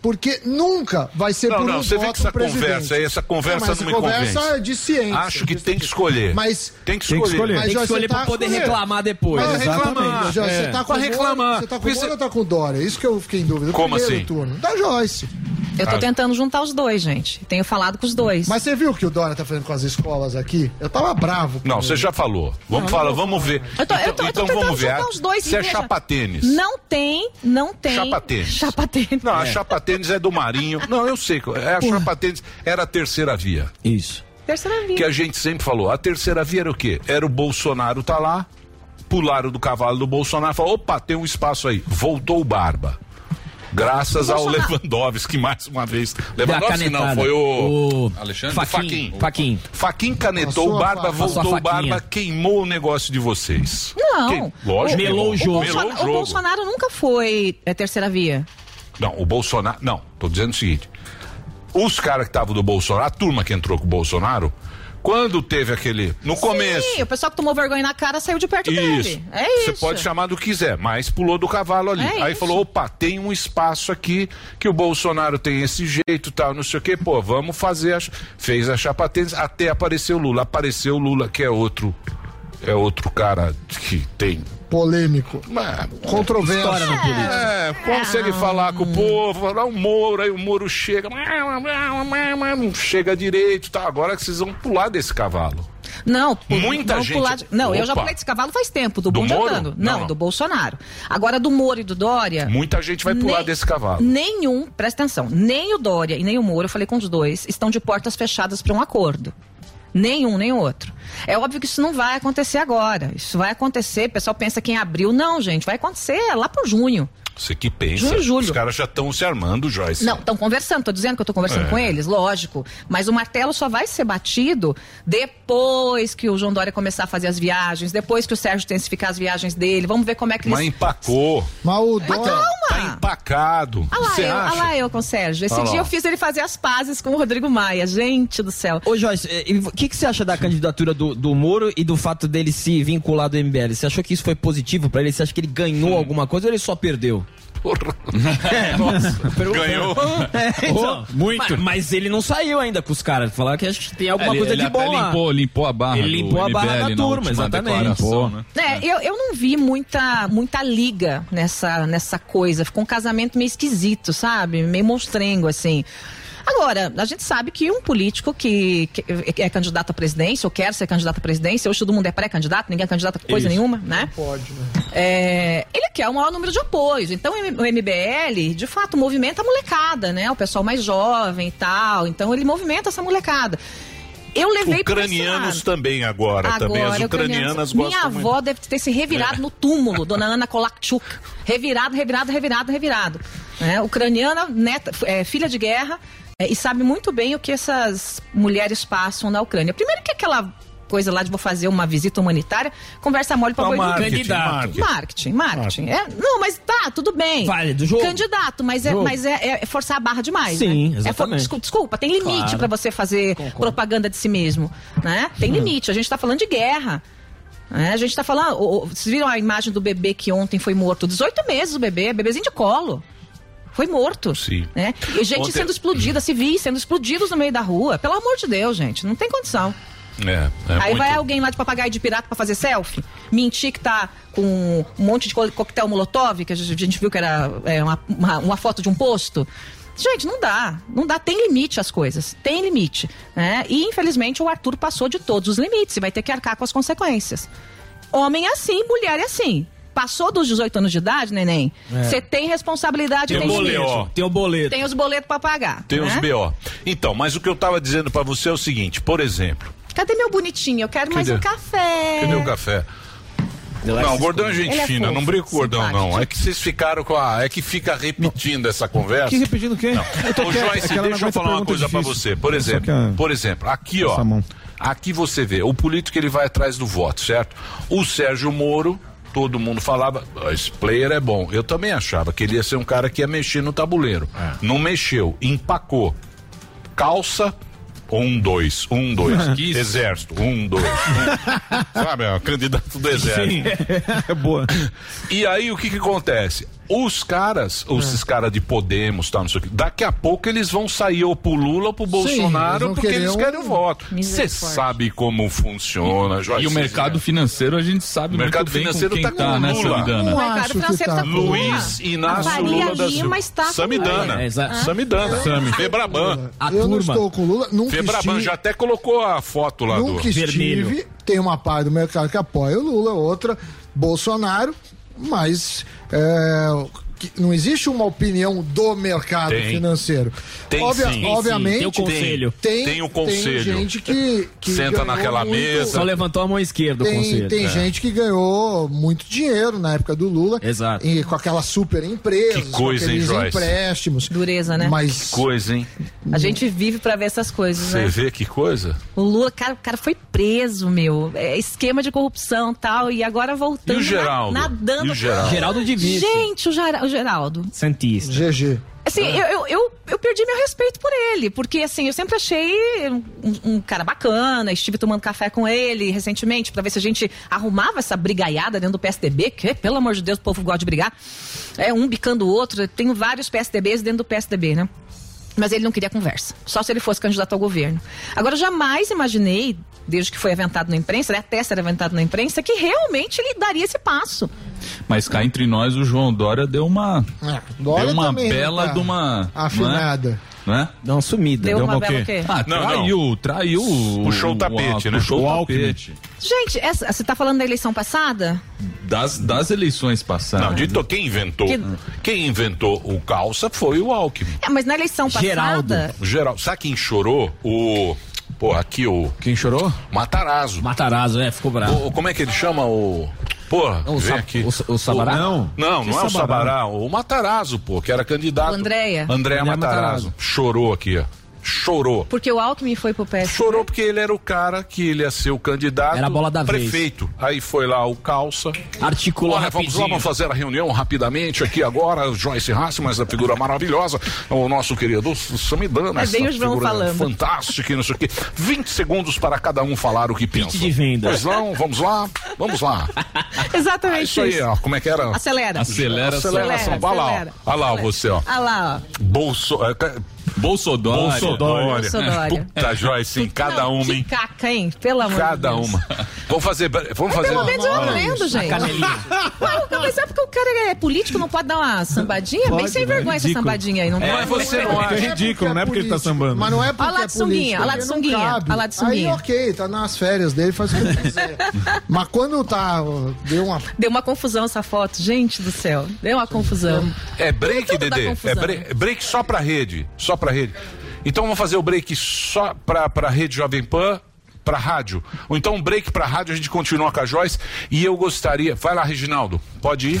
Speaker 6: Porque nunca vai ser
Speaker 3: Não,
Speaker 6: por
Speaker 3: não,
Speaker 6: um
Speaker 3: você
Speaker 6: voto
Speaker 3: vê que essa
Speaker 6: do presidente.
Speaker 3: conversa aí, essa conversa
Speaker 6: mas
Speaker 3: não
Speaker 6: essa
Speaker 3: me
Speaker 6: conversa
Speaker 3: convence.
Speaker 6: é de ciência.
Speaker 3: Acho que tem que escolher.
Speaker 6: Mas
Speaker 3: tem que escolher.
Speaker 6: Mas, Jorge, você tá- escolher. Mas tá reclamar. Jorge, Você tá
Speaker 3: É.
Speaker 6: com
Speaker 3: Pra
Speaker 6: o Moro-
Speaker 3: reclamar.
Speaker 6: Você tá com o
Speaker 3: Porque
Speaker 6: Moro ou tá com o Dória? Isso que eu fiquei em dúvida.
Speaker 3: Como
Speaker 6: Primeiro
Speaker 3: assim?
Speaker 6: turno. Da Joyce.
Speaker 19: Eu tô
Speaker 6: Ah.
Speaker 19: tentando juntar os dois, gente. Tenho falado com os dois.
Speaker 6: Mas você viu o que o Dória tá fazendo com as escolas aqui? Eu tava bravo. com
Speaker 3: Não,
Speaker 6: ele.
Speaker 3: você já falou. Vamos
Speaker 6: Não,
Speaker 3: falar,
Speaker 6: não vou
Speaker 3: vamos ver.
Speaker 19: Eu tô, eu tô,
Speaker 3: então
Speaker 19: eu tô
Speaker 3: então
Speaker 19: tentando
Speaker 3: vamos ver.
Speaker 19: juntar Tá os dois.
Speaker 3: Você é
Speaker 19: veja.
Speaker 3: chapa tênis.
Speaker 19: Não tem, não tem.
Speaker 3: Chapa tênis.
Speaker 19: Chapa tênis.
Speaker 3: Não, a chapa tênis é do Marinho. Não, eu sei. É a chapa tênis era a terceira via.
Speaker 9: Isso.
Speaker 19: Terceira via.
Speaker 3: Que a gente sempre falou. A terceira via era o quê? Era o Bolsonaro tá lá, pularam do cavalo do Bolsonaro, falou, opa, tem um espaço aí. Voltou o Barba. Graças ao
Speaker 9: Bolsonaro-
Speaker 3: Lewandowski, mais uma vez.
Speaker 9: Deu a
Speaker 3: Lewandowski não,
Speaker 9: canetada.
Speaker 3: foi o,
Speaker 9: O
Speaker 3: Alexandre
Speaker 9: Faquin.
Speaker 3: Faquin.
Speaker 9: Faquin.
Speaker 3: Faquin canetou
Speaker 9: Passou
Speaker 3: o
Speaker 9: a
Speaker 3: Barba,
Speaker 9: faca.
Speaker 3: voltou
Speaker 9: Passou a
Speaker 3: o Barba,
Speaker 9: faquinha.
Speaker 3: queimou o negócio de vocês.
Speaker 19: Não.
Speaker 3: Quem- Lógico. que não.
Speaker 19: Bolsona-
Speaker 3: Melou o
Speaker 19: o
Speaker 3: jogo.
Speaker 19: Bolsonaro nunca foi é, terceira via.
Speaker 3: Não, o Bolsonaro. Não, tô dizendo o seguinte. Os caras que estavam do Bolsonaro, a turma que entrou com o Bolsonaro, quando teve aquele. No começo.
Speaker 19: Sim, o pessoal que tomou vergonha na cara saiu de perto
Speaker 3: Isso.
Speaker 19: dele. É isso.
Speaker 3: Você pode chamar do que quiser, mas pulou do cavalo ali.
Speaker 19: É
Speaker 3: Aí
Speaker 19: isso.
Speaker 3: falou: opa, tem um espaço aqui que o Bolsonaro tem esse jeito, tal, não sei o quê. Pô, vamos fazer. A... ch- Fez a chapa tênis, até apareceu o Lula. Apareceu o Lula, que é outro é outro cara que tem
Speaker 6: Polêmico. Controverso.
Speaker 3: É, consegue
Speaker 19: Ah.
Speaker 3: falar com o povo, falar o Moro, aí o Moro chega, não chega direito, tá? Agora que vocês vão pular desse cavalo.
Speaker 19: Não,
Speaker 3: Muita
Speaker 19: vamos
Speaker 3: gente-
Speaker 19: pular de- Não, eu já
Speaker 3: Opa.
Speaker 19: pulei desse cavalo faz tempo, do,
Speaker 3: Do
Speaker 19: Bom de
Speaker 3: Moro?
Speaker 19: Andando.
Speaker 3: Não,
Speaker 19: Não,
Speaker 3: não.
Speaker 19: do Bolsonaro. Agora, do Moro e do Dória.
Speaker 3: Muita gente vai pular desse cavalo.
Speaker 19: Nenhum, presta atenção, nem o Dória e nem o Moro, eu falei com os dois, estão de portas fechadas para um acordo. Nenhum, nem outro. É óbvio que isso não vai acontecer agora. Isso vai acontecer, o pessoal pensa que em abril. Não, gente, vai acontecer lá pro junho.
Speaker 3: Você que pensa.
Speaker 19: Junho e julho.
Speaker 3: Os caras já estão se armando, Joyce.
Speaker 19: Não, estão conversando, tô dizendo que eu tô conversando
Speaker 3: É.
Speaker 19: com eles, lógico. Mas o martelo só vai ser batido depois que o João Dória começar a fazer as viagens, depois que o Sérgio intensificar as viagens dele. Vamos ver como é que
Speaker 3: Mas
Speaker 19: eles.
Speaker 3: empacou.
Speaker 6: Mas o
Speaker 19: Calma!
Speaker 3: Empacado.
Speaker 19: Ah
Speaker 3: então. Tá
Speaker 19: Então, lá,
Speaker 3: Você
Speaker 19: eu, ah
Speaker 3: acha?
Speaker 19: lá eu com o Sérgio. Esse
Speaker 3: Ah lá.
Speaker 19: dia eu fiz ele fazer as pazes com o Rodrigo Maia. Gente do céu.
Speaker 20: Ô, Joyce, eh, e o que, que você acha da candidatura do, do Moro e do fato dele se vincular do MBL? Você achou que isso foi positivo pra ele? Você acha que ele ganhou alguma coisa ou ele só perdeu? É,
Speaker 3: Ganhou.
Speaker 20: É, então,
Speaker 14: muito.
Speaker 20: Mas, mas ele não saiu ainda com os caras. Falaram que acho que tem alguma
Speaker 7: Ele-
Speaker 20: coisa
Speaker 7: ele
Speaker 20: de
Speaker 7: até
Speaker 20: bom lá.
Speaker 7: limpou, limpou a barra
Speaker 20: Ele
Speaker 7: do
Speaker 20: limpou a barra
Speaker 7: MBL
Speaker 20: da
Speaker 7: na
Speaker 20: turma,
Speaker 7: última
Speaker 20: exatamente.
Speaker 7: declaração,
Speaker 20: Limpou.
Speaker 7: né?
Speaker 19: É, Eu, eu não vi muita, muita liga nessa, nessa coisa. Ficou um casamento meio esquisito, sabe? Meio monstrengo, assim. Agora, a gente sabe que um político que, que é candidato à presidência, ou quer ser candidato à presidência, hoje todo mundo é pré-candidato, ninguém é candidato a
Speaker 9: Isso.
Speaker 19: coisa nenhuma, né?
Speaker 6: Pode, né?
Speaker 19: É, ele quer o maior número de apoios. Então, o M- o MBL, de fato, movimenta a molecada, né? O pessoal mais jovem e tal. Então, ele movimenta essa molecada. Eu levei por esse
Speaker 3: Ucranianos
Speaker 19: lado.
Speaker 3: também agora, também. As ucranianas
Speaker 19: Minha
Speaker 3: gostam É.
Speaker 19: avó deve ter se revirado no túmulo, dona Ana Kolakchuk. Revirado, revirado, revirado, revirado. É, ucraniana, neta, é, filha de guerra, é, e sabe muito bem o que essas mulheres passam na Ucrânia. Primeiro que aquela coisa lá de vou fazer uma visita humanitária, conversa mole pra
Speaker 3: Então,
Speaker 14: Pra
Speaker 19: boi dormir.
Speaker 14: marketing,
Speaker 19: Candidato. Marketing, marketing. É, não, mas tá, tudo bem.
Speaker 14: Vale, do jogo.
Speaker 19: Candidato, mas, é,
Speaker 14: Jogo.
Speaker 19: mas é, é forçar a barra demais, né? É
Speaker 14: Sim,
Speaker 19: for-
Speaker 14: exatamente.
Speaker 19: descul- desculpa, tem limite
Speaker 14: Claro.
Speaker 19: pra você fazer propaganda de si mesmo, né? Tem limite, a gente tá falando de guerra. né? a gente tá falando. o- o- vocês viram a imagem do bebê que ontem foi morto? 18 meses o bebê, bebezinho de colo. Foi morto.
Speaker 3: Sim.
Speaker 19: Né? E gente
Speaker 3: Ontem-
Speaker 19: sendo explodida, civis sendo explodidos no meio da rua. Pelo amor de Deus, gente. Não tem condição.
Speaker 3: É, é
Speaker 19: Aí
Speaker 3: muito.
Speaker 19: vai alguém lá de papagaio de pirata pra fazer selfie? Mentir que tá com um monte de co- coquetel molotov, que a gente a gente viu que era é, uma, uma- uma foto de um posto. Gente, não dá. Não dá. Tem limite as coisas. Tem limite. Né? E, infelizmente, o Arthur passou de todos os limites e vai ter que arcar com as consequências. Homem é assim, mulher é assim. Passou dos 18 anos de idade, neném,
Speaker 3: É.
Speaker 19: você tem responsabilidade.
Speaker 3: Tem
Speaker 19: tem limite.
Speaker 3: boleto. Tem o boleto.
Speaker 19: Tem os boletos pra pagar.
Speaker 3: Tem
Speaker 19: né?
Speaker 3: os BO. Então, mas o que eu tava dizendo pra você é o seguinte, por exemplo,
Speaker 19: Cadê meu bonitinho? Eu quero mais um
Speaker 3: Cadê?
Speaker 19: café.
Speaker 3: Cadê o café? Não, o gordão é gente
Speaker 19: Ele é
Speaker 3: fina,
Speaker 19: fofo,
Speaker 3: não brinca com o gordão, não. É que vocês ficaram com a. É que fica repetindo essa conversa.
Speaker 4: Que repetindo o quê? Eu tô
Speaker 3: Ô,
Speaker 4: quieto, é
Speaker 3: Joyce,
Speaker 4: que ela não
Speaker 3: deixa eu
Speaker 4: aguenta
Speaker 3: falar uma
Speaker 4: pergunta
Speaker 3: coisa pra
Speaker 4: difícil.
Speaker 3: você. Por
Speaker 4: Só
Speaker 3: exemplo,
Speaker 4: que a-
Speaker 3: por exemplo, aqui, ó.
Speaker 4: Essa mão.
Speaker 3: Aqui você vê, o político ele vai atrás do voto, certo? O Sérgio Moro, todo mundo falava, "Ah, esse player é bom. Eu também achava que ele ia ser um cara que ia mexer no tabuleiro.
Speaker 4: É.
Speaker 3: Não mexeu, empacou. Calça, um, dois, um, dois.
Speaker 7: Quis.
Speaker 3: Exército, um, dois. um. Sabe, ó, candidato do exército.
Speaker 4: Sim, é boa.
Speaker 3: E aí o que que acontece? Os caras,
Speaker 6: Ah.
Speaker 3: esses caras de Podemos, tá, não sei o que, daqui a pouco eles vão sair ou pro Lula ou pro Bolsonaro
Speaker 7: eles vão
Speaker 3: porque
Speaker 7: querer
Speaker 3: eles
Speaker 7: um-
Speaker 3: querem o voto. Você
Speaker 7: Misericórdia.
Speaker 3: sabe como funciona, Joyce.
Speaker 7: E o mercado financeiro, a gente sabe
Speaker 3: O mercado
Speaker 7: muito bem
Speaker 3: financeiro
Speaker 7: com quem
Speaker 3: tá
Speaker 7: tá,
Speaker 3: com
Speaker 7: nessa
Speaker 3: Lula.
Speaker 7: engana.
Speaker 3: Não
Speaker 19: O mercado financeiro
Speaker 6: tá
Speaker 19: está com
Speaker 3: Luiz
Speaker 19: Lula.
Speaker 3: Inácio
Speaker 19: A Faria
Speaker 3: Lula da
Speaker 19: Lima
Speaker 3: Silva.
Speaker 19: está com
Speaker 3: Samidana.
Speaker 19: Lula.
Speaker 3: É, exato.
Speaker 19: Ah.
Speaker 3: Samidana.
Speaker 6: Sami.
Speaker 3: Febraban.
Speaker 6: A Eu não turma. estou com Lula, nunca
Speaker 3: Febraban
Speaker 6: estive-
Speaker 3: já até colocou a foto lá
Speaker 6: Nunca
Speaker 3: do
Speaker 6: estive. Tem uma parte do mercado que apoia o Lula, outra Bolsonaro, mas é, que- não existe uma opinião do mercado
Speaker 3: Tem.
Speaker 6: financeiro.
Speaker 3: Tem
Speaker 6: Obvia-
Speaker 3: sim.
Speaker 6: Obviamente,
Speaker 3: Tem o conselho.
Speaker 6: Tem,
Speaker 3: Tem o conselho.
Speaker 6: tem gente que, que
Speaker 3: Senta
Speaker 6: ganhou
Speaker 3: naquela
Speaker 6: muito-
Speaker 3: mesa.
Speaker 20: Só levantou a mão esquerda o
Speaker 6: Tem,
Speaker 20: conselho.
Speaker 6: tem
Speaker 20: É.
Speaker 6: gente que ganhou muito dinheiro na época do Lula. Exato. E com aquelas super empresas,
Speaker 3: Que coisa,
Speaker 6: com aqueles
Speaker 3: hein, Joyce?
Speaker 6: empréstimos.
Speaker 19: Dureza, né?
Speaker 6: Mas
Speaker 3: Coisa, hein?
Speaker 19: A gente vive pra ver essas coisas,
Speaker 3: Você
Speaker 19: né?
Speaker 3: vê que coisa?
Speaker 19: O Lula, cara, o cara foi preso, meu. É esquema de corrupção e tal. E agora voltando.
Speaker 3: E o Geraldo?
Speaker 19: na- Nadando.
Speaker 3: E o Geraldo? Geraldo de Vice.
Speaker 19: Gente, o, Gera- o Geraldo.
Speaker 20: Santista.
Speaker 6: GG.
Speaker 19: Assim, eu, eu, eu, eu perdi meu respeito por ele, porque assim, eu sempre achei um, um cara bacana, estive tomando café com ele recentemente pra ver se a gente arrumava essa brigaiada dentro do PSDB, que, pelo amor de Deus, o povo gosta de brigar. É um bicando o outro, tem vários PSDBs dentro do PSDB, né? Mas ele não queria conversa, só se ele fosse candidato ao governo. Agora, eu jamais imaginei, desde que foi aventado na imprensa, né, até ser aventado na imprensa, que realmente ele daria esse passo.
Speaker 7: Mas cá entre nós, o João Dória deu uma.
Speaker 19: Ah, Dória
Speaker 7: deu uma
Speaker 19: também, né,
Speaker 7: bela
Speaker 19: cara?
Speaker 7: de uma.
Speaker 6: Afinada.
Speaker 7: Não é?
Speaker 20: Deu uma sumida.
Speaker 19: Deu Deu uma uma o bela quê? o quê?
Speaker 7: Ah,
Speaker 3: Não,
Speaker 7: traiu, traiu.
Speaker 3: Puxou o tapete, né?
Speaker 7: Puxou
Speaker 3: O
Speaker 7: o
Speaker 3: Alckmin.
Speaker 7: tapete.
Speaker 19: Gente, essa- você está falando da eleição passada?
Speaker 7: Das, das eleições passadas.
Speaker 3: Não, dito quem inventou.
Speaker 19: Que-
Speaker 3: Quem inventou o calça foi o Alckmin.
Speaker 19: É, mas na eleição passada.
Speaker 3: Geraldo. Sabe quem chorou? O. Pô, aqui o.
Speaker 7: Quem chorou?
Speaker 3: Matarazzo.
Speaker 5: Matarazzo, é, ficou bravo.
Speaker 3: O, como é que ele chama o. Pô,
Speaker 5: O
Speaker 3: vem
Speaker 5: Sa-
Speaker 3: aqui.
Speaker 5: o- o Sabará?
Speaker 3: Não, não,
Speaker 5: Que
Speaker 3: não é o
Speaker 5: Sabará?
Speaker 3: Sabará, o Matarazzo, pô, que era candidato.
Speaker 19: O Andréia?
Speaker 3: Andréia
Speaker 19: Andréia
Speaker 3: Matarazzo.
Speaker 19: Matarazzo.
Speaker 3: Chorou aqui, ó. Chorou.
Speaker 19: Porque o Alckmin foi pro PS.
Speaker 3: Chorou porque ele era o cara que ele ia ser o candidato.
Speaker 19: Era a bola da vez.
Speaker 3: prefeito. Aí foi lá o calça.
Speaker 5: Articulou
Speaker 3: Olha, vamos lá,
Speaker 5: rapidinho.
Speaker 3: vamos fazer a reunião rapidamente aqui agora. O Joyce Hassman, essa figura maravilhosa. O nosso querido Samidana.
Speaker 19: Mas vem
Speaker 3: essa
Speaker 19: o João
Speaker 3: figura
Speaker 19: falando.
Speaker 3: Fantástica, e não sei o quê. 20 segundos para cada um falar o que pensa.
Speaker 5: de venda.
Speaker 3: Pois não, vamos lá, vamos lá.
Speaker 19: Exatamente
Speaker 3: É isso aí, ó. Como é que era?
Speaker 19: Acelera.
Speaker 3: Acelera, acelera.
Speaker 19: Acelera,
Speaker 3: Olha lá,
Speaker 19: acelera.
Speaker 3: ó. Olha lá ó, você, ó.
Speaker 19: Ah lá, ó.
Speaker 3: Bolso... é, ca-
Speaker 7: Bolsodória.
Speaker 3: Bolsodória.
Speaker 19: Bolsodória.
Speaker 3: Puta, Joyce, em cada
Speaker 19: Não,
Speaker 3: uma,
Speaker 19: que
Speaker 3: hein?
Speaker 19: caca, hein? Pelo amor de
Speaker 3: Cada
Speaker 19: Deus.
Speaker 3: uma. Vamos fazer. Vamos
Speaker 19: Mas
Speaker 3: fazer.
Speaker 19: pelo menos eu
Speaker 3: Olha
Speaker 19: aprendo,
Speaker 3: isso.
Speaker 19: gente. Mas, mas é porque o cara é político, não pode dar uma sambadinha? Bem
Speaker 4: Pode,
Speaker 19: sem
Speaker 4: né?
Speaker 19: vergonha essa
Speaker 4: Ridículo.
Speaker 19: sambadinha aí, não
Speaker 4: É,
Speaker 19: pode.
Speaker 4: você não acha. É ridículo, não é porque ele tá sambando.
Speaker 6: Mas não é
Speaker 19: Olha
Speaker 6: porque
Speaker 19: lá
Speaker 6: é
Speaker 19: de sunguinha,
Speaker 6: político,
Speaker 19: olha lá
Speaker 6: porque
Speaker 19: de
Speaker 6: não
Speaker 19: sunguinha,
Speaker 6: cabe.
Speaker 19: olha lá de sunguinha.
Speaker 6: Aí ok, tá nas férias dele, faz o que ele quiser. Mas quando tá, ó, deu uma...
Speaker 19: Deu uma confusão essa foto, gente do céu. Deu uma confusão.
Speaker 3: É break,
Speaker 19: Tudo dá
Speaker 3: Dedê?
Speaker 19: confusão.
Speaker 3: É break, break só pra rede. Só pra rede. Então vamos fazer o break só pra, pra rede Jovem Pan, pra rádio. Ou então um break pra rádio, a gente continua com a Joyce. E eu gostaria. Vai lá, Reginaldo. Pode ir.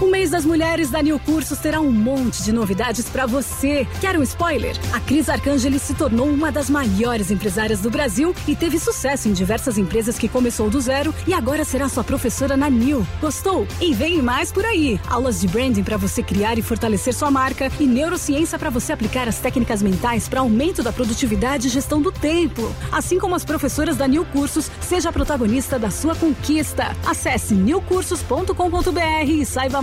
Speaker 9: O mês das mulheres da New Cursos terá um monte de novidades para você. Quer um spoiler? A Cris Arcangeli se tornou uma das maiores empresárias do Brasil e teve sucesso em diversas empresas que começou do zero e agora será sua professora na New. Gostou? E vem mais por aí. Aulas de branding para você criar e fortalecer sua marca e neurociência para você aplicar as técnicas mentais para aumento da produtividade e gestão do tempo. Assim como as professoras da New Cursos, seja a protagonista da sua conquista. Acesse newcursos.com.br e saiba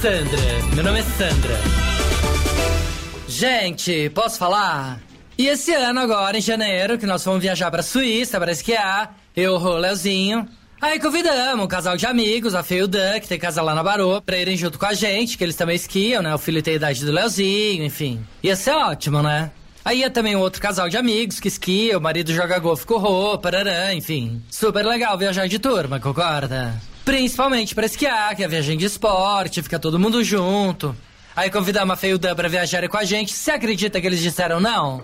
Speaker 21: Sandra, meu nome é Sandra. Gente, posso falar? E esse ano agora, em janeiro, que nós fomos viajar pra Suíça para esquiar, eu, o Leozinho. Aí convidamos um casal de amigos, a Fê e o Dan, que tem casa lá na Barô, pra irem junto com a gente, que eles também esquiam, né? O filho tem a idade do Leozinho, enfim. Ia ser ótimo, né? Aí ia também um outro casal de amigos que esquia, o marido joga golfe com roupa, parará, enfim. Super legal viajar de turma, concorda? Principalmente pra esquiar, que é viagem de esporte, fica todo mundo junto. Aí convidamos a Fê e o Dan pra viajarem com a gente. Você acredita que eles disseram não?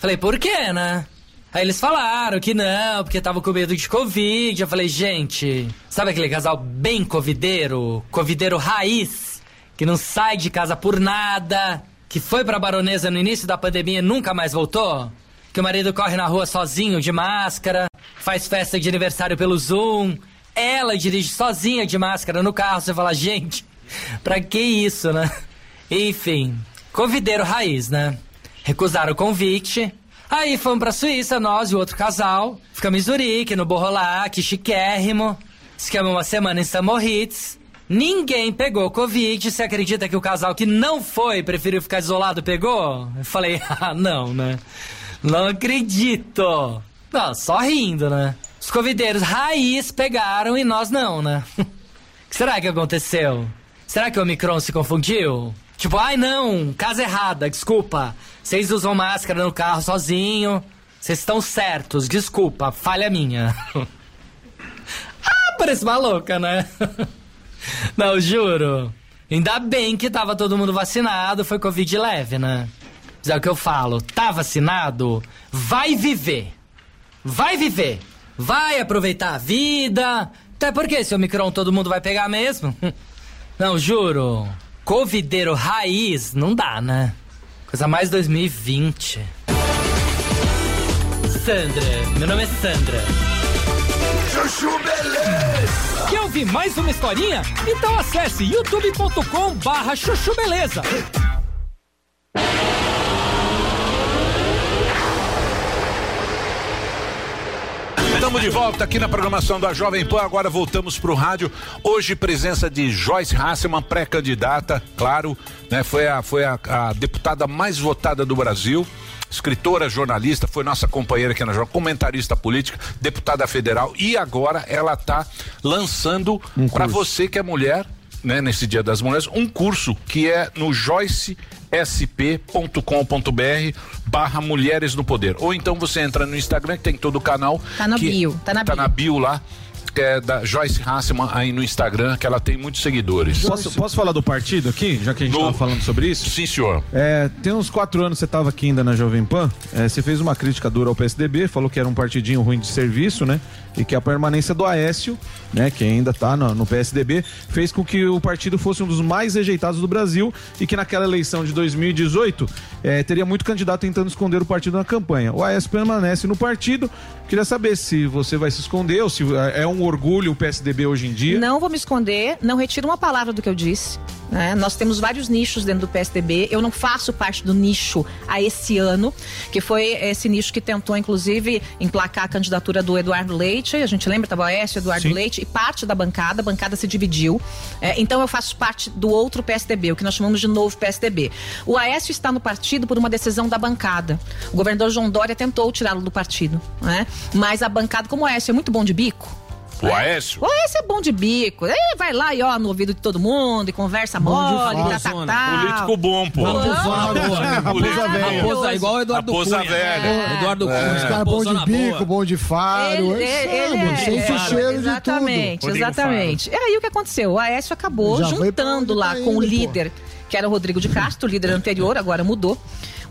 Speaker 21: Falei, por quê, né? Aí eles falaram que não, porque tava com medo de Covid. Eu falei, gente, sabe aquele casal bem covideiro? Covideiro raiz, que não sai de casa por nada, que foi pra baronesa no início da pandemia e nunca mais voltou? que o marido corre na rua sozinho, de máscara, faz festa de aniversário pelo Zoom. Ela dirige sozinha de máscara no carro. Você fala, gente, pra que isso, né? Enfim, convideiro raiz, né? Recusaram o convite. Aí fomos pra Suíça, nós e o outro casal. Ficamos em Zurique, no Borrolac, chiquérrimo. Ficamos uma semana em Samoritz. Ninguém pegou Covid. Você acredita que o casal que não foi, preferiu ficar isolado, pegou? Eu falei, ah, não, né? Não acredito. Não, só rindo, né? Os covideiros raiz pegaram e nós não, né? O que será que aconteceu? Será que o Omicron se confundiu? Tipo, ai não, casa errada, desculpa. Vocês usam máscara no carro sozinho. Vocês estão certos, desculpa, falha minha. ah, parece maluca, né? Não, juro. Ainda bem que tava todo mundo vacinado, foi Covid leve, né? Mas é o que eu falo, tá vacinado, vai viver. Vai viver. Vai aproveitar a vida. Até porque se o Omicron todo mundo vai pegar mesmo. Não, juro. Covideiro raiz, não dá, né? Coisa mais 2020. Sandra, meu nome é Sandra.
Speaker 22: Chuchu Beleza.
Speaker 21: Quer ouvir mais uma historinha? Então acesse youtube.com barra chuchu beleza.
Speaker 3: Estamos de volta aqui na programação da Jovem Pan. Agora voltamos para o rádio. Hoje, presença de Joyce Hasselman, pré-candidata, claro, né? Foi, a, foi a, a deputada mais votada do Brasil. Escritora, jornalista, foi nossa companheira aqui na Jovem, comentarista política, deputada federal e agora ela está lançando para você que é mulher, né, nesse Dia das Mulheres, um curso que é no joycesp.com.br barra Mulheres no Poder. Ou então você entra no Instagram, que tem todo o canal.
Speaker 19: Tá na
Speaker 3: que-
Speaker 19: bio, tá na
Speaker 3: Tá na bio lá, que é da Joyce Hasselman aí no Instagram, que ela tem muitos seguidores.
Speaker 4: Posso, posso falar do partido aqui, já que a gente estava falando sobre isso?
Speaker 3: Sim, senhor.
Speaker 4: É, tem uns quatro anos você estava aqui ainda na Jovem Pan. é, você fez uma crítica dura ao PSDB, falou que era um partidinho ruim de serviço, né? E que a permanência do Aécio, né, que ainda está no, no PSDB, fez com que o partido fosse um dos mais rejeitados do Brasil e que naquela eleição de 2018 é, teria muito candidato tentando esconder o partido na campanha. O Aécio permanece no partido. Queria saber se você vai se esconder ou se é um orgulho o PSDB hoje em dia.
Speaker 19: Não vou me esconder, não retiro uma palavra do que eu disse. né? Nós temos vários nichos dentro do PSDB. Eu não faço parte do nicho a esse ano, que foi esse nicho que tentou, inclusive, emplacar a candidatura do Eduardo Leite. A gente lembra, estava Oeste, Eduardo
Speaker 1: Sim.
Speaker 19: Leite, e parte da bancada. A bancada se dividiu. É, então eu faço parte do outro PSDB, o que nós chamamos de novo PSDB. O Aécio está no partido por uma decisão da bancada. O governador João Dória tentou tirá-lo do partido. né? Mas a bancada, como o Aécio é muito bom de bico,
Speaker 3: O Aécio?
Speaker 19: Ô, esse é bom de bico. Ele vai lá e ó no ouvido de todo mundo e conversa mole, tá, tá, tá.
Speaker 3: Político bom, pô. Raposa
Speaker 6: velha.
Speaker 20: Raposa igual o Eduardo
Speaker 3: Raposa
Speaker 20: Cunha.
Speaker 3: velha.
Speaker 20: É. Eduardo Cunha.
Speaker 6: Os caras bom de bico, bom de faro.
Speaker 19: Ele-
Speaker 6: é,
Speaker 19: ele-
Speaker 6: sabe,
Speaker 19: ele
Speaker 6: sente
Speaker 19: é-
Speaker 6: o cheiro de tudo.
Speaker 19: Exatamente, exatamente. E aí o que aconteceu? O Aécio acabou
Speaker 6: Já foi pra tá
Speaker 19: juntando lá com o líder, que era o Rodrigo de Castro, o líder anterior, agora mudou.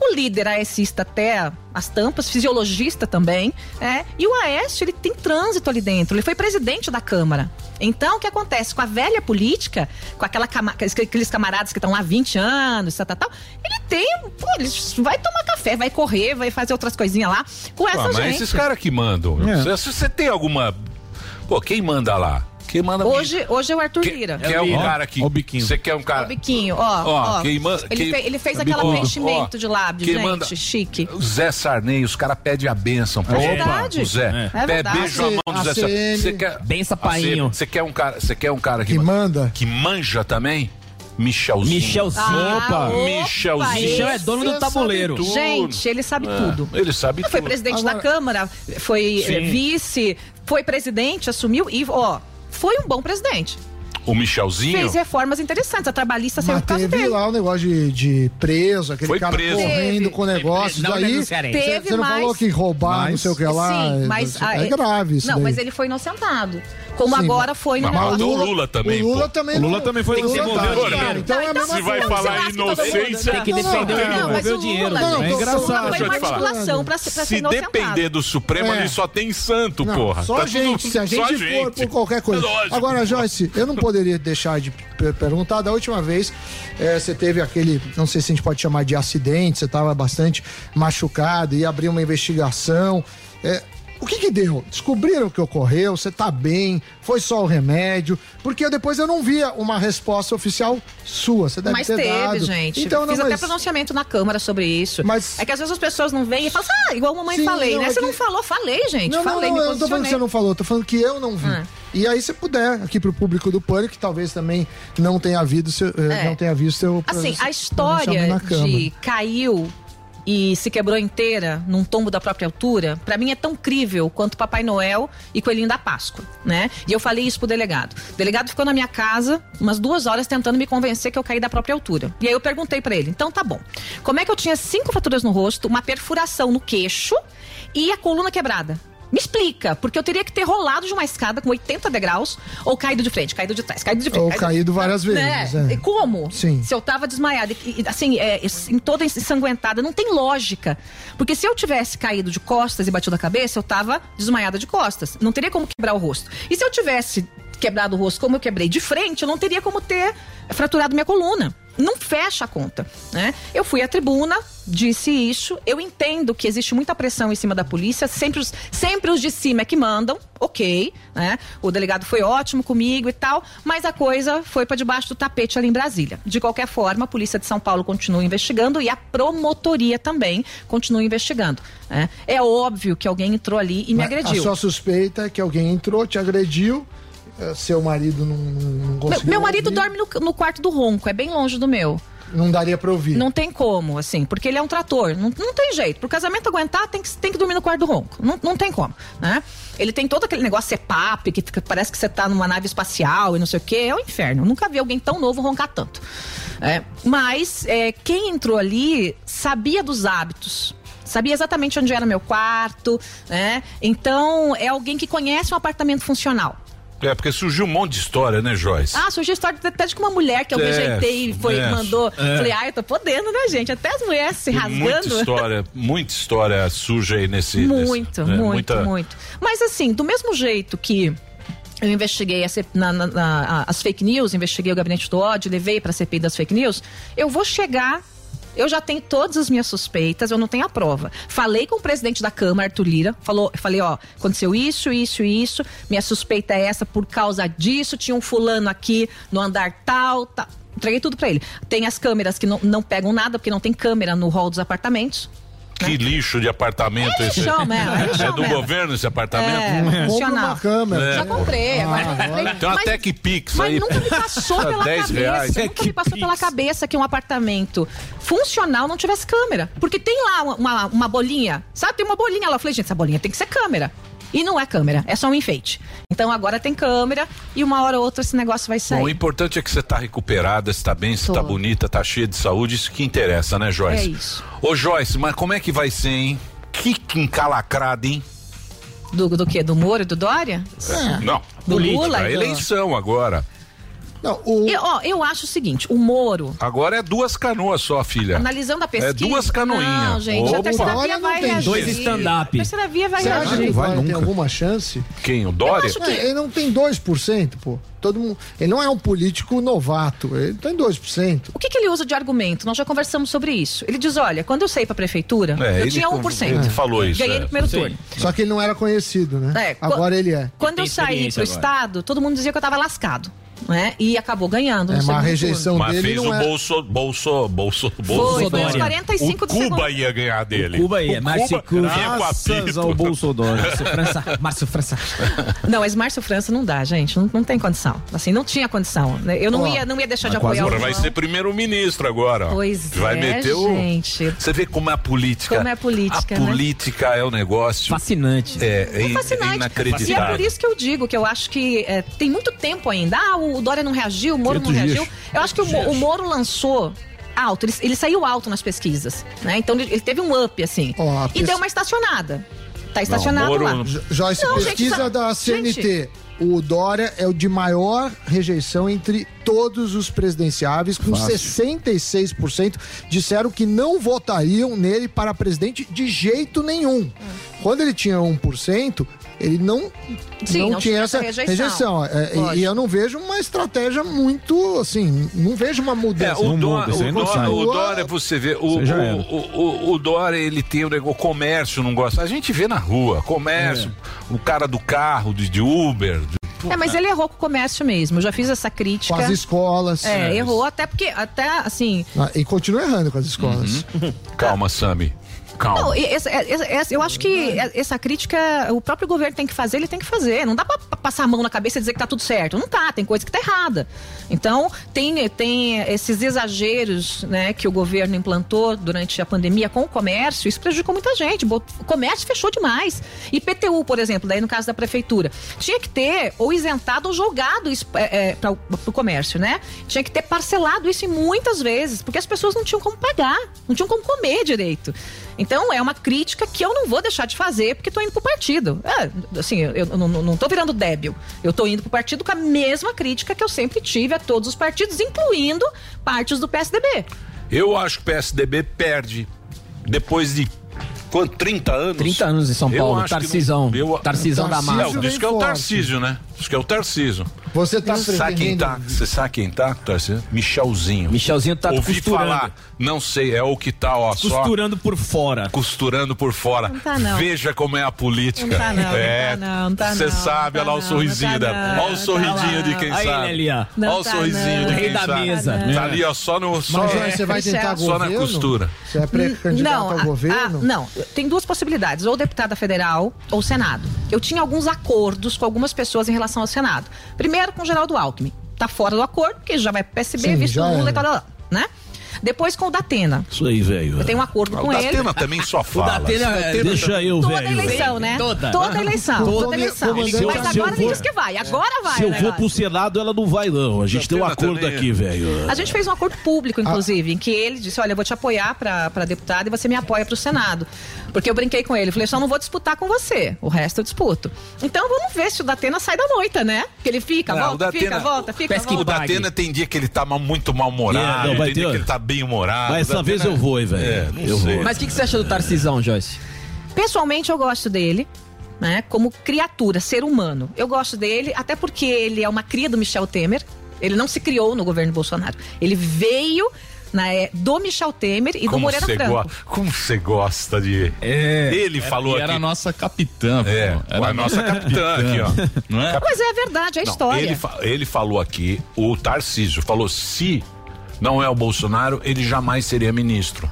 Speaker 19: O líder aécista até as tampas, fisiologista também, é. E o Aécio, ele tem trânsito ali dentro, ele foi presidente da Câmara. Então, o que acontece com a velha política, com aquela cama- aqueles camaradas que estão lá há 20 anos, tal, tal, tal, ele tem, um, pô, ele vai tomar café, vai correr, vai fazer outras coisinhas lá com essa
Speaker 3: Ah, mas
Speaker 19: gente.
Speaker 3: esses caras que mandam.
Speaker 4: É.
Speaker 3: Se- Se você tem alguma. Pô, quem manda lá? Quem manda
Speaker 19: Hoje, hoje é o Arthur Lira.
Speaker 3: Quer é um cara que. Você quer um cara.
Speaker 19: Ó, biquinho, ó.
Speaker 3: Ó,
Speaker 19: ó.
Speaker 3: quem man-
Speaker 19: ele,
Speaker 3: quem-
Speaker 19: fe- ele fez
Speaker 3: Ó,
Speaker 19: aquele
Speaker 3: biquinho.
Speaker 19: preenchimento
Speaker 3: Ó,
Speaker 19: de lábio,
Speaker 3: quem
Speaker 19: gente.
Speaker 3: manda-
Speaker 19: Chique.
Speaker 3: O Zé Sarney, os caras pedem a benção.
Speaker 19: É verdade.
Speaker 3: O Zé.
Speaker 19: É
Speaker 3: Pé,
Speaker 19: verdade.
Speaker 3: beijo a mão do Zé Sarney.
Speaker 19: ACM.
Speaker 3: Você quer...
Speaker 20: Bença,
Speaker 3: painho. Você quer um cara, você quer um cara que, manda. Que manja também? Michelzinho.
Speaker 20: Michelzinho. Ah, opa.
Speaker 3: Michelzinho.
Speaker 19: Michel é dono do
Speaker 3: Ele
Speaker 19: tabuleiro.
Speaker 3: sabe tudo.
Speaker 19: Gente, ele sabe
Speaker 3: É,
Speaker 19: tudo.
Speaker 3: Ele sabe
Speaker 19: Foi
Speaker 3: tudo.
Speaker 19: presidente da Câmara, foi
Speaker 3: Sim.
Speaker 19: eh, vice, foi presidente, assumiu e, ó, foi um bom presidente.
Speaker 3: O Michelzinho.
Speaker 19: Fez reformas interessantes. A trabalhista saiu
Speaker 6: Mas
Speaker 19: por causa
Speaker 6: teve
Speaker 19: dele.
Speaker 6: lá o negócio de, de preso, aquele
Speaker 3: Foi
Speaker 6: cara
Speaker 3: preso.
Speaker 6: correndo
Speaker 19: Teve.
Speaker 6: com negócios.
Speaker 19: Não
Speaker 6: Daí,
Speaker 19: denunciarei.
Speaker 6: você,
Speaker 19: Teve,
Speaker 6: você não
Speaker 19: mas-
Speaker 6: falou que roubar, não sei o que lá.
Speaker 19: Sim,
Speaker 6: é-
Speaker 19: mas
Speaker 6: é,
Speaker 19: ah,
Speaker 6: grave isso
Speaker 19: Não,
Speaker 6: daí.
Speaker 19: mas ele foi inocentado. Como
Speaker 6: Sim,
Speaker 19: agora foi no
Speaker 6: mas
Speaker 19: negócio.
Speaker 6: o Lula- O Lula também, o Lula pô. também O Lula não- também foi tem que inocentado. devolver o dinheiro. Cara, então é a mesma
Speaker 3: Se vai
Speaker 6: coisa.
Speaker 3: falar
Speaker 6: Você lasca todo mundo.
Speaker 3: inocência,
Speaker 6: Tem que defender
Speaker 3: não,
Speaker 6: o Lula.
Speaker 3: não, mas
Speaker 6: Devolver o
Speaker 3: Lula,
Speaker 6: dinheiro,
Speaker 3: não,
Speaker 6: né? É
Speaker 3: não,
Speaker 6: engraçado.
Speaker 3: Lula
Speaker 6: Foi
Speaker 3: Deixa eu
Speaker 6: uma
Speaker 3: te falar.
Speaker 6: articulação pra ser- pra ser
Speaker 3: Se
Speaker 6: inocentado.
Speaker 3: depender do Supremo,
Speaker 6: É.
Speaker 3: ali só tem santo,
Speaker 6: Não,
Speaker 3: porra.
Speaker 6: Só
Speaker 3: Tá
Speaker 6: a gente,
Speaker 3: tudo-
Speaker 6: se a gente
Speaker 3: só
Speaker 6: for por qualquer coisa.
Speaker 3: É lógico.
Speaker 6: Agora, Joyce, eu não poderia deixar de per- perguntar. Da última vez, eh, você teve aquele, não sei se a gente pode chamar de acidente, você estava bastante machucado e abriu uma investigação. Eh, o que que deu? Descobriram o que ocorreu? Você tá bem? Foi só o remédio? Porque eu- depois eu não via uma resposta oficial sua. Você deve
Speaker 19: mas
Speaker 6: ter
Speaker 19: teve,
Speaker 6: dado.
Speaker 19: gente.
Speaker 6: Então,
Speaker 19: Fiz
Speaker 6: não,
Speaker 19: até
Speaker 6: mas-
Speaker 19: pronunciamento na Câmara sobre isso. É que às vezes as pessoas não veem e falam, ah, igual a mamãe
Speaker 6: Sim,
Speaker 19: falei,
Speaker 6: não,
Speaker 19: né?
Speaker 6: é
Speaker 19: Você
Speaker 6: que-
Speaker 19: não falou, falei, gente.
Speaker 6: Não,
Speaker 19: falei,
Speaker 6: não,
Speaker 19: me
Speaker 6: não, eu não tô falando que
Speaker 19: posicionei.
Speaker 6: você não falou, eu tô falando que eu não vi.
Speaker 19: Ah.
Speaker 6: E aí, se puder, aqui pro público do Pânico, que talvez também não tenha, havido seu, eh,
Speaker 19: É.
Speaker 6: não tenha visto seu.
Speaker 19: Assim,
Speaker 6: seu-
Speaker 19: a história
Speaker 6: tá na Câmara.
Speaker 19: de caiu e se quebrou inteira num tombo da própria altura, pra mim é tão crível quanto Papai Noel e Coelhinho da Páscoa, né? E eu falei isso pro delegado. O delegado ficou na minha casa umas duas horas tentando me convencer que eu caí da própria altura. E aí eu perguntei pra ele, então tá bom. Como é que eu tinha cinco fraturas no rosto, uma perfuração no queixo e a coluna quebrada? Me explica, porque eu teria que ter rolado de uma escada com 80 degraus ou caído de frente, caído de trás, caído de frente.
Speaker 6: Ou
Speaker 19: caído de-
Speaker 6: caído várias
Speaker 19: Né?
Speaker 6: vezes, é.
Speaker 19: E como?
Speaker 6: Sim.
Speaker 19: Se eu tava desmaiada, e, e, assim, é, em toda ensanguentada, não tem lógica. Porque se eu tivesse caído de costas e batido a cabeça, eu tava desmaiada de costas. Não teria como quebrar o rosto. E se eu tivesse quebrado o rosto como eu quebrei de frente, eu não teria como ter fraturado minha coluna. Não fecha a conta, né? Eu fui à tribuna, disse isso. Eu entendo que existe muita pressão em cima da polícia, sempre os, sempre os de cima é que mandam, ok, né? O delegado foi ótimo comigo e tal, mas a coisa foi para debaixo do tapete ali em Brasília. De qualquer forma, a polícia de São Paulo continua investigando e a promotoria também continua investigando. né? É óbvio que alguém entrou ali e me
Speaker 6: Mas
Speaker 19: agrediu.
Speaker 6: A sua suspeita é que alguém entrou, te agrediu, eh, seu marido não, não, não
Speaker 19: Meu,
Speaker 6: conseguiu.
Speaker 19: meu marido
Speaker 6: ouvir,
Speaker 19: dorme no, no quarto do ronco, é bem longe do meu.
Speaker 6: Não daria pra ouvir.
Speaker 19: Não tem como, assim, porque ele é um trator. Não, não tem jeito. Pro casamento aguentar, tem que, tem que dormir no quarto do ronco. Não, não tem como, né? Ele tem todo aquele negócio CEPAP, que fica- parece que você tá numa nave espacial e não sei o quê. É um inferno. Nunca vi alguém tão novo roncar tanto. É, mas é, quem entrou ali sabia dos hábitos. Sabia exatamente onde era meu quarto, né? Então, é alguém que conhece um apartamento funcional.
Speaker 3: É, porque surgiu um monte de história, né, Joyce?
Speaker 19: Ah, surgiu a história até de que uma mulher que eu
Speaker 3: É,
Speaker 19: rejeitei foi,
Speaker 3: é,
Speaker 19: mandou.
Speaker 3: é.
Speaker 19: Falei, ah, eu tô podendo, né, gente? Até as mulheres se
Speaker 3: Tem Muita
Speaker 19: rasgando.
Speaker 3: história, muita história suja aí nesse.
Speaker 19: Muito,
Speaker 3: nesse- né,
Speaker 19: muito,
Speaker 3: muita-
Speaker 19: muito. Mas assim, do mesmo jeito que eu investiguei a C- na- na- na- as fake news, investiguei o gabinete do ódio, levei para a CPI das fake news, eu vou chegar. Eu já tenho todas as minhas suspeitas, eu não tenho a prova. Falei com o presidente da Câmara, Arthur Lira, falou, falei, ó, aconteceu isso, isso e isso, minha suspeita é essa por causa disso, tinha um fulano aqui no andar tal, tal. Entreguei tudo para ele. Tem as câmeras que não, não pegam nada, porque não tem câmera no hall dos apartamentos.
Speaker 3: Que lixo de apartamento
Speaker 19: É
Speaker 3: esse.
Speaker 19: lixão mesmo, é lixão
Speaker 3: do
Speaker 19: mesmo.
Speaker 3: governo esse apartamento? É.
Speaker 19: É, Compra funcional. uma
Speaker 6: câmera.
Speaker 19: Já comprei, agora já comprei.
Speaker 3: Tem uma
Speaker 19: Mas-
Speaker 3: TechPix
Speaker 19: Mas
Speaker 3: aí.
Speaker 19: nunca me passou
Speaker 3: Só
Speaker 19: pela
Speaker 3: 10
Speaker 19: cabeça.
Speaker 3: reais. É
Speaker 19: Nunca me passou pela cabeça que um apartamento funcional não tivesse câmera. Porque tem lá uma, uma, uma bolinha, sabe? Tem uma bolinha lá. Eu falei, gente, essa bolinha tem que ser câmera. E não é câmera, é só um enfeite. Então agora tem câmera e uma hora ou outra esse negócio vai
Speaker 3: Bom, o
Speaker 19: sair.
Speaker 3: importante é que você tá recuperada, você tá bem, você
Speaker 19: Tô.
Speaker 3: tá bonita, tá cheia de saúde, isso que interessa, né, Joyce?
Speaker 19: É isso.
Speaker 3: Ô, Joyce, mas como é que vai ser, hein? Que encalacrada, hein?
Speaker 19: Do, do quê? Do Moro e do Dória?
Speaker 3: Não,
Speaker 19: Ah, Do
Speaker 3: política,
Speaker 19: Lula então. e do-
Speaker 3: eleição agora.
Speaker 19: Eu, ó, eu acho o seguinte, o Moro...
Speaker 3: Agora é duas canoas só, filha.
Speaker 19: Analisando a pesquisa.
Speaker 3: É duas canoinhas.
Speaker 19: Não, gente, a
Speaker 3: Opa.
Speaker 19: terceira via vai reagir. A terceira via vai
Speaker 6: Você acha
Speaker 19: reagir.
Speaker 6: que vai ter
Speaker 3: nunca.
Speaker 6: alguma chance?
Speaker 3: Quem? O Dória?
Speaker 6: Não, Ele não tem 2%, pô. Todo mundo, ele não é um político novato, ele tem 2%.
Speaker 19: O que, que ele usa de argumento? Nós já conversamos sobre isso. Ele diz: olha, quando eu saí pra prefeitura,
Speaker 6: É,
Speaker 19: eu
Speaker 6: ele
Speaker 19: tinha 1%.
Speaker 6: ele falou isso,
Speaker 19: Ganhei
Speaker 6: é.
Speaker 19: no primeiro
Speaker 6: Sim.
Speaker 19: turno.
Speaker 6: Só que ele não era conhecido, né?
Speaker 19: É, quan-
Speaker 6: Agora ele é.
Speaker 19: Quando eu saí pro
Speaker 6: experiência agora.
Speaker 19: Estado, todo mundo dizia que eu tava lascado. Né? E acabou ganhando.
Speaker 6: É,
Speaker 19: no
Speaker 6: mas a
Speaker 19: segundo
Speaker 6: rejeição
Speaker 19: turno.
Speaker 3: Mas
Speaker 6: dele
Speaker 3: fez
Speaker 6: não
Speaker 3: o
Speaker 6: é-
Speaker 3: bolso, bolso, bolso,
Speaker 19: foi
Speaker 3: bolso.
Speaker 19: uns 45
Speaker 3: o
Speaker 19: do segundo.
Speaker 3: Cuba ia ganhar dele.
Speaker 20: O Cuba ia, Márcio Cuba.
Speaker 3: vinha com a
Speaker 20: Graças
Speaker 3: pipa.
Speaker 20: ao Bolsonaro. Márcio França, Márcio França.
Speaker 19: Não, mas Márcio França não dá, gente. Não, não tem condição. Assim, não tinha condição. né? Eu não,
Speaker 3: Ó,
Speaker 19: ia, não ia deixar de
Speaker 20: Tá
Speaker 3: Quase
Speaker 19: apoiar o
Speaker 3: agora vai
Speaker 19: João.
Speaker 3: ser primeiro-ministro agora. ó.
Speaker 19: Pois
Speaker 3: vai
Speaker 19: é,
Speaker 3: meter o...
Speaker 19: gente.
Speaker 3: Você vê como é a política.
Speaker 19: Como é a política, né?
Speaker 3: política é um negócio... Fascinante. É, é, in-
Speaker 19: Fascinante.
Speaker 3: é
Speaker 19: E é por
Speaker 3: inacreditável.
Speaker 19: isso que eu digo que eu acho que é, tem muito tempo ainda. Ah, o Dória não reagiu, o Moro não
Speaker 3: 500
Speaker 19: reagiu.
Speaker 3: dias.
Speaker 19: Eu acho que o, Mo- o Moro lançou alto, ele, ele saiu alto nas pesquisas, né? Então ele, ele teve um up, assim. e
Speaker 6: pes-
Speaker 19: deu uma estacionada. Tá estacionado lá.
Speaker 6: Jo- Joyce,
Speaker 19: Não, gente,
Speaker 6: pesquisa
Speaker 19: sa-
Speaker 6: da CNT.
Speaker 19: Gente,
Speaker 6: O Dória é o de maior rejeição entre todos os presidenciáveis, com
Speaker 1: Fácil.
Speaker 6: 66% disseram que não votariam nele para presidente de jeito nenhum. Quando ele tinha 1%, ele não,
Speaker 1: Sim,
Speaker 6: não,
Speaker 1: não
Speaker 6: tinha
Speaker 1: tinha
Speaker 6: essa
Speaker 1: essa
Speaker 6: rejeição.
Speaker 1: rejeição.
Speaker 6: É, e-
Speaker 1: Lógico.
Speaker 6: e, eu não vejo uma estratégia muito, assim, não vejo uma
Speaker 3: É,
Speaker 6: mudança. assim.
Speaker 3: o, Dória, o, Dória, o
Speaker 6: Continua-
Speaker 3: Dória, você vê, o,
Speaker 6: Você já
Speaker 3: o-
Speaker 6: era.
Speaker 3: o- o- o Dória, ele tem o negócio, o comércio não gosta. A gente vê na rua, comércio,
Speaker 6: É.
Speaker 3: o cara do carro, de, de Uber. de-
Speaker 19: É, mas ele errou com o comércio mesmo. Eu já fiz essa crítica.
Speaker 6: Com as escolas.
Speaker 19: É,
Speaker 3: É,
Speaker 19: errou até porque, até assim.
Speaker 6: Ah, E continua errando com as escolas.
Speaker 3: Uhum. Calma, Sami, calma.
Speaker 19: Não, e essa- é, essa- essa- eu acho que essa crítica o próprio governo tem que fazer, ele tem que fazer. Não dá pra pra passar a mão na cabeça e dizer que tá tudo certo. Não tá, tem coisa que tá errada. Então, tem, tem esses exageros né, que o governo implantou durante a pandemia com o comércio, isso prejudicou muita gente. Bot- O comércio fechou demais. IPTU, por exemplo, daí no caso da prefeitura, tinha que ter ou isentado ou jogado isso para o comércio, né? Tinha que ter parcelado isso em muitas vezes, porque as pessoas não tinham como pagar, não tinham como comer direito. Então é uma crítica que eu não vou deixar de fazer porque tô indo pro partido. É, assim, eu, eu não, não não tô virando débil. Eu tô indo pro partido com a mesma crítica que eu sempre tive a todos os partidos, incluindo partes do PSDB.
Speaker 3: Eu acho que o PSDB perde depois de quanto? 30 anos?
Speaker 20: 30 anos em São
Speaker 3: Eu
Speaker 20: Paulo,
Speaker 3: acho que não-
Speaker 20: Tarcisão. Tarcisão da
Speaker 3: Tarcísio,
Speaker 20: massa.
Speaker 3: Diz que é o Tarcísio, né? Diz que é o Tarcísio.
Speaker 6: Você
Speaker 20: tá
Speaker 3: sabe quem
Speaker 20: pretendendo-
Speaker 3: tá? Você sabe quem tá, Tarcísio? Michelzinho.
Speaker 20: Michelzinho tá
Speaker 3: Ouvi
Speaker 20: costurando.
Speaker 3: falar, não sei, é o que tá, ó,
Speaker 20: Costurando por fora.
Speaker 3: Costurando por fora.
Speaker 19: Não tá, não.
Speaker 3: Veja como é a política.
Speaker 19: Não tá, não, não
Speaker 3: é,
Speaker 19: tá, não, não tá,
Speaker 3: Você
Speaker 19: não, tá,
Speaker 3: sabe, olha lá o sorrisinho da. Olha o sorridinho de quem
Speaker 20: Aí ele
Speaker 3: sabe.
Speaker 20: ali, ó.
Speaker 3: Olha
Speaker 20: Não
Speaker 3: o
Speaker 20: tá,
Speaker 3: sorrisinho
Speaker 20: não.
Speaker 3: de
Speaker 20: O rei
Speaker 3: quem
Speaker 20: da
Speaker 3: sabe.
Speaker 20: mesa.
Speaker 3: Tá ali, ó, só no. Só, é
Speaker 6: Mas olha, você vai tentar
Speaker 3: só na
Speaker 6: governo?
Speaker 3: costura.
Speaker 6: Você é pré-candidato ao
Speaker 19: é a-
Speaker 6: governo?
Speaker 19: a- não, tem duas possibilidades, ou deputada federal ou Senado. Eu tinha alguns acordos com algumas pessoas em relação ao Senado. Primeiro com o Geraldo Alckmin. Tá fora do acordo, porque já vai pro PSB,
Speaker 14: Sim,
Speaker 19: visto
Speaker 14: já
Speaker 19: o Lula
Speaker 14: era.
Speaker 19: e tal, tal, tal, né? Depois com o Datena.
Speaker 14: Isso aí, velho.
Speaker 19: Eu tenho um acordo
Speaker 3: Ah,
Speaker 19: com
Speaker 3: o
Speaker 19: ele.
Speaker 3: Datena também só fala.
Speaker 19: Datena,
Speaker 3: O Datena
Speaker 14: é, Deixa eu,
Speaker 19: Toda
Speaker 14: velho.
Speaker 19: eleição, né?
Speaker 14: Toda.
Speaker 19: eleição,
Speaker 14: Todo-
Speaker 19: toda eleição.
Speaker 14: comandante- Se eu-
Speaker 19: Mas
Speaker 14: se eu
Speaker 19: agora ele
Speaker 14: for-
Speaker 19: diz que vai, agora vai.
Speaker 14: Se eu
Speaker 19: né?
Speaker 14: for pro selado, ela não vai, não. A gente tem um acordo aqui, velho.
Speaker 19: A gente fez um acordo público, inclusive, em que ele disse: Olha, eu vou te apoiar para deputado e você me apoia para o Senado. Porque eu brinquei com ele. Falei: Só não vou disputar com você. O resto eu disputo. Então vamos ver se o Datena sai da moita, né? Porque ele fica,
Speaker 3: Não, Ah, o
Speaker 19: volta, fica,
Speaker 3: Datena-
Speaker 19: volta, fica,
Speaker 3: O
Speaker 19: volta.
Speaker 3: Datena tem dia que ele tá ma- muito mal-humorado,
Speaker 20: É, não, vai
Speaker 3: tem dia
Speaker 20: ter-
Speaker 3: que ele tá bem-humorado.
Speaker 20: Mas
Speaker 3: O
Speaker 20: essa vez
Speaker 3: Datena-
Speaker 20: eu vou, hein,
Speaker 3: É,
Speaker 20: velho.
Speaker 3: não
Speaker 20: Eu
Speaker 3: sei.
Speaker 20: vou.
Speaker 19: Mas o que que você
Speaker 20: acha do Tarcisão, Joyce?
Speaker 19: Pessoalmente, eu gosto dele. Né, como criatura, ser humano. Eu gosto dele, até porque ele é uma cria do Michel Temer. Ele não se criou no governo Bolsonaro. Ele veio né, do Michel Temer e do
Speaker 3: Como
Speaker 19: Moreno
Speaker 3: você
Speaker 19: Franco.
Speaker 3: go- Como você gosta Tá de. Ele
Speaker 7: É, Era-
Speaker 3: falou
Speaker 7: e era
Speaker 3: aqui.
Speaker 7: a nossa capitã,
Speaker 3: É,
Speaker 7: pô. Era
Speaker 3: a nossa capitã aqui, ó. Não é?
Speaker 19: Mas é verdade, é
Speaker 3: Não,
Speaker 19: história.
Speaker 3: Ele, fa- ele falou aqui, o Tarcísio falou: se não é o Bolsonaro, ele jamais seria ministro.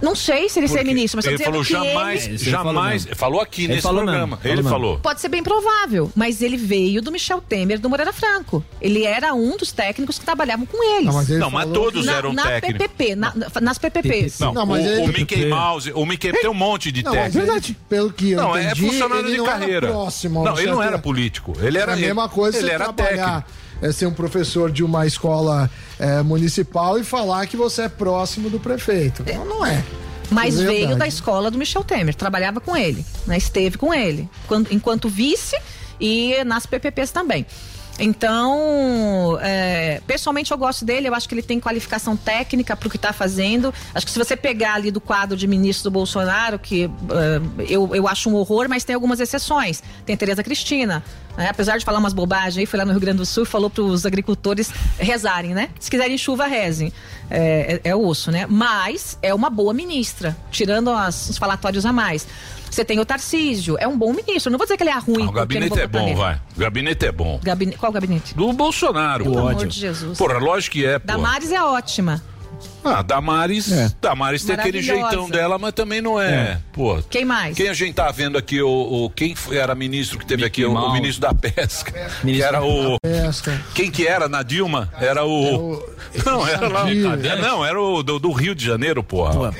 Speaker 19: Não sei se ele seria ministro, mas eu
Speaker 3: ele
Speaker 19: tô dizendo
Speaker 3: falou
Speaker 19: que
Speaker 20: É,
Speaker 3: jamais,
Speaker 19: ele...
Speaker 3: jamais. Falou, aqui nesse programa. ele falou.
Speaker 19: Pode ser bem provável, mas ele veio do Michel Temer do Moreira Franco. Ele era um dos técnicos que trabalhavam com eles.
Speaker 3: Não, mas ele Não, mas falou todos que-
Speaker 19: na,
Speaker 3: eram
Speaker 19: na
Speaker 3: técnicos.
Speaker 19: PPP, na- na- nas PPPs.
Speaker 3: Não, o, o Mickey Mouse, o Mickey tem um monte de
Speaker 19: Não,
Speaker 3: técnico.
Speaker 19: é verdade.
Speaker 6: Pelo que eu
Speaker 3: não,
Speaker 6: entendi,
Speaker 3: é funcionário
Speaker 6: ele
Speaker 3: de
Speaker 6: não era
Speaker 3: carreira.
Speaker 6: próximo ao
Speaker 3: não, ele não
Speaker 6: setor.
Speaker 3: era político. Ele era
Speaker 6: É a mesma coisa
Speaker 3: Ele
Speaker 6: você
Speaker 3: era técnico.
Speaker 6: trabalhar, é, ser um professor de uma escola é, municipal e falar que você é próximo do prefeito. Não, não é.
Speaker 19: Mas
Speaker 6: Verdade.
Speaker 19: veio da escola do Michel Temer, trabalhava com ele, né? esteve com ele, quando- enquanto vice e nas PPPs também. Então, é, pessoalmente eu gosto dele, eu acho que ele tem qualificação técnica para o que está fazendo. Acho que se você pegar ali do quadro de ministro do Bolsonaro, que é, eu, eu acho um horror, mas tem algumas exceções. Tem a Tereza Cristina, né? apesar de falar umas bobagens, aí foi lá no Rio Grande do Sul e falou para os agricultores rezarem, né? Se quiserem chuva, rezem. É, é, é osso, né? Mas é uma boa ministra, tirando as- os falatórios a mais. Você tem o Tarcísio, é um bom ministro. Não vou dizer que ele é ruim.
Speaker 3: Ah, o
Speaker 19: porque eu não
Speaker 3: gabinete
Speaker 19: vou
Speaker 3: é
Speaker 19: votar
Speaker 3: bom,
Speaker 19: nele.
Speaker 3: vai. O gabinete é bom.
Speaker 19: Gabine- Qual gabinete?
Speaker 3: Do Bolsonaro,
Speaker 19: Pelo
Speaker 3: pô.
Speaker 19: amor de Jesus.
Speaker 3: Porra, lógico que é, pô.
Speaker 19: Damares é ótima.
Speaker 3: Ah, Damares,
Speaker 6: É.
Speaker 3: Damares tem aquele
Speaker 19: Maravilhosa.
Speaker 3: jeitão dela, mas também não é.
Speaker 19: É.
Speaker 3: Pô.
Speaker 19: Quem mais?
Speaker 3: Quem a gente tá vendo aqui, o, o- quem foi- era ministro que teve aqui, o, o
Speaker 6: Mouse.
Speaker 3: ministro da pesca. Que era o.
Speaker 19: É,
Speaker 3: Quem que era na Dilma? Era o. Não, era lá.
Speaker 6: Sadia.
Speaker 3: é, Não, era o do, do Rio de Janeiro, porra.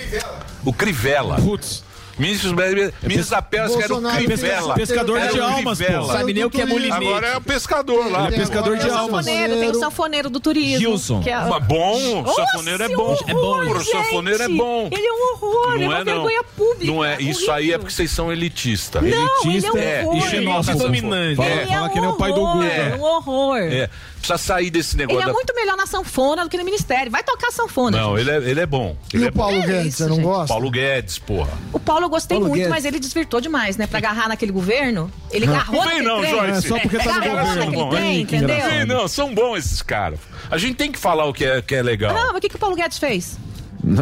Speaker 3: O Crivella. Putz. Ministro, ministro da pesca era o
Speaker 6: É Bolsonaro tem
Speaker 3: Crivella.
Speaker 6: esse pescador
Speaker 3: Era
Speaker 6: de
Speaker 3: o
Speaker 6: almas, pô.
Speaker 3: Crivella.
Speaker 6: Sabe nem o que é bulimia.
Speaker 3: Agora é o pescador lá.
Speaker 6: Ele é pescador
Speaker 19: Tem o sanfoneiro, tem o sanfoneiro do turismo.
Speaker 3: Gilson.
Speaker 19: que é-
Speaker 3: Mas bom, o sanfoneiro é bom.
Speaker 19: Nossa,
Speaker 3: É bom,
Speaker 19: horror,
Speaker 3: o sanfoneiro é
Speaker 19: gente.
Speaker 3: bom.
Speaker 19: Ele é um horror, é uma vergonha pública.
Speaker 3: Não é, isso aí é porque vocês são elitistas.
Speaker 19: Não, ele é um Elitista horror.
Speaker 3: e
Speaker 19: e xenófobo.
Speaker 3: é dominante.
Speaker 19: Ele é um horror, é um horror.
Speaker 3: É, é. precisa sair desse negócio.
Speaker 19: Ele é
Speaker 3: da-
Speaker 19: muito melhor na sanfona do que no ministério. Vai tocar sanfona.
Speaker 3: Não,
Speaker 19: gente.
Speaker 3: ele é, ele é bom.
Speaker 6: E
Speaker 3: Ele é
Speaker 6: o Paulo
Speaker 3: bom.
Speaker 6: Guedes, você não gosta?
Speaker 3: Paulo Guedes, porra.
Speaker 19: O Paulo falou, gostei
Speaker 4: Paulo
Speaker 19: muito,
Speaker 4: Guedes.
Speaker 19: mas ele desvirtou demais, né? Pra agarrar naquele governo, ele agarrou
Speaker 3: Não É vem
Speaker 19: naquele
Speaker 3: não,
Speaker 19: trem.
Speaker 6: É
Speaker 3: Joyce.
Speaker 6: tá
Speaker 19: Agarrou naquele trem, entendeu?
Speaker 3: Não é vem não, são bons esses caras. A gente tem que falar o que é, que é legal.
Speaker 19: Não, mas o que, que o Paulo Guedes fez?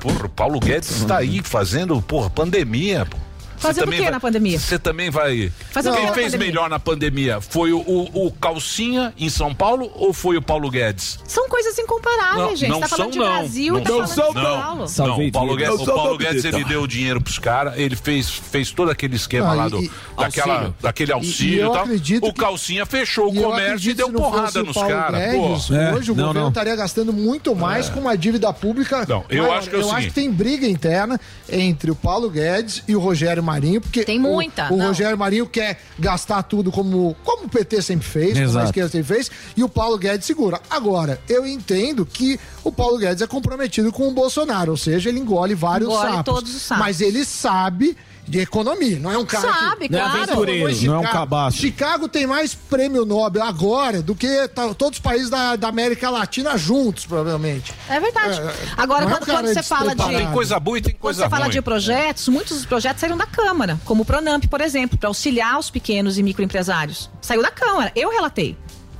Speaker 3: Porra, o Paulo Guedes está aí fazendo, porra, pandemia. pô. Você
Speaker 19: Fazendo o
Speaker 3: também
Speaker 19: quê
Speaker 3: vai-
Speaker 19: na pandemia?
Speaker 3: Você também vai.
Speaker 19: Fazer o quê
Speaker 3: Quem
Speaker 19: na
Speaker 3: fez
Speaker 19: pandemia?
Speaker 3: melhor na pandemia? Foi o, o- o Calcinha em São Paulo ou foi o Paulo Guedes?
Speaker 19: São coisas incomparáveis, gente. tá falando de Brasil, tá falando de São Paulo.
Speaker 3: Não, o
Speaker 1: vidas.
Speaker 3: Paulo Guedes,
Speaker 1: Não
Speaker 3: o
Speaker 1: salva
Speaker 3: Paulo
Speaker 1: vidas.
Speaker 3: Guedes ele deu dinheiro pros caras, ele fez, fez todo aquele esquema
Speaker 6: Ah,
Speaker 3: lá
Speaker 6: e-
Speaker 3: do,
Speaker 6: e-
Speaker 3: daquela,
Speaker 6: auxílio.
Speaker 3: daquele
Speaker 6: E- e
Speaker 3: auxílio
Speaker 6: eu
Speaker 3: e, tal.
Speaker 6: acredito
Speaker 3: O Calcinha fechou o
Speaker 6: eu
Speaker 3: comércio e
Speaker 6: acredito
Speaker 3: deu
Speaker 6: que se não fosse
Speaker 3: porrada
Speaker 6: o
Speaker 3: nos
Speaker 6: Paulo
Speaker 3: caras.
Speaker 6: Guedes,
Speaker 3: pô.
Speaker 6: Hoje o governo estaria gastando muito mais com uma dívida pública.
Speaker 3: É. Não, eu
Speaker 6: maior.
Speaker 3: acho que é o
Speaker 6: eu acho
Speaker 3: seguinte.
Speaker 6: que tem briga interna entre o Paulo Guedes e o Rogério Marinho, porque tem
Speaker 19: muita,
Speaker 6: O,
Speaker 19: não.
Speaker 6: Rogério Marinho quer gastar tudo como como o PT sempre fez, como a
Speaker 8: Exato.
Speaker 6: esquerda sempre fez, e o Paulo Guedes segura. Agora, eu entendo que o Paulo Guedes é comprometido com o Bolsonaro, ou seja, ele engole vários
Speaker 19: Engole
Speaker 6: sapos.
Speaker 19: todos os sapos.
Speaker 6: Mas ele sabe de economia, não é um cara
Speaker 19: Sabe,
Speaker 6: que...
Speaker 19: Não é claro. aventureiro,
Speaker 6: Chicago-
Speaker 4: não é um cabaço.
Speaker 6: Chicago tem mais prêmio Nobel agora do que ta- todos os países da, da América Latina juntos, provavelmente.
Speaker 19: É verdade.
Speaker 6: É,
Speaker 19: Agora,
Speaker 6: não é um
Speaker 19: quando,
Speaker 6: cara
Speaker 19: quando você fala de.
Speaker 6: despreparado. Tem coisa
Speaker 3: boa e tem
Speaker 19: Quando você
Speaker 3: né?
Speaker 19: fala de projetos, muitos dos projetos saíram da Câmara, como o Pronamp, por exemplo, para auxiliar os pequenos e microempresários. Saiu da Câmara, eu relatei.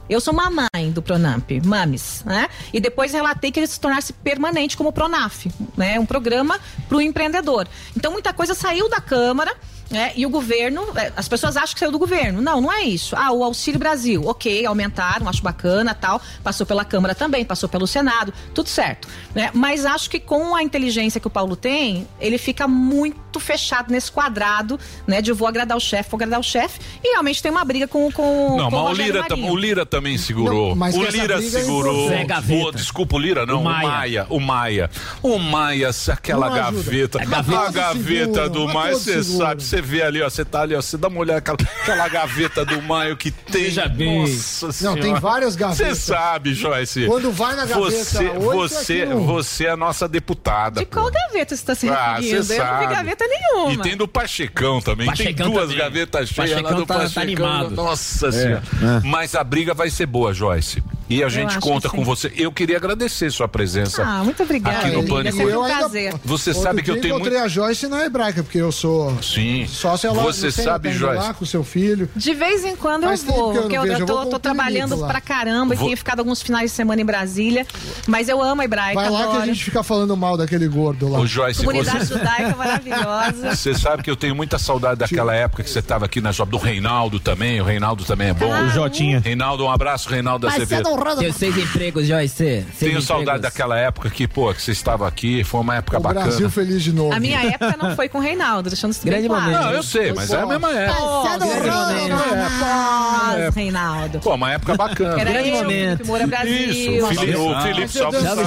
Speaker 19: Eu sou mamãe do Pronamp, mames, né? E depois relatei que ele se tornasse permanente como o Pronaf, né? Um programa para o empreendedor. Então muita coisa saiu da Câmara, né? E o governo, é, as pessoas acham que saiu do governo. Não, não é isso. Ah, o Auxílio Brasil, ok, aumentaram, acho bacana, tal. Passou pela Câmara também, passou pelo Senado, tudo certo, né? Mas acho que com a inteligência que o Paulo tem, ele fica muito fechado nesse quadrado, né? De vou agradar o chefe, vou agradar o chefe. E realmente tem uma briga com, com
Speaker 3: Não,
Speaker 19: com
Speaker 3: mas o
Speaker 19: Rogério
Speaker 3: Lira, tam-
Speaker 19: Marinho.
Speaker 3: o Lira também segurou.
Speaker 19: Não, mas
Speaker 3: o
Speaker 19: que essa
Speaker 3: Lira
Speaker 19: briga é
Speaker 3: segurou.
Speaker 19: importante. É,
Speaker 3: Pô, desculpa, o Lira não.
Speaker 19: O
Speaker 3: O
Speaker 19: Maia.
Speaker 3: Maia. O Maia. O Maia, se- aquela
Speaker 19: Não ajuda.
Speaker 3: gaveta.
Speaker 19: É gaveta.
Speaker 3: A gaveta
Speaker 19: Segura,
Speaker 3: do
Speaker 19: mas
Speaker 3: Maia,
Speaker 19: todos
Speaker 3: você
Speaker 19: seguram.
Speaker 3: sabe. Você vê ali, ó. Você tá ali, ó. Você dá uma olhada. Aquela, aquela gaveta do Maia que tem. Veja
Speaker 6: bem.
Speaker 3: Nossa
Speaker 6: Não,
Speaker 3: Senhora.
Speaker 6: tem várias gavetas.
Speaker 3: Você sabe, Joyce.
Speaker 6: Quando vai na gaveta é
Speaker 3: Você,
Speaker 6: oito,
Speaker 3: você,
Speaker 6: aquilo-
Speaker 3: você é a nossa deputada. De
Speaker 19: Qual gaveta você está se
Speaker 3: Ah,
Speaker 19: referindo?
Speaker 3: você
Speaker 19: eu não
Speaker 3: sabe.
Speaker 19: vi gaveta nenhuma.
Speaker 3: E tem do Pachecão também.
Speaker 19: Pachecão
Speaker 3: tem duas
Speaker 19: também.
Speaker 3: gavetas cheias lá
Speaker 19: Pachecão
Speaker 3: do
Speaker 19: tá- tá
Speaker 3: Pachecão.
Speaker 19: animado.
Speaker 3: Nossa
Speaker 19: É,
Speaker 3: senhora.
Speaker 6: né?
Speaker 3: Mas a briga vai ser boa, Joyce. E a
Speaker 19: Eu
Speaker 3: gente
Speaker 19: acho
Speaker 3: conta
Speaker 19: que
Speaker 3: com
Speaker 19: sim.
Speaker 3: você. Eu queria agradecer sua presença.
Speaker 19: Ah, muito obrigada.
Speaker 3: Aqui no
Speaker 19: querida,
Speaker 3: Pânico.
Speaker 19: foi um
Speaker 3: Eu ainda-
Speaker 19: prazer.
Speaker 3: Você
Speaker 6: Outro
Speaker 3: sabe que
Speaker 6: dia
Speaker 3: eu tenho
Speaker 6: encontrei
Speaker 3: muito.
Speaker 6: a Joyce na hebraica, porque eu sou
Speaker 3: Sim.
Speaker 6: sócio lá.
Speaker 3: Você
Speaker 6: não sei,
Speaker 3: sabe,
Speaker 6: tá indo
Speaker 3: Joyce?
Speaker 6: lá com seu filho.
Speaker 19: De vez em quando eu
Speaker 6: Faz tempo que
Speaker 19: vou,
Speaker 6: eu não
Speaker 19: porque eu,
Speaker 6: vejo,
Speaker 19: eu
Speaker 6: eu
Speaker 19: tô,
Speaker 6: vou com
Speaker 19: tô
Speaker 6: o
Speaker 19: trabalhando
Speaker 6: Pirulito lá.
Speaker 19: pra caramba
Speaker 3: Vou-
Speaker 19: e tenho ficado alguns finais de semana em Brasília. Mas eu amo a Hebraica.
Speaker 6: Vai lá que a
Speaker 19: É adoro.
Speaker 6: gente fica falando mal daquele gordo lá.
Speaker 3: Ô, Joyce,
Speaker 19: Comunidade
Speaker 3: você-
Speaker 19: judaica maravilhosa.
Speaker 3: Você sabe que eu tenho muita saudade daquela época que você estava aqui na job do Reinaldo também. O Reinaldo também é bom.
Speaker 20: Claro. O Jotinha.
Speaker 3: Reinaldo, um abraço, Reinaldo
Speaker 19: é
Speaker 3: Azevedo.
Speaker 20: Tenho seis empregos, Joyce. Seis
Speaker 3: Tenho
Speaker 20: empregos.
Speaker 3: saudade daquela época que, pô, que você estava aqui. Foi uma época bacana.
Speaker 6: Brasil feliz de novo.
Speaker 19: A minha época não foi com o Reinaldo, deixando isso bem
Speaker 3: Grande
Speaker 19: claro.
Speaker 3: momento. Não, eu sei, mas é a mesma época.
Speaker 19: Passado
Speaker 3: Grande
Speaker 6: né?
Speaker 19: Reinaldo,
Speaker 3: momento.
Speaker 19: Reinaldo.
Speaker 3: É.
Speaker 19: Reinaldo.
Speaker 3: Pô, uma época bacana.
Speaker 19: Era eu, Felipe Moura Brasil.
Speaker 3: Isso, o Felipe, o Felipe salve, salve.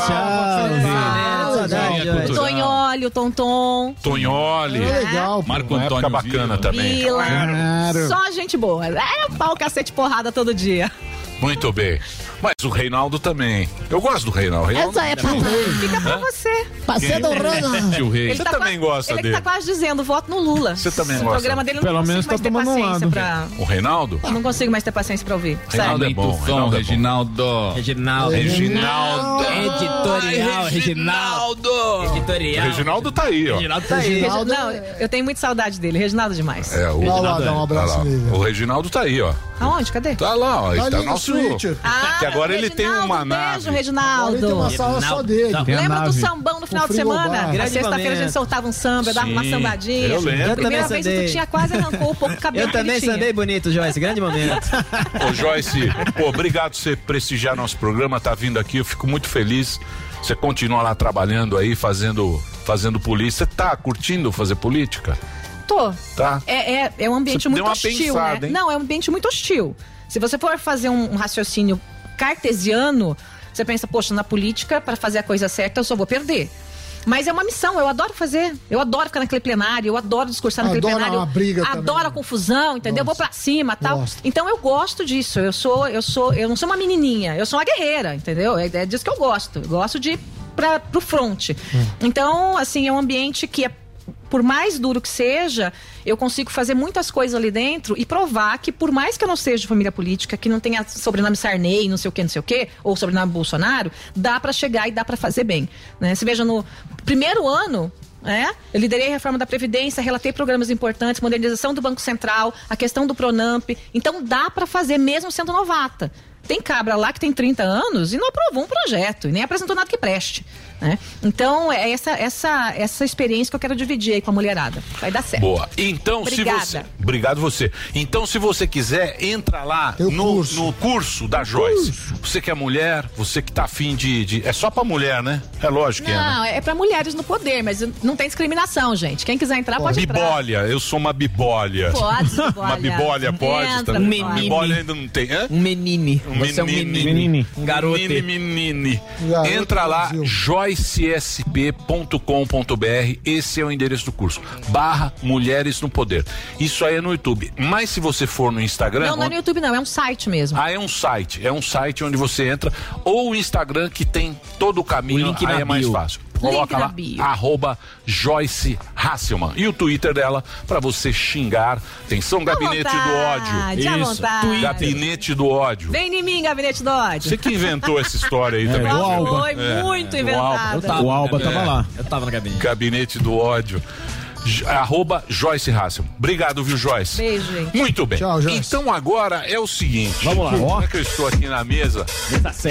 Speaker 19: Tonholi, o Tonholi, o Tonton.
Speaker 3: Tonholi.
Speaker 19: É legal,
Speaker 3: Marco Antônio bacana também.
Speaker 19: Vila.
Speaker 3: Claro.
Speaker 19: Só gente boa. É pau, cacete, porrada todo dia.
Speaker 3: Muito bem. Mas o Reinaldo também. Eu gosto do Reinaldo. Reinaldo
Speaker 19: Essa é pra Fica pra
Speaker 3: Hã?
Speaker 19: você.
Speaker 3: Passeando Quem? Rana. Tio Rei. Você também
Speaker 19: quase,
Speaker 3: gosta
Speaker 19: ele
Speaker 3: dele.
Speaker 19: Ele tá quase dizendo, voto no Lula.
Speaker 3: Você também
Speaker 19: Esse
Speaker 3: gosta.
Speaker 19: programa dele eu não
Speaker 3: Pelo
Speaker 19: consigo
Speaker 3: menos
Speaker 19: mais
Speaker 3: tá
Speaker 19: ter
Speaker 3: tomando um
Speaker 19: paciência
Speaker 3: lado.
Speaker 19: pra...
Speaker 3: O Reinaldo?
Speaker 19: Eu não consigo mais ter paciência pra ouvir.
Speaker 3: Reinaldo é bom.
Speaker 7: Som,
Speaker 3: Reinaldo é bom.
Speaker 20: Reginaldo.
Speaker 7: Reginaldo.
Speaker 3: Reginaldo.
Speaker 20: Editorial,
Speaker 7: Ai,
Speaker 20: Reginaldo. Editorial.
Speaker 3: Reginaldo tá aí, ó.
Speaker 20: Reginaldo
Speaker 19: Tá aí. Reginaldo- Não, eu tenho muita saudade dele. Reginaldo demais.
Speaker 3: É, o...
Speaker 19: Reginaldo
Speaker 3: Tá
Speaker 19: é.
Speaker 3: lá, O Reginaldo tá aí, ó.
Speaker 19: Aonde? Cadê?
Speaker 3: Tá lá, ó.
Speaker 19: Tá
Speaker 3: Ele
Speaker 19: ali
Speaker 3: tá
Speaker 19: no
Speaker 3: nosso.
Speaker 19: Twitter.
Speaker 3: que agora ele tem uma
Speaker 19: Ah, um Beijo,
Speaker 3: nave.
Speaker 19: Reginaldo.
Speaker 6: Agora tem uma sala só dele. Tem a
Speaker 19: Lembra do
Speaker 6: nave.
Speaker 19: sambão no final
Speaker 6: O
Speaker 19: de semana?
Speaker 6: frigobar.
Speaker 19: Na
Speaker 6: Grande
Speaker 19: sexta-feira a
Speaker 6: momento.
Speaker 19: gente soltava um samba, eu dava uma
Speaker 20: Sim,
Speaker 19: sambadinha.
Speaker 20: eu lembro. Eu também
Speaker 19: Primeira vez que
Speaker 20: sandei.
Speaker 19: tu tinha quase arrancou um pouco o cabelo
Speaker 20: Eu também
Speaker 19: que ele tinha.
Speaker 20: sandei bonito, Joyce. Grande momento.
Speaker 3: Ô, Joyce, pô, obrigado por você prestigiar nosso programa, tá vindo aqui, eu fico muito feliz. Você continua lá trabalhando aí, fazendo, fazendo política. Você tá curtindo fazer política?
Speaker 19: Tô.
Speaker 3: Tá.
Speaker 19: É, é, é um ambiente
Speaker 3: Você
Speaker 19: muito
Speaker 3: deu uma
Speaker 19: hostil,
Speaker 3: pensada,
Speaker 19: né?
Speaker 3: hein?
Speaker 19: Não, é um ambiente muito hostil. Se você for fazer um, um raciocínio cartesiano, você pensa, poxa, na política, para fazer a coisa certa, eu só vou perder. Mas é uma missão, eu adoro fazer. Eu adoro ficar naquele plenário, eu adoro discursar naquele
Speaker 6: Adoro
Speaker 19: plenário.
Speaker 6: a briga
Speaker 19: adoro
Speaker 6: também.
Speaker 19: a confusão, entendeu? Vou pra cima, tal. Então eu gosto disso. Eu sou, eu sou, eu não sou uma menininha, eu sou uma guerreira, entendeu? É, é disso que eu gosto. Eu gosto de ir pra, pro
Speaker 6: É.
Speaker 19: front. Então, assim, é um ambiente que é por mais duro que seja, eu consigo fazer muitas coisas ali dentro e provar que, por mais que eu não seja de família política, que não tenha sobrenome Sarney, não sei o que, não sei o que, ou sobrenome Bolsonaro, dá pra chegar e dá pra fazer bem. Né? Você veja, no primeiro ano, né? Eu liderei a reforma da Previdência, relatei programas importantes, modernização do Banco Central, a questão do Pronamp. Então dá para fazer mesmo sendo novata. Tem cabra lá que tem 30 anos e não aprovou um projeto, e nem apresentou nada que preste. Né? Então, é essa, essa, essa experiência que eu quero dividir aí com a mulherada. Vai dar certo.
Speaker 3: Boa. Então,
Speaker 19: Obrigada.
Speaker 3: se você. Obrigado você. Então, se você quiser, entra lá no curso. no curso da Joyce. Você que é mulher, você que tá afim de, de- É só pra mulher, né? É lógico que é. Né?
Speaker 19: Não, é pra mulheres no poder, mas não tem discriminação, gente. Quem quiser entrar, pode entrar.
Speaker 3: Bibólia, eu sou uma bibólia.
Speaker 19: Pode, bibólia.
Speaker 3: Uma bibólia pode
Speaker 19: Entra,
Speaker 3: também.
Speaker 19: bibólia.
Speaker 3: Bibólia ainda não tem, hã?
Speaker 20: Um menine.
Speaker 3: Um
Speaker 20: Você é um menine. Um garoto.
Speaker 3: Menine, menine. Entra lá, joycesp.com.br. Esse é o endereço do curso. Barra Mulheres no Poder. Isso aí é no YouTube. Mas se você for no Instagram.
Speaker 19: Não, não é no YouTube, não. É um site mesmo.
Speaker 3: Ah, é um site. É um site onde você entra. Ou o Instagram que tem todo o caminho.
Speaker 19: O link
Speaker 3: aí
Speaker 19: na
Speaker 3: é mais
Speaker 19: bio.
Speaker 3: fácil.
Speaker 19: Link
Speaker 3: Coloca
Speaker 19: na
Speaker 3: lá,
Speaker 19: bio.
Speaker 3: arroba Joyce Hasselman. E o Twitter dela pra você xingar. Atenção, gabinete do
Speaker 19: vontade, à
Speaker 3: ódio.
Speaker 19: vontade. Twitter.
Speaker 3: Gabinete do ódio.
Speaker 19: Vem em mim, Gabinete do Ódio.
Speaker 3: Você que inventou essa história aí
Speaker 19: É,
Speaker 3: também.
Speaker 19: o
Speaker 3: né,
Speaker 19: Alba.
Speaker 3: Felipe?
Speaker 19: Foi muito inventada. Eu tava,
Speaker 4: O Alba tava lá.
Speaker 3: É. Eu tava no gabinete. Gabinete do ódio. J- Arroba Joyce Hasselman. Obrigado, viu, Joyce?
Speaker 19: Beijo, gente.
Speaker 3: Muito bem. Então agora é o seguinte.
Speaker 1: Vamos lá.
Speaker 3: Como
Speaker 1: Ó. tá
Speaker 3: é que eu estou aqui na mesa?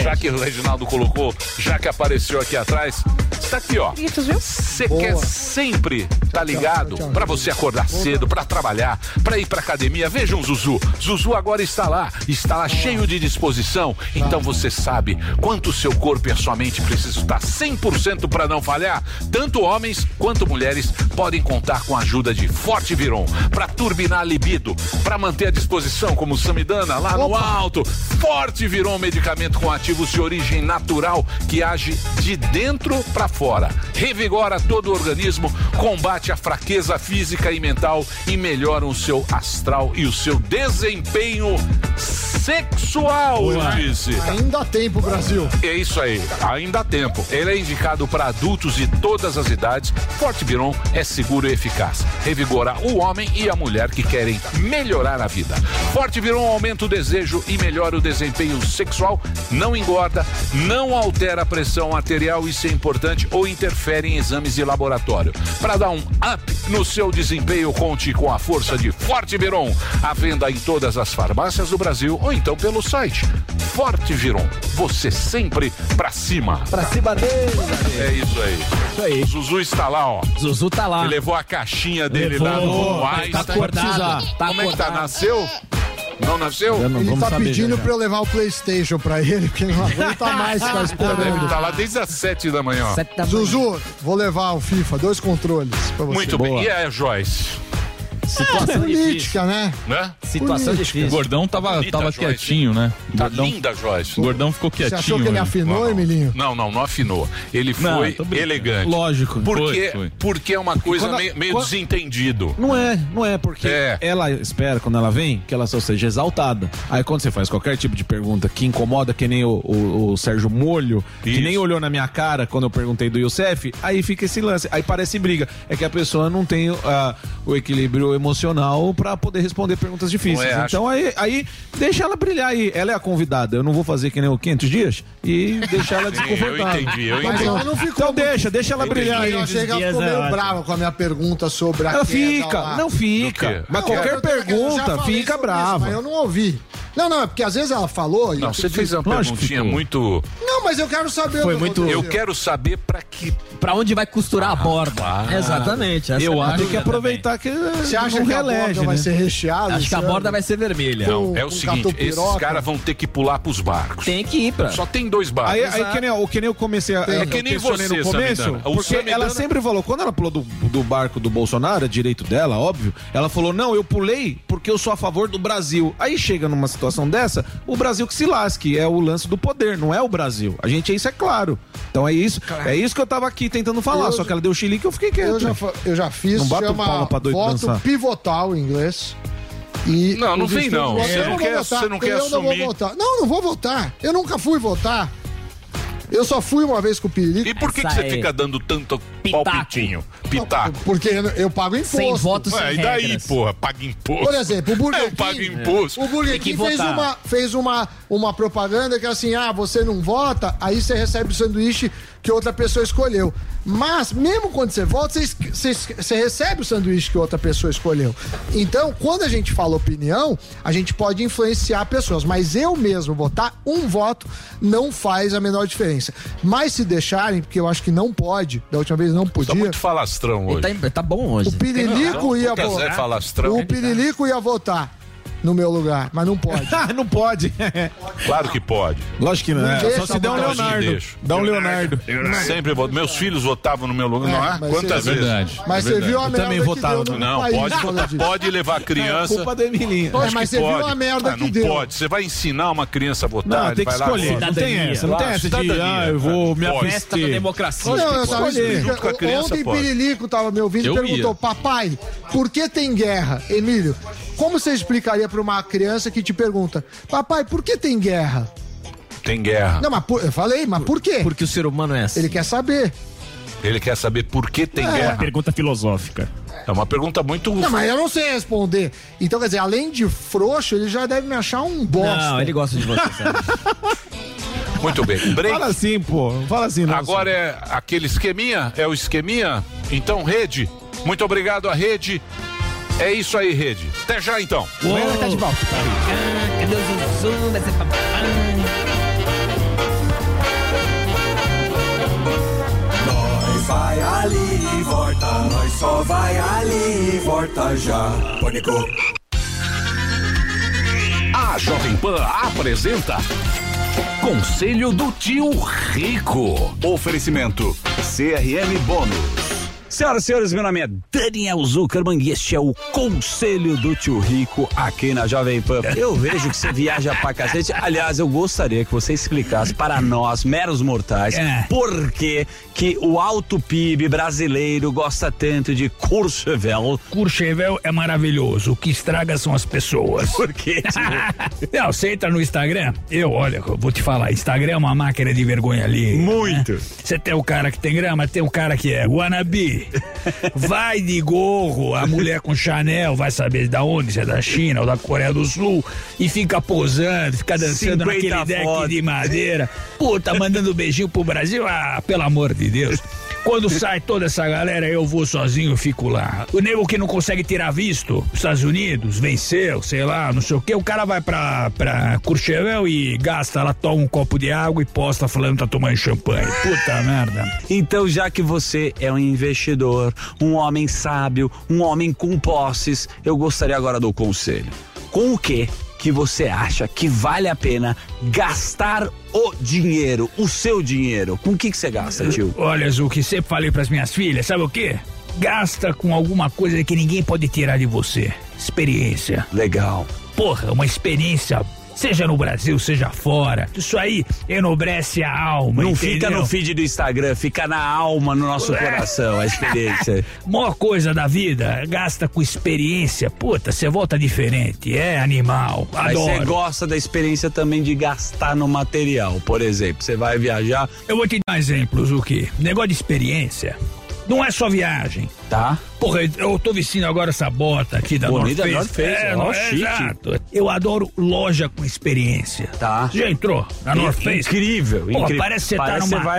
Speaker 3: Já que o Reginaldo colocou, já que apareceu aqui atrás, está aqui, ó. Você quer sempre tá ligado para você acordar cedo, para trabalhar, para ir para academia. Vejam Zuzu. Zuzu agora está lá, está lá cheio de disposição. Então você sabe quanto o seu corpo e a sua mente precisam estar 100% para não falhar. Tanto homens quanto mulheres podem contar com a ajuda de Forte Viron para turbinar a libido, para manter a disposição como Samidana lá no alto. Forte Viron medicamento com ativos de origem natural que age de dentro para fora. Revigora todo o organismo, combate a fraqueza física e mental e melhora o seu astral e o seu desempenho sexual, eu disse.
Speaker 6: Ainda há tempo, Brasil.
Speaker 3: É isso aí, ainda há tempo. Ele é indicado para adultos de todas as idades. Forte Biron é seguro e eficaz. Revigora o homem e a mulher que querem melhorar a vida. Forte Biron aumenta o desejo e melhora o desempenho sexual, não engorda, não altera a pressão arterial, isso é importante, ou interfere em exames de laboratório. Para dar um up no seu desempenho, conte com a força de Forte Biron. A venda em todas as farmácias do Brasil ou então pelo site Forte Viron. Você sempre pra cima.
Speaker 20: Pra cima dele.
Speaker 3: É isso aí. Zuzu está lá, ó.
Speaker 20: Zuzu tá lá.
Speaker 3: Ele levou a caixinha dele lá
Speaker 20: Levou.
Speaker 3: no
Speaker 20: Tá
Speaker 3: Einstein.
Speaker 20: acordado. Tá
Speaker 3: Como é que tá? Nasceu? Não nasceu?
Speaker 6: ele tá
Speaker 20: né?
Speaker 6: pedindo pra eu levar o Playstation pra ele, porque ele não aguenta mais ficar
Speaker 3: Deve
Speaker 6: esperando.
Speaker 3: tá lá desde as sete da manhã. ó.
Speaker 6: Zuzu, vou levar o FIFA, dois controles pra você.
Speaker 3: Muito bem. E é, Joyce?
Speaker 6: Situação política, né?
Speaker 3: Né?
Speaker 6: Situação Política. difícil.
Speaker 7: O gordão tava,
Speaker 3: Bonita,
Speaker 7: tava
Speaker 3: Joyce.
Speaker 7: quietinho, né? O
Speaker 3: Tá
Speaker 7: gordão,
Speaker 3: linda, Joyce.
Speaker 7: O gordão ficou
Speaker 3: Você
Speaker 7: quietinho.
Speaker 3: achou que ele
Speaker 7: né?
Speaker 6: afinou, hein, Milinho?
Speaker 3: Não, não, não afinou. Ele
Speaker 7: Não,
Speaker 3: foi
Speaker 7: tô brincando.
Speaker 3: elegante.
Speaker 4: Lógico. Foi,
Speaker 3: Porque,
Speaker 4: foi.
Speaker 3: porque é uma coisa
Speaker 4: quando a-
Speaker 3: meio, meio
Speaker 4: quando-
Speaker 3: desentendido.
Speaker 4: Não é, não é, porque
Speaker 3: É.
Speaker 4: ela espera, quando ela vem, que ela só seja exaltada. Aí quando você faz qualquer tipo de pergunta que incomoda, que nem o, o- o Sérgio Molho, que nem olhou na minha cara quando eu perguntei do Youssef, aí fica esse lance, aí parece briga. É que a pessoa não tem ah, o equilíbrio emocional pra poder responder perguntas difíceis.
Speaker 3: Não é, acho-
Speaker 4: então aí, aí deixa ela brilhar aí. Ela é a convidada, eu não vou fazer que nem o 500 dias e deixar ela
Speaker 3: Sim,
Speaker 4: desconfortável.
Speaker 3: eu entendi, eu
Speaker 6: Mas ela não ficou
Speaker 4: Então deixa, deixa ela brilhar aí.
Speaker 6: Eu achei que ela
Speaker 4: é
Speaker 6: ficou meio brava com a minha pergunta sobre a
Speaker 4: Ela
Speaker 6: queda
Speaker 4: fica,
Speaker 6: lá.
Speaker 4: não fica. Do quê? Mas qualquer
Speaker 6: é eu- eu já
Speaker 4: pergunta,
Speaker 6: falei sobre
Speaker 4: fica
Speaker 6: isso,
Speaker 4: brava.
Speaker 6: mas eu não ouvi. Não, não, é porque às vezes ela falou. e
Speaker 3: Não,
Speaker 6: eu
Speaker 3: você
Speaker 6: fiquei-
Speaker 3: fez uma perguntinha muito.
Speaker 6: Não, mas eu quero saber.
Speaker 3: Foi
Speaker 6: meu
Speaker 3: muito-
Speaker 6: Deus.
Speaker 3: Eu quero saber pra que.
Speaker 20: Pra onde vai costurar a borda. Exatamente. essa é
Speaker 4: eu
Speaker 20: a
Speaker 4: acho que
Speaker 20: dúvida
Speaker 4: aproveitar que
Speaker 6: Você acha
Speaker 4: não
Speaker 6: que a borda
Speaker 4: relege,
Speaker 6: vai
Speaker 4: né?
Speaker 6: ser recheada?
Speaker 20: Acho que a
Speaker 6: esse ano?
Speaker 20: borda vai ser vermelha.
Speaker 3: Não, é o seguinte, esses caras vão ter que pular pros barcos.
Speaker 20: Tem que ir pra.
Speaker 3: Só tem dois barcos.
Speaker 4: Aí, aí que nem, o que nem eu comecei a.
Speaker 3: É
Speaker 4: eu
Speaker 3: que nem
Speaker 4: questionei
Speaker 3: você,
Speaker 4: no começo.
Speaker 3: Samidana. O
Speaker 4: Porque
Speaker 3: Samidana-
Speaker 4: ela sempre falou, quando ela pulou do, do barco do Bolsonaro, é direito dela, óbvio, ela falou: não, eu pulei porque eu sou a favor do Brasil. Aí chega numa situação dessa, o Brasil que se lasque, é o lance do poder, não é o Brasil. A gente, isso é claro. Então é isso. É isso que eu tava aqui tentando falar,
Speaker 6: Eu
Speaker 4: só
Speaker 6: já-
Speaker 4: que ela deu chilique e eu fiquei quieto.
Speaker 6: Eu já, fa- eu já fiz,
Speaker 4: Não bata o
Speaker 6: chama
Speaker 4: palma pra doido
Speaker 6: voto
Speaker 4: dançar.
Speaker 6: pivotal em inglês. E
Speaker 3: Não, não
Speaker 6: os
Speaker 3: vem, não.
Speaker 6: estudos-
Speaker 3: Você
Speaker 6: Eu
Speaker 3: não
Speaker 6: vou
Speaker 3: quer-
Speaker 6: votar,
Speaker 3: você não quer
Speaker 6: eu Não, vou
Speaker 3: assumir.
Speaker 6: votar. não, não vou votar. Eu nunca fui votar. Eu só fui uma vez com o Piriri.
Speaker 3: E por que, que você fica dando tanto palpitinho? Pitaco.
Speaker 6: Porque eu, eu pago imposto.
Speaker 3: Ué, E daí, porra? Paga imposto.
Speaker 6: Por exemplo, o Burger
Speaker 3: Eu pago
Speaker 6: King- É.
Speaker 3: imposto. Tá
Speaker 6: O Burger King fez, uma, fez uma, uma propaganda que assim, ah, você não vota, aí você recebe o sanduíche que outra pessoa escolheu. Mas, mesmo quando você vota, você, es- você, es- você recebe o sanduíche que outra pessoa escolheu. Então, quando a gente fala opinião, a gente pode influenciar pessoas. Mas eu mesmo votar, um voto não faz a menor diferença. Mas se deixarem, porque eu acho que não pode, da última vez não podia.
Speaker 3: Tá muito falastrão hoje.
Speaker 6: Tá, bom hoje. O Pirilico
Speaker 3: Não,
Speaker 6: ia
Speaker 3: o Cazé
Speaker 6: votar.
Speaker 3: falastrão.
Speaker 6: O Pirilico ia votar no meu lugar, mas não pode. não pode.
Speaker 3: Claro que pode.
Speaker 4: Lógico que não, é. Só se der um Leonardo. Dá um Leonardo. Leonardo.
Speaker 3: Sempre voto. Meus filhos votavam no meu lugar.
Speaker 4: É,
Speaker 3: não é?
Speaker 4: mas
Speaker 3: Quantas
Speaker 4: você-
Speaker 3: vezes?
Speaker 4: Verdade. Mas É você verdade. viu a Eu merda também que votava. deu no
Speaker 3: Não,
Speaker 4: país
Speaker 3: pode,
Speaker 4: por causa disso.
Speaker 3: pode levar a criança.
Speaker 4: É culpa da Emilinha.
Speaker 3: Lógico
Speaker 4: É, mas
Speaker 3: que
Speaker 4: você viu
Speaker 3: pode.
Speaker 4: a merda
Speaker 3: ah,
Speaker 4: que
Speaker 3: não
Speaker 4: deu.
Speaker 3: pode. Você vai ensinar uma criança a votar.
Speaker 4: Não,
Speaker 3: ele
Speaker 4: tem que
Speaker 3: vai lá,
Speaker 4: escolher.
Speaker 3: vota.
Speaker 4: Não tem essa, não tem essa de,
Speaker 3: Cidadania,
Speaker 4: ah, eu vou me
Speaker 3: Pode.
Speaker 4: abster. Festa da democracia.
Speaker 6: Não, eu
Speaker 4: Escolher.
Speaker 6: tava explicando.
Speaker 4: Junto com a criança,
Speaker 6: Ontem
Speaker 4: pode.
Speaker 6: Pirilico tava me ouvindo e
Speaker 4: Eu
Speaker 6: perguntou:
Speaker 4: ia.
Speaker 6: Papai, por que tem guerra? Emílio, como você explicaria pra uma criança que te pergunta: Papai, por que tem guerra?
Speaker 3: Tem guerra.
Speaker 6: Não, mas por- eu falei, mas por quê? Porque
Speaker 23: o ser humano é assim.
Speaker 6: Ele quer saber.
Speaker 3: Ele quer saber por que tem
Speaker 6: É.
Speaker 3: guerra.
Speaker 6: Uma
Speaker 3: pergunta filosófica. É uma pergunta muito.
Speaker 6: Não, mas eu não sei responder. Então, quer dizer, além de frouxo, ele já deve me achar um bosta.
Speaker 3: Não, ele
Speaker 23: gosta de
Speaker 3: você, Muito bem. Break.
Speaker 4: Fala assim, pô. Fala assim, não.
Speaker 3: Agora é aquele esqueminha? É o esqueminha? Então, rede. Muito obrigado à rede. É isso aí, rede. Até já então.
Speaker 23: Tá de volta.
Speaker 5: Cadê o Zuzu? Vai ser
Speaker 24: Nós vai ali e volta, nós só vai ali e volta já. Pânico.
Speaker 3: A Jovem Pan apresenta Conselho do Tio Rico.
Speaker 1: Oferecimento CRM Bônus. Senhoras e senhores, meu nome é Daniel Zuckerman e este é o Conselho do Tio Rico aqui na Jovem Pan. Eu vejo que você viaja pra cacete. Aliás, eu gostaria que você explicasse para nós, meros mortais,
Speaker 25: É.
Speaker 1: por que, que o alto PIB brasileiro gosta tanto de Courchevel.
Speaker 25: Courchevel é maravilhoso. O que estraga são as pessoas.
Speaker 1: Por quê?
Speaker 25: Não, você entra no Instagram. Eu, olha, eu vou te falar. Instagram é uma máquina de vergonha ali. Muito. Você tem o cara que tem grama, tem o cara que é wannabe. Vai de gorro, a mulher com Chanel, vai saber da onde, se é da China ou da Coreia do Sul. E fica posando, fica dançando
Speaker 1: 50
Speaker 25: naquele deck
Speaker 1: fotos.
Speaker 25: de madeira. Puta, mandando beijinho pro Brasil. Ah, pelo amor de Deus. Quando sai toda essa galera, eu vou sozinho, eu fico lá. O nego que não consegue tirar visto, os Estados Unidos, venceu, sei lá, não sei o quê. O cara vai pra, pra Courchevel e gasta lá, toma um copo de água e posta falando que tá tomando champanhe. Puta merda.
Speaker 1: Então, já que você é um investidor, um homem sábio, um homem com posses, eu gostaria agora do conselho. Com o que que você acha que vale a pena gastar o dinheiro, o seu dinheiro? Com o que, que você gasta, tio?
Speaker 25: Olha, Zu, que sempre falei pras minhas filhas, sabe o quê? Gasta com alguma coisa que ninguém pode tirar de você. Experiência.
Speaker 1: Legal.
Speaker 25: Porra, uma experiência, seja no Brasil, seja fora. Isso aí enobrece a alma,
Speaker 1: Não
Speaker 25: entendeu?
Speaker 1: fica no feed do Instagram, fica na alma, no nosso
Speaker 25: É.
Speaker 1: coração, a experiência.
Speaker 25: Mó coisa da vida, gasta com experiência. Puta, você volta diferente, é animal.
Speaker 1: Mas você
Speaker 25: Adoro.
Speaker 1: gosta da experiência também de gastar no material, por exemplo. Você vai viajar.
Speaker 25: Eu vou te dar exemplos, o que? Negócio de experiência. Não é só viagem.
Speaker 1: Tá.
Speaker 25: Porra, eu tô vestindo agora essa bota aqui da
Speaker 1: Bonita
Speaker 25: North Face.
Speaker 1: North Face,
Speaker 25: Tá é,
Speaker 1: ó,
Speaker 25: não- é,
Speaker 1: chique.
Speaker 25: Exato. Eu adoro loja com experiência.
Speaker 1: Tá.
Speaker 25: Já entrou na
Speaker 1: In-
Speaker 25: North Face?
Speaker 1: incrível,
Speaker 25: Pô,
Speaker 1: incrível.
Speaker 25: Parece que você
Speaker 1: Parece
Speaker 25: tá numa...
Speaker 1: que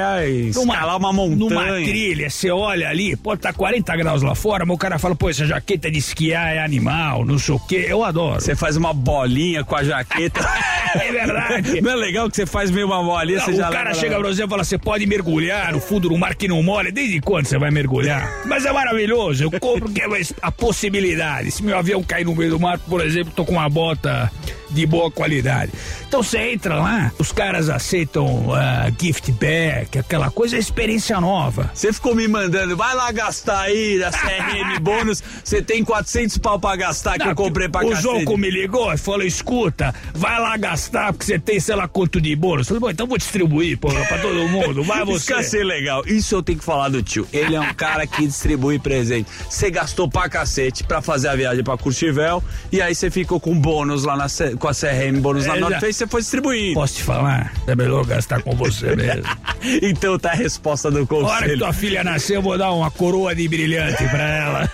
Speaker 1: você vai escalar uma montanha.
Speaker 25: Numa trilha, você olha ali, pô, tá 40 graus lá fora, mas o cara fala, pô, essa jaqueta de esquiar é animal, não sei o quê. Eu adoro.
Speaker 1: Você faz uma bolinha com a jaqueta.
Speaker 25: é verdade.
Speaker 1: Não é legal que você faz meio uma bolinha, você
Speaker 25: Não,
Speaker 1: já
Speaker 25: o cara
Speaker 1: leva-
Speaker 25: chega pra você e fala: você pode mergulhar no fundo do mar que não molha. Desde quando você vai mergulhar? Mas é maravilhoso. Eu compro que é uma- a possibilidade. Se meu avião cair no meio do mar, por exemplo, tô com uma bota de boa qualidade. Então você entra lá, os caras aceitam ah, gift back, aquela coisa, é experiência nova.
Speaker 1: Você ficou me mandando, vai lá gastar aí da CRM bônus, você tem 400 pau pra gastar que eu comprei pra
Speaker 25: Ah, o
Speaker 1: cacete.
Speaker 25: Zonco me ligou e falou: escuta, vai lá gastar, porque você tem, sei lá, quanto de bônus. Eu Falei, bom, então vou distribuir, porra, pra todo mundo. Vai
Speaker 1: Isso
Speaker 25: você.
Speaker 1: que ia ser legal. Isso eu tenho que falar do tio. Ele é um cara que distribui presente. Você gastou pra cacete pra fazer a viagem pra Curtivel e aí você ficou com bônus lá na, C- com a CRM bônus lá
Speaker 25: É,
Speaker 1: no
Speaker 25: já.
Speaker 1: Norte você foi distribuindo.
Speaker 25: Posso te falar? É melhor gastar com você mesmo.
Speaker 1: então tá a resposta do conselho.
Speaker 25: Na hora que tua filha nascer, eu vou dar uma coroa de brilhante pra ela.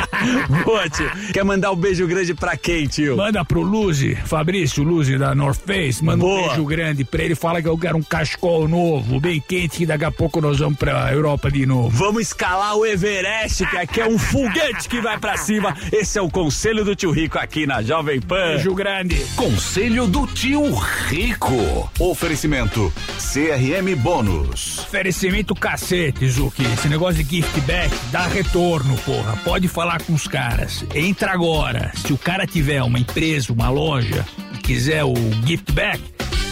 Speaker 1: Boa, tio. Quer mandar um beijo grande pra quem, tio?
Speaker 25: Manda pro Luzi, Fabrício Luzi da North Face, manda
Speaker 1: Boa.
Speaker 25: um beijo grande pra ele. Fala que eu quero um cascol novo, bem quente, que daqui a pouco nós vamos pra Europa de novo.
Speaker 1: Vamos escalar o Everest, que aqui é um foguete que vai pra cima. Esse é o conselho do tio Rico aqui na Jovem Pan.
Speaker 25: Beijo grande.
Speaker 1: Conselho do tio
Speaker 26: Rico. Oferecimento CRM Bônus.
Speaker 25: Oferecimento cacete, Zuki. Esse negócio de gift back dá retorno, porra. Pode falar com os caras. Entra agora. Se o cara tiver uma empresa, uma loja, e quiser o gift back,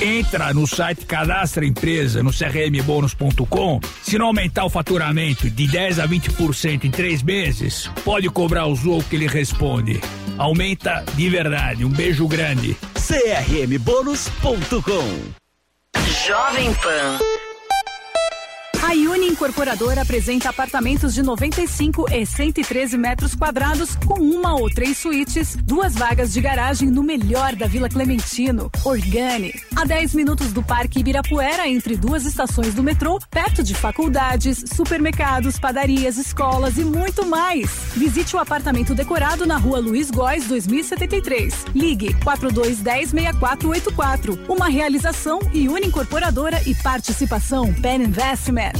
Speaker 25: entra no site cadastra a empresa no crmbonus.com. Se não aumentar o faturamento de 10 a 20% em três meses, pode cobrar o Zou que ele responde. Aumenta de verdade. Um beijo grande.
Speaker 1: crmbonus.com
Speaker 10: Jovem Pan.
Speaker 9: A Uni Incorporadora apresenta apartamentos de 95 e 113 metros quadrados com uma ou três suítes, duas vagas de garagem no melhor da Vila Clementino, Organe. A 10 minutos do Parque Ibirapuera, entre duas estações do metrô, perto de faculdades, supermercados, padarias, escolas e muito mais. Visite o apartamento decorado na rua Luiz Góes 2073. Ligue 4210 6484. Uma realização e Uni Incorporadora e participação Pen Investments.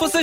Speaker 20: Você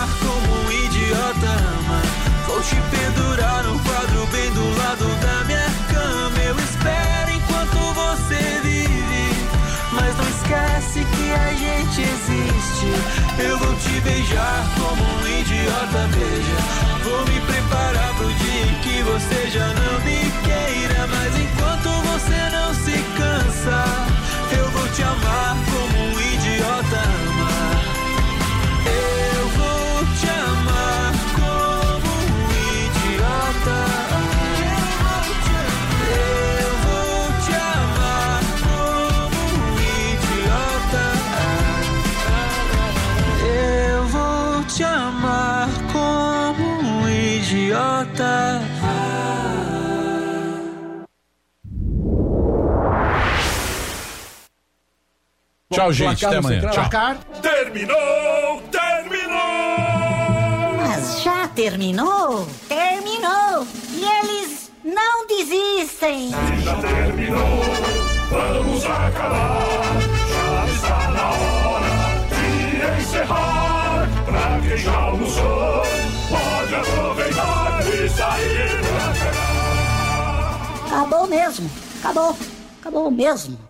Speaker 27: como um idiota ama. Vou te pendurar num quadro bem do lado da minha cama. Eu espero enquanto você vive. Mas não esquece que a gente existe. Eu vou te beijar como um idiota beija. Vou me preparar pro dia em que um
Speaker 5: um
Speaker 27: um agiota.
Speaker 3: Tchau, gente. Até amanhã. Tchau.
Speaker 5: Terminou! Terminou!
Speaker 9: Mas já terminou? Terminou! E eles não desistem!
Speaker 5: Já terminou, vamos acabar. Já está na hora de encerrar. Pra quem já almoçou, pode aproveitar e sair pra cá.
Speaker 9: Acabou mesmo! Acabou! Acabou mesmo!